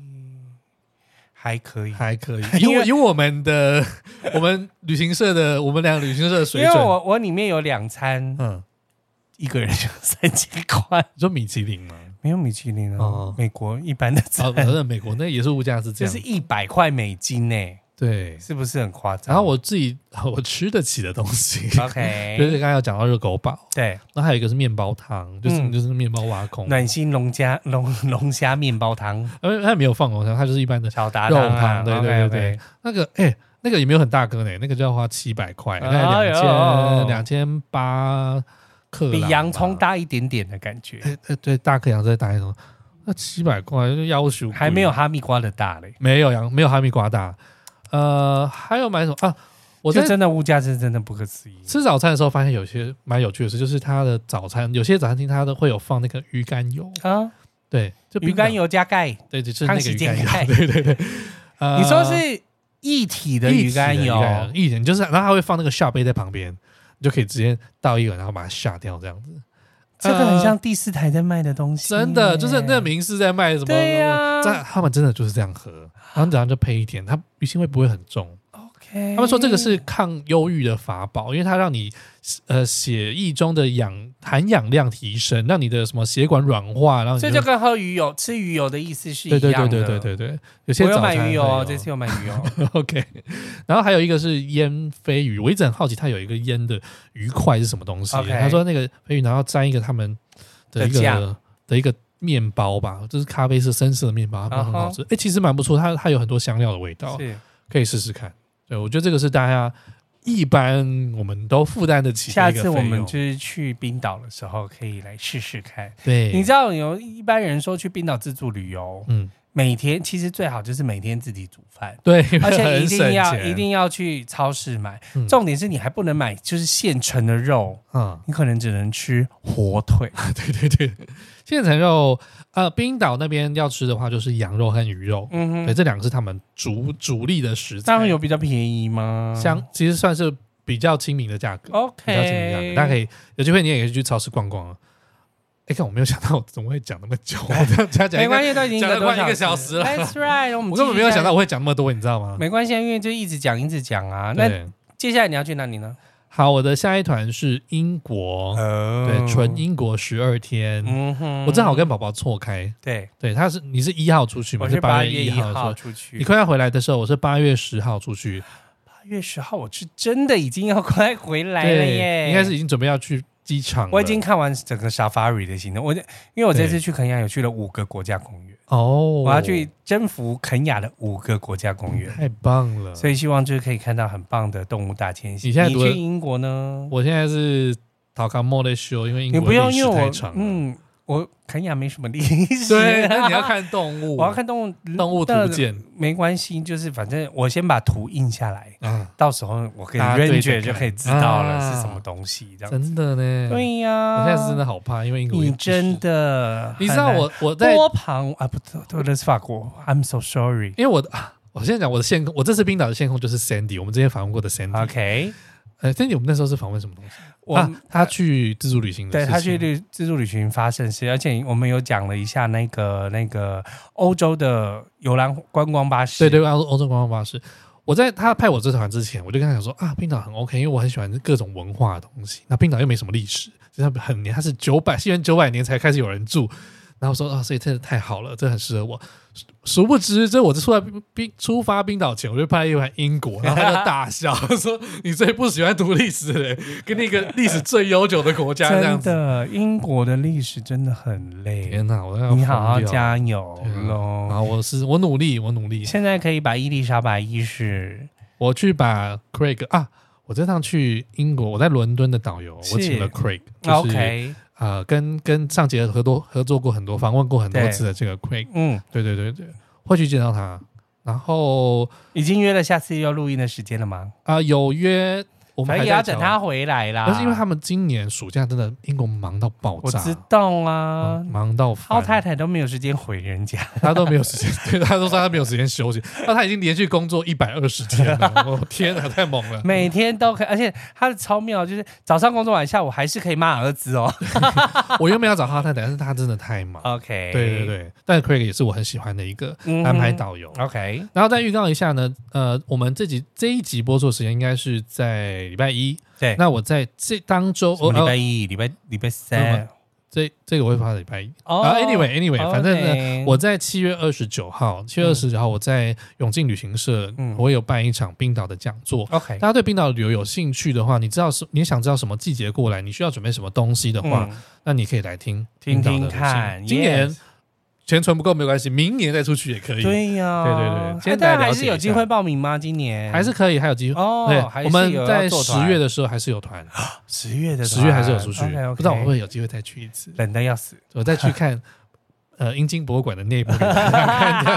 Speaker 2: 还可以。
Speaker 1: 还可以，以
Speaker 2: <laughs> 因为
Speaker 1: 我以我们的 <laughs> 我们旅行社的我们俩旅行社的
Speaker 2: 因
Speaker 1: 水
Speaker 2: 为
Speaker 1: 准，
Speaker 2: 我我里面有两餐，
Speaker 1: 嗯，
Speaker 2: 一个人就三千块，
Speaker 1: 你说米其林
Speaker 2: <laughs>
Speaker 1: 吗？
Speaker 2: 没有米其林啊，
Speaker 1: 哦
Speaker 2: 美国一般的
Speaker 1: 啊，
Speaker 2: 餐
Speaker 1: 反正美国那也是物价是这
Speaker 2: 就
Speaker 1: 样
Speaker 2: 是，一百块美金呢、
Speaker 1: 对。
Speaker 2: 是不是很夸张？
Speaker 1: 然后我自己 <laughs> 我吃得起的东西， <laughs> 就是
Speaker 2: OK，
Speaker 1: 刚才有讲到热狗堡，
Speaker 2: 对，
Speaker 1: 那还有一个是面包汤，就是
Speaker 2: 嗯
Speaker 1: 就是面包挖空，
Speaker 2: 暖心龙虾龙龙虾面包汤、
Speaker 1: 呃，它没有放红糖，它就是一般的
Speaker 2: 小达
Speaker 1: 肉
Speaker 2: 啊，
Speaker 1: 汤对对对对那个哎、那个也没有很大颗呢，那个就要花七百块，大概
Speaker 2: 哎呦
Speaker 1: 两千两千八克，
Speaker 2: 比洋葱。大一点点的感觉，
Speaker 1: 哎、哎对，大克洋葱再大一点，那七百块就要求
Speaker 2: 还没有哈密瓜的大嘞。
Speaker 1: 没有洋没有哈密瓜大，呃，还有买什么啊？我
Speaker 2: 我
Speaker 1: 在
Speaker 2: 这真的物价是真的不可思议。
Speaker 1: 吃早餐的时候发现有些蛮有趣的事，就是它的早餐有些早餐厅它都会有放那个鱼肝油，
Speaker 2: 啊，
Speaker 1: 对，就
Speaker 2: 鱼肝
Speaker 1: 油，
Speaker 2: 油加钙，
Speaker 1: 对，就是那
Speaker 2: 康
Speaker 1: 个
Speaker 2: 熙
Speaker 1: 鱼
Speaker 2: 健
Speaker 1: 肝
Speaker 2: 钙
Speaker 1: 油， <laughs> 对对对。呃
Speaker 2: 你说是一体的鱼肝油？
Speaker 1: 一点就是，然后他会放那个下杯在旁边，你就可以直接倒一碗，然后把它下掉这样子。
Speaker 2: 这个很像第四台在卖的东西耶，
Speaker 1: <laughs> 真的，就是那明示在卖什么？
Speaker 2: 对呀
Speaker 1: 这他们真的就是这样喝，然后早上就配一点，它鱼腥味不会很重。
Speaker 2: OK。
Speaker 1: 他们说这个是抗忧郁的法宝，因为它让你呃血液中的氧含氧量提升，让你的什么血管软化，然后你
Speaker 2: 这就跟喝鱼油、吃鱼油的意思是一
Speaker 1: 对
Speaker 2: 样
Speaker 1: 对对
Speaker 2: 的。
Speaker 1: 对对对对，有些
Speaker 2: 我有
Speaker 1: 早
Speaker 2: 买
Speaker 1: 餐
Speaker 2: 鱼油
Speaker 1: 会
Speaker 2: 哦
Speaker 1: 有，
Speaker 2: 这次有买
Speaker 1: <laughs>
Speaker 2: 鱼油。
Speaker 1: OK，然后还有一个是腌飞鱼，我一直很好奇它有一个腌的鱼块是什么东西。
Speaker 2: OK
Speaker 1: 他说那个飞鱼，然后沾一个他们的一
Speaker 2: 的酱
Speaker 1: 个的一个面包吧，就是咖啡色深色的面包，它很好吃。哎、其实蛮不错，它它有很多香料的味道，
Speaker 2: 嗯是
Speaker 1: 可以试试看。对，我觉得这个是大家一般我们都负担得起的
Speaker 2: 下
Speaker 1: 一个
Speaker 2: 次我
Speaker 1: 费
Speaker 2: 们
Speaker 1: 用
Speaker 2: 就是去冰岛的时候可以来试试看。
Speaker 1: 对，
Speaker 2: 你知道有一般人说去冰岛自助旅游，
Speaker 1: 嗯，
Speaker 2: 每天其实最好就是每天自己煮饭，
Speaker 1: 对，
Speaker 2: 而且一
Speaker 1: <laughs> 很省
Speaker 2: 定要
Speaker 1: 钱
Speaker 2: 一定要去超市买。
Speaker 1: 嗯
Speaker 2: 重点是你还不能买就是现成的肉，
Speaker 1: 嗯，
Speaker 2: 你可能只能吃火腿。
Speaker 1: 对 <laughs> 对对，现成肉，呃，冰岛那边要吃的话就是羊肉和鱼肉，
Speaker 2: 嗯
Speaker 1: 对，
Speaker 2: 哼，
Speaker 1: 这两个是他们主主力的食材。
Speaker 2: 这样有比啊较便宜吗？
Speaker 1: 相其实算是比较亲民的价格，比较亲民的价
Speaker 2: OK，
Speaker 1: 格，大家可以有机会你也可以去超市逛逛啊。哎，看我没有想到我怎么会讲那么久，啊
Speaker 2: <laughs>
Speaker 1: 我这样加起来
Speaker 2: 没
Speaker 1: 应该
Speaker 2: 关系，都已经
Speaker 1: 讲了
Speaker 2: 多
Speaker 1: 快一个小时了
Speaker 2: That's right，我们
Speaker 1: 我根本没有想到
Speaker 2: 继续
Speaker 1: 我会讲那么多，你知道吗
Speaker 2: 下来，？没关系，啊因为就一直讲一直讲啊。那
Speaker 1: 对，
Speaker 2: 接下来你要去哪里呢？
Speaker 1: 好，我的下一团是英国，
Speaker 2: 哦
Speaker 1: 对，纯英国十二天，
Speaker 2: 嗯哼
Speaker 1: 我正好跟宝宝错开，
Speaker 2: 对，
Speaker 1: 对，他是你是一号出去嘛？
Speaker 2: 我是
Speaker 1: 八
Speaker 2: 八
Speaker 1: 月
Speaker 2: 一
Speaker 1: 号的时候
Speaker 2: 号，出去，
Speaker 1: 你快要回来的时候，我是八月十号出去，
Speaker 2: 八月十号，我是真的已经要快回来了
Speaker 1: 对，
Speaker 2: 耶，
Speaker 1: 应该是已经准备要去机场了。
Speaker 2: 我已经看完整个 Safari 的行程，我因为我这
Speaker 1: 对
Speaker 2: 次去肯亚有去了五个国家公园，
Speaker 1: 哦，嗯
Speaker 2: 我要去，征服肯亚的五个国家公园，
Speaker 1: 太棒了！
Speaker 2: <laughs> 所以希望就是可以看到很棒的动物大迁徙。
Speaker 1: 你现在读的
Speaker 2: 去英国呢？
Speaker 1: 我现在是逃卡莫的修，因为英
Speaker 2: 你
Speaker 1: 国
Speaker 2: 不用
Speaker 1: 历
Speaker 2: 因
Speaker 1: 史
Speaker 2: 为
Speaker 1: 太
Speaker 2: 我
Speaker 1: 长了。
Speaker 2: 嗯，我肯亚没什么历 <laughs> 史，啊
Speaker 1: 对，那你要，看动物，
Speaker 2: 我要看动物
Speaker 1: 动物图鉴
Speaker 2: 没关系，就是反正我先把图印下来，
Speaker 1: 啊，
Speaker 2: 到时候我可以
Speaker 1: 大家对着
Speaker 2: range
Speaker 1: 看
Speaker 2: 就可以知道了
Speaker 1: 啊
Speaker 2: 是什么东西，这样子。
Speaker 1: 真的呢。
Speaker 2: 对呀、
Speaker 1: 我现在是真的好怕，因为英国
Speaker 2: 你真
Speaker 1: 的，
Speaker 2: 的，
Speaker 1: 你知道我我在，
Speaker 2: 波旁啊，不对，对，那是法国。I'm so sorry。
Speaker 1: 因为我的啊，我现在讲我的线控，我这次冰岛的线控就是 Sandy，我们之前访问过的 Sandy。
Speaker 2: OK，
Speaker 1: 呃，Sandy，我们那时候是访问什么东西？
Speaker 2: 我、
Speaker 1: 啊，他去自助旅行的
Speaker 2: 对
Speaker 1: 事情，
Speaker 2: 他去旅自助旅行发生事，而且我们有讲了一下那个那个欧洲的游览观光巴士。
Speaker 1: 对对，欧洲欧洲观光巴士。我在他派我这团之前，我就跟他讲说啊，冰岛很 OK，因为我很喜欢各种文化的东西。那冰岛又没什么历史，就是它很年，它是九百，西元九百年才开始有人住。然后说啊，所以真的太好了，这很适合我。殊殊不知，这我出来冰冰出发冰岛前，我就拍一盘英国，然后他就大笑 <laughs> 说：“你最不喜欢读历史的人，给你一个历史最悠久的国家这样
Speaker 2: 真
Speaker 1: 子。
Speaker 2: 的，英国的历史真的很”累。
Speaker 1: 天哪，我要
Speaker 2: 你好啊好
Speaker 1: 疯掉
Speaker 2: 加油
Speaker 1: 对啊然
Speaker 2: 喽！
Speaker 1: 后我是我努力，我努力，
Speaker 2: 现在可以把伊丽莎白一世
Speaker 1: 我去把 Craig 啊，我这趟去英国，我在伦敦的导游，
Speaker 2: 是啊
Speaker 1: 我请了 Craig，就是
Speaker 2: OK，
Speaker 1: 啊、跟跟上节合作合作过很多，访问过很多
Speaker 2: 对
Speaker 1: 次的这个 Craig，
Speaker 2: 嗯，
Speaker 1: 对对对对，会去见到他，然后
Speaker 2: 已经约了下次要录音的时间了吗？
Speaker 1: 啊、有约，我
Speaker 2: 我
Speaker 1: 们还
Speaker 2: 也
Speaker 1: 在
Speaker 2: 要等
Speaker 1: 找
Speaker 2: 他，回来啦。
Speaker 1: 但是因为他们今年暑假真的英国忙到爆
Speaker 2: 我
Speaker 1: 炸，
Speaker 2: 知道啊
Speaker 1: 嗯，忙到
Speaker 2: 浩
Speaker 1: 翻，
Speaker 2: 太太都没有时间回人家，
Speaker 1: 他都没有时间， <laughs> 对，他都说他没有时间休息，那他已经连续工作一百二十天
Speaker 2: <laughs>
Speaker 1: 了，我天哪，太猛了。
Speaker 2: 每天都可以，而且他的超妙，就是早上工作完，下午还是可以骂儿子哦。 <laughs>
Speaker 1: 我原本要找他太太，但是他真的太忙，
Speaker 2: OK，
Speaker 1: 对对对，但 Craig 也是我很喜欢的一个
Speaker 2: 嗯哼
Speaker 1: 安排导游。
Speaker 2: ，OK，
Speaker 1: 然后再预告一下呢，呃，我们这集这一集播出的时间应该是在礼拜一。
Speaker 2: 对
Speaker 1: 那我在这当周，
Speaker 2: 我
Speaker 1: 我
Speaker 2: 礼拜
Speaker 1: 呃，
Speaker 2: 一、礼拜礼拜
Speaker 1: 嗯
Speaker 2: 三
Speaker 1: 这这个我会发到礼拜一。
Speaker 2: 哦
Speaker 1: 啊，anyway，anyway，反正呢
Speaker 2: 呢
Speaker 1: 我在七月二十九号，七月二十九号我在永靖旅行社，
Speaker 2: 嗯
Speaker 1: 我有办一场冰岛的讲座。
Speaker 2: OK
Speaker 1: 大家对冰岛旅游有兴趣的话，你知道是你想知道什么季节过来，你需要准备什么东西的话，
Speaker 2: 嗯
Speaker 1: 那你可以来听
Speaker 2: 听
Speaker 1: 冰岛的旅
Speaker 2: 听
Speaker 1: 行
Speaker 2: 看，
Speaker 1: 今年
Speaker 2: yes
Speaker 1: 钱存不够没关系，明年再出去也可以。
Speaker 2: 对呀，
Speaker 1: 对对对
Speaker 2: 哎
Speaker 1: 先来
Speaker 2: 但
Speaker 1: 了
Speaker 2: 还
Speaker 1: 解
Speaker 2: 是
Speaker 1: 一
Speaker 2: 有机
Speaker 1: 下
Speaker 2: 会报名吗？今年
Speaker 1: 还是可以，还有机会。
Speaker 2: 哦
Speaker 1: 对，
Speaker 2: 还是
Speaker 1: 我们
Speaker 2: 有要
Speaker 1: 在
Speaker 2: 做
Speaker 1: 十
Speaker 2: 团啊
Speaker 1: 月的时候还是有团，
Speaker 2: 十月的
Speaker 1: 十月还是有出去，
Speaker 2: o
Speaker 1: 不知道我会不会有机会再去一次，
Speaker 2: 冷的要死。
Speaker 1: 我再去
Speaker 2: <laughs>
Speaker 1: 看呃英金博物馆的内部给大家 <laughs> 看这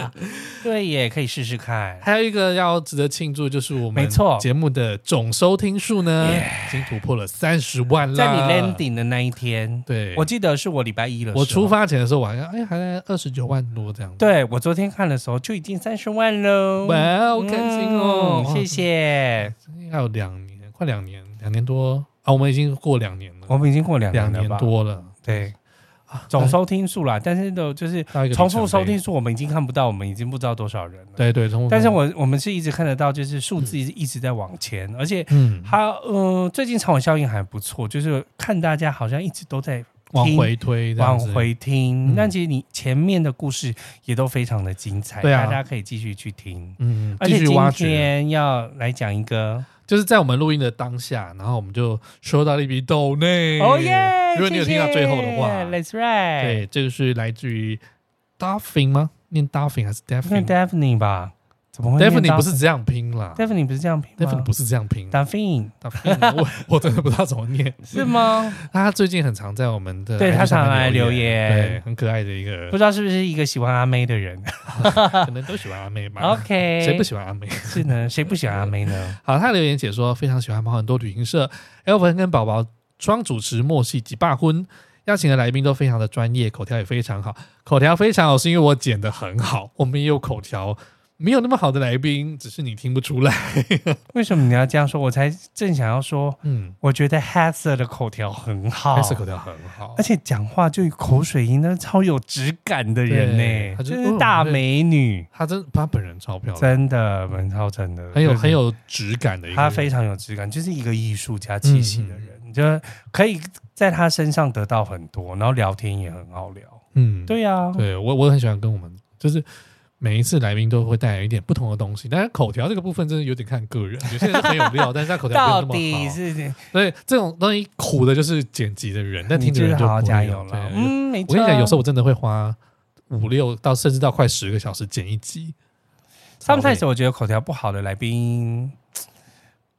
Speaker 1: 样
Speaker 2: <laughs>
Speaker 1: 子。
Speaker 2: 对耶，可以试试看。
Speaker 1: 还有一个要值得庆祝，就是我们
Speaker 2: 没错
Speaker 1: 节目的总收听数呢
Speaker 2: Yeah
Speaker 1: 已经突破了三十万了，
Speaker 2: 在你 landing 的那一天，
Speaker 1: 对
Speaker 2: 我记得是我礼拜一了，
Speaker 1: 我出。发前的时候，我好像哎还在二十九万多这样子。
Speaker 2: 对我昨天看的时候就已经三十万喽，
Speaker 1: 哇好开心哦
Speaker 2: 嗯谢
Speaker 1: <laughs>
Speaker 2: 谢。
Speaker 1: 还有两年，快两年，两年多啊，我们已经过两年了，
Speaker 2: 我们已经过两
Speaker 1: 两
Speaker 2: 了
Speaker 1: 年
Speaker 2: 吧？
Speaker 1: 多了
Speaker 2: 对，
Speaker 1: 啊，
Speaker 2: 总收听数啦，但是呢，就是
Speaker 1: 到一个里程碑
Speaker 2: 重复收听数，我们已经看不到，我们已经不知道多少人了。，
Speaker 1: 对对，重复
Speaker 2: 但是我我们是一直看得到，就是数字一直在往前，而且
Speaker 1: 嗯
Speaker 2: 它呃，最近长尾效应还不错，就是看大家好像一直都在
Speaker 1: 往回推这样
Speaker 2: 往
Speaker 1: 子，
Speaker 2: 回听
Speaker 1: 嗯，
Speaker 2: 但其实你前面的故事也都非常的精彩，
Speaker 1: 对啊
Speaker 2: 大家可以继续去听。
Speaker 1: 嗯，
Speaker 2: 而
Speaker 1: 继
Speaker 2: 且
Speaker 1: 续
Speaker 2: 今
Speaker 1: 挖掘。
Speaker 2: 天要来讲一个，
Speaker 1: 就是在我们录音的当下，然后我们就收到了一笔抖内。
Speaker 2: 哦耶！
Speaker 1: 嗯如果你有听到最后的话
Speaker 2: 谢谢，That's right。
Speaker 1: 对，这个是来自于 Duffin 吗？念 Duffin 还是
Speaker 2: 那
Speaker 1: Duffin？Duffin
Speaker 2: Daphne 吧？怎么会念到
Speaker 1: 不是这样拼啦
Speaker 2: Daphne 不是这样拼吗
Speaker 1: ，Duffin 不是嗯这样
Speaker 2: <laughs>
Speaker 1: 拼。
Speaker 2: ？Daphne
Speaker 1: Duffin，我 <laughs> 我真的不知道怎么念。
Speaker 2: 是吗？
Speaker 1: 他最近很常在我们的
Speaker 2: 对
Speaker 1: IG
Speaker 2: 他
Speaker 1: 上面
Speaker 2: 常来留言
Speaker 1: 对，很可爱的一个人
Speaker 2: 哎不，知道是不是一个喜欢阿妹
Speaker 1: <laughs>
Speaker 2: 的人
Speaker 1: 可能都喜欢阿妹吧。
Speaker 2: ？OK，
Speaker 1: 谁不喜欢阿妹？
Speaker 2: 是呢？谁不喜欢阿妹呢？
Speaker 1: 好，他留言解说非常喜欢猫很多旅行社，Elvin 跟宝宝双主持默契及霸婚，邀请的来宾都非常的专业，口条也非常好。口条非常好是因为我剪的很好，我们也有口条没有那么好的来宾，只是你听不出来。
Speaker 2: 为什么你要这样说？我才正想要说，
Speaker 1: 嗯，
Speaker 2: 我觉得 h a s e r 的口条很好，
Speaker 1: 但是口条很好
Speaker 2: 哦而。且讲话就有口水音，那超有质感的人呢、
Speaker 1: 对她就
Speaker 2: 真是大美女，
Speaker 1: 他真她本人超漂亮，
Speaker 2: 真的文超真的
Speaker 1: 很有
Speaker 2: 就是
Speaker 1: 很有质感的嗯一个人。
Speaker 2: 她非常有质感，就是一个艺术家气息的人，你就可以在她身上得到很多，然后聊天也很好聊。
Speaker 1: 嗯，
Speaker 2: 对啊，
Speaker 1: 对我我很喜欢跟我们就是。每一次来宾都会带来一点不同的东西，但是口条这个部分真的有点看个人，有些人是很有
Speaker 2: <laughs>
Speaker 1: 料，但是他口条没有
Speaker 2: 到
Speaker 1: 那么好。
Speaker 2: 底是
Speaker 1: 所以这种东西苦的就是剪辑的人，但听的
Speaker 2: 你
Speaker 1: 人
Speaker 2: 就是
Speaker 1: 就
Speaker 2: 好好
Speaker 1: 不一
Speaker 2: 加
Speaker 1: 样
Speaker 2: 油了。
Speaker 1: 对
Speaker 2: 嗯，没
Speaker 1: 我
Speaker 2: 错。
Speaker 1: 跟你讲，有时候我真的会花五六到甚至到快十个小时剪一集。
Speaker 2: sometimes 我觉得口条不好的来宾，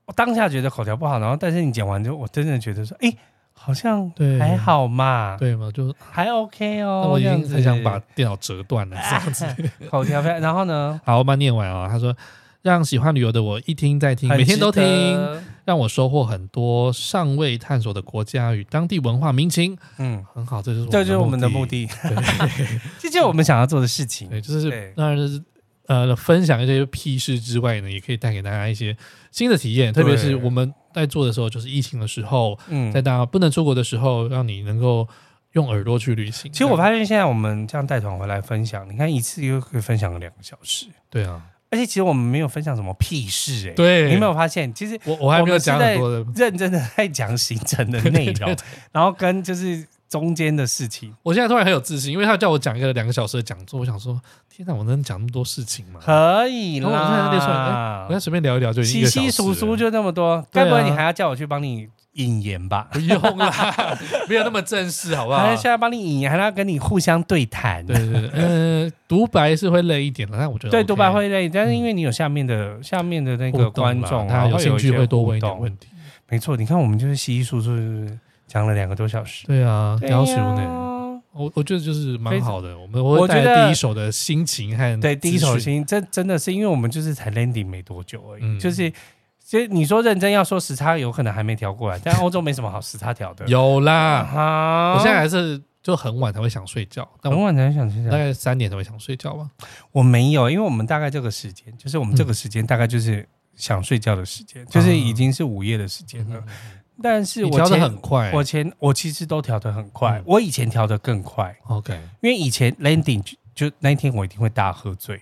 Speaker 2: 我当下觉得口条不好，然后但是你讲完之后，我真的觉得说，哎、好像
Speaker 1: 对
Speaker 2: 还好嘛，
Speaker 1: 对嘛，就
Speaker 2: 还 OK
Speaker 1: 那
Speaker 2: 哦。
Speaker 1: 我已经
Speaker 2: 啊这样
Speaker 1: 很
Speaker 2: 子
Speaker 1: 想把电脑折断了这样子。
Speaker 2: 口条
Speaker 1: <laughs>
Speaker 2: 非常，然后呢，
Speaker 1: 好，我慢念完啊、他说。让喜欢旅游的我一听再听，
Speaker 2: 很
Speaker 1: 每天都
Speaker 2: 值
Speaker 1: 听，
Speaker 2: 得，
Speaker 1: 让我收获很多尚未探索的国家与当地文化民情，
Speaker 2: 嗯，
Speaker 1: 很好，这就是
Speaker 2: 这就是我们的目
Speaker 1: 的。 <laughs>
Speaker 2: 的，
Speaker 1: 对
Speaker 2: <laughs> 这就是我们想要做的事情。
Speaker 1: 对，就是
Speaker 2: 对
Speaker 1: 当然就是呃，分享一些屁事之外呢，也可以带给大家一些新的体验。特别是
Speaker 2: 对
Speaker 1: 我们在做的时候，就是疫情的时候，
Speaker 2: 嗯
Speaker 1: 在，大家不能出国的时候，让你能够用耳朵去旅行。
Speaker 2: 其实我发现现在我们这样带团回来分享，你看一次又可以分享个两个小时，
Speaker 1: 对啊，
Speaker 2: 而且其实我们没有分享什么屁事哎、
Speaker 1: 对
Speaker 2: 你有没有发现？其实
Speaker 1: 我我还没有讲很多的。
Speaker 2: 认真的在讲行程的内容，然后跟就是中间的事情，
Speaker 1: 我现在突然很有自信，因为他叫我讲一个两个小时的讲座，我想说，天哪，我能讲那么多事情吗？
Speaker 2: 可以
Speaker 1: 然哦后我现在列出来
Speaker 2: 啦
Speaker 1: 哎我。再随便聊一聊就已经一
Speaker 2: 稀
Speaker 1: 个小时
Speaker 2: 稀疏疏
Speaker 1: 了
Speaker 2: 就那么多，
Speaker 1: 对啊
Speaker 2: 该不会你还要叫我去帮你引言吧？
Speaker 1: 不用啦， <laughs> 没有那么正式，好不好
Speaker 2: 还？是要帮你引言，还要跟你互相对 <laughs> 谈？
Speaker 1: 对对对，呃，独白是会累一点的，但我觉得
Speaker 2: 对，
Speaker 1: OK 嗯
Speaker 2: 独白会累，但是因为你有下面的下面的那
Speaker 1: 互动
Speaker 2: 个
Speaker 1: 啦
Speaker 2: 观众，
Speaker 1: 大家有兴趣
Speaker 2: 然后
Speaker 1: 会
Speaker 2: 有
Speaker 1: 多问
Speaker 2: 回
Speaker 1: 一点问题。
Speaker 2: 没错，你看我们就是稀稀疏疏，就是讲了两个多小时，
Speaker 1: 对啊，要求
Speaker 2: 对
Speaker 1: 呢，
Speaker 2: 呀
Speaker 1: 我我觉得就是蛮好的，我们
Speaker 2: 我
Speaker 1: 会
Speaker 2: 觉得
Speaker 1: 带来第一手的心情和
Speaker 2: 对，第一手
Speaker 1: 资讯，
Speaker 2: 心，这真的是因为我们就是才 landing 没多久而已，
Speaker 1: 嗯
Speaker 2: 就是其实你说认真要说时差，有可能还没调过来，但欧洲没什么好时差调的。
Speaker 1: 有啦，
Speaker 2: 啊
Speaker 1: 我现在还是就很晚才会想睡觉，但
Speaker 2: 很
Speaker 1: 我
Speaker 2: 晚才想睡
Speaker 1: 大
Speaker 2: 觉，
Speaker 1: 概三点才会想睡觉吧。
Speaker 2: 我没有，因为我们大概这个时间，就是我
Speaker 1: 嗯
Speaker 2: 们这个时间大概就是想睡觉的时间，就是
Speaker 1: 啊
Speaker 2: 已经是午夜的时间了。
Speaker 1: 嗯
Speaker 2: 但是
Speaker 1: 你
Speaker 2: 我
Speaker 1: 调的
Speaker 2: 前
Speaker 1: 很快
Speaker 2: 我前我其实都调的很快，
Speaker 1: 嗯
Speaker 2: 我以前调的更快，
Speaker 1: ，OK，
Speaker 2: 因为以前 landing 就就那一天我一定会大喝
Speaker 1: <laughs>
Speaker 2: 醉，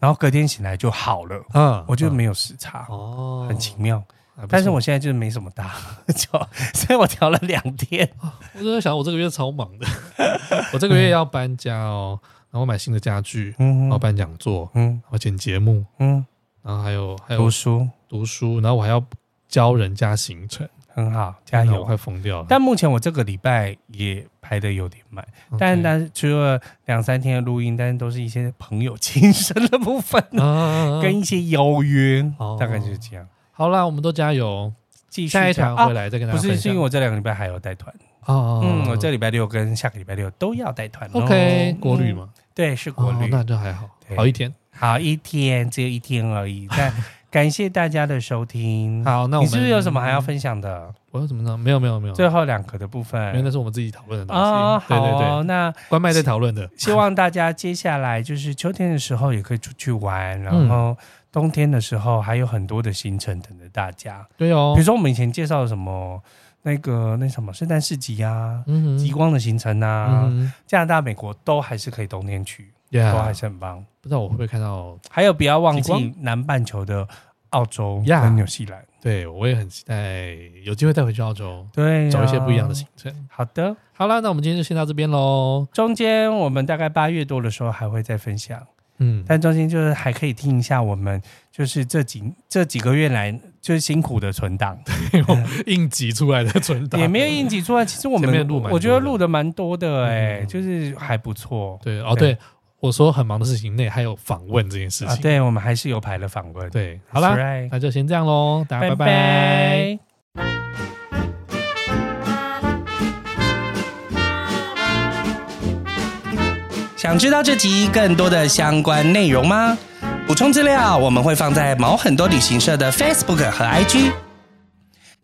Speaker 2: 然后隔天醒来就好了，
Speaker 1: 嗯
Speaker 2: 我就没有时差，
Speaker 1: 哦，
Speaker 2: 很奇妙。
Speaker 1: 还不错，
Speaker 2: 但是我现在就是没什么大喝酒，所以我调了两天。
Speaker 1: 我就在想，我这个月超忙的， <laughs> 我这个月要搬家哦，然后买新的家具，
Speaker 2: 嗯
Speaker 1: 然后办讲座，
Speaker 2: 嗯
Speaker 1: 然后剪节目，
Speaker 2: 嗯，
Speaker 1: 然后还有还有
Speaker 2: 读书
Speaker 1: 读书，然后我还要教人家行程，
Speaker 2: 很好，加
Speaker 1: 天哪我
Speaker 2: 油。
Speaker 1: 快疯掉了。
Speaker 2: 但目前我这个礼拜也排的有点慢，但
Speaker 1: OK
Speaker 2: 但是除了两三天的录音，但是都是一些朋友亲身的部分，
Speaker 1: 啊啊， <laughs> 啊啊
Speaker 2: 跟一些邀约
Speaker 1: 哦，
Speaker 2: 大概就是这样。
Speaker 1: 好啦，我们都加油，
Speaker 2: 继续
Speaker 1: 下一
Speaker 2: 这样
Speaker 1: 场回
Speaker 2: 啊
Speaker 1: 来再跟大
Speaker 2: 不
Speaker 1: 家
Speaker 2: 是
Speaker 1: 分
Speaker 2: 是
Speaker 1: 享。
Speaker 2: 因为我这两个礼拜还有带团，
Speaker 1: 哦，
Speaker 2: 嗯，我这礼拜六跟下个礼拜六都要带团咯。
Speaker 1: OK
Speaker 2: 嗯
Speaker 1: 国旅？嘛，
Speaker 2: 对，是国
Speaker 1: 哦
Speaker 2: 旅。
Speaker 1: 那就还好，
Speaker 2: 对
Speaker 1: 好一点。
Speaker 2: 好，一天只有一天而已，
Speaker 1: <laughs>
Speaker 2: 但感谢大家的收听。
Speaker 1: 好，那我们
Speaker 2: 你
Speaker 1: 嗯
Speaker 2: 是不是有什么还要？分享的？
Speaker 1: 我有什么呢？没有没有没有，
Speaker 2: 最后两个的部
Speaker 1: 因为
Speaker 2: 分
Speaker 1: 那是我们自己讨论的东
Speaker 2: 哦，
Speaker 1: 西。对
Speaker 2: 好
Speaker 1: 对
Speaker 2: 哦
Speaker 1: 对，，
Speaker 2: 那
Speaker 1: 关麦在讨论的。
Speaker 2: 希望大家接下来就是秋天的时候也可以出去玩，然
Speaker 1: 嗯
Speaker 2: 后冬天的时候还有很多的行程等着大家。
Speaker 1: 对哦
Speaker 2: 比如，说我们以前介绍的什么那个那什么圣诞市集啊、
Speaker 1: 嗯
Speaker 2: 极光的行程啊，
Speaker 1: 嗯
Speaker 2: 加拿大、美国都还是可以冬天去，都还
Speaker 1: 呀，
Speaker 2: 是很棒。
Speaker 1: 不知道我会不会看到？
Speaker 2: 还有不要忘
Speaker 1: 极光
Speaker 2: 记南半球的澳洲
Speaker 1: 呀
Speaker 2: 跟纽西兰。
Speaker 1: 对，我也很期待有机会带回去澳洲，
Speaker 2: 对、
Speaker 1: 找一些不一样的。行程。
Speaker 2: 好的，
Speaker 1: 好啦，那我们今天就先到这边喽。
Speaker 2: 中间我们大概八月多的时候还会再分享
Speaker 1: 嗯，
Speaker 2: 但中间就是还可以听一下我们就是这几这几个月来就是辛苦的存档，
Speaker 1: 应急出来的存档
Speaker 2: 也没有应急出来。其实我
Speaker 1: 前面
Speaker 2: 们
Speaker 1: 录蛮多的
Speaker 2: 我觉得录的蛮多的哎、
Speaker 1: 嗯
Speaker 2: 就是还不错。
Speaker 1: 对哦
Speaker 2: 对
Speaker 1: 对，我说很忙的事情内还有访问这件事
Speaker 2: 啊，
Speaker 1: 情，
Speaker 2: 对我们还是有排了访问。
Speaker 1: 对，好啦
Speaker 2: That's，right
Speaker 1: 那就先这样喽，大家拜拜
Speaker 2: 拜想知道这集更多的相关内容吗？补充资料我们会放在毛很多旅行社的 Facebook 和 IG，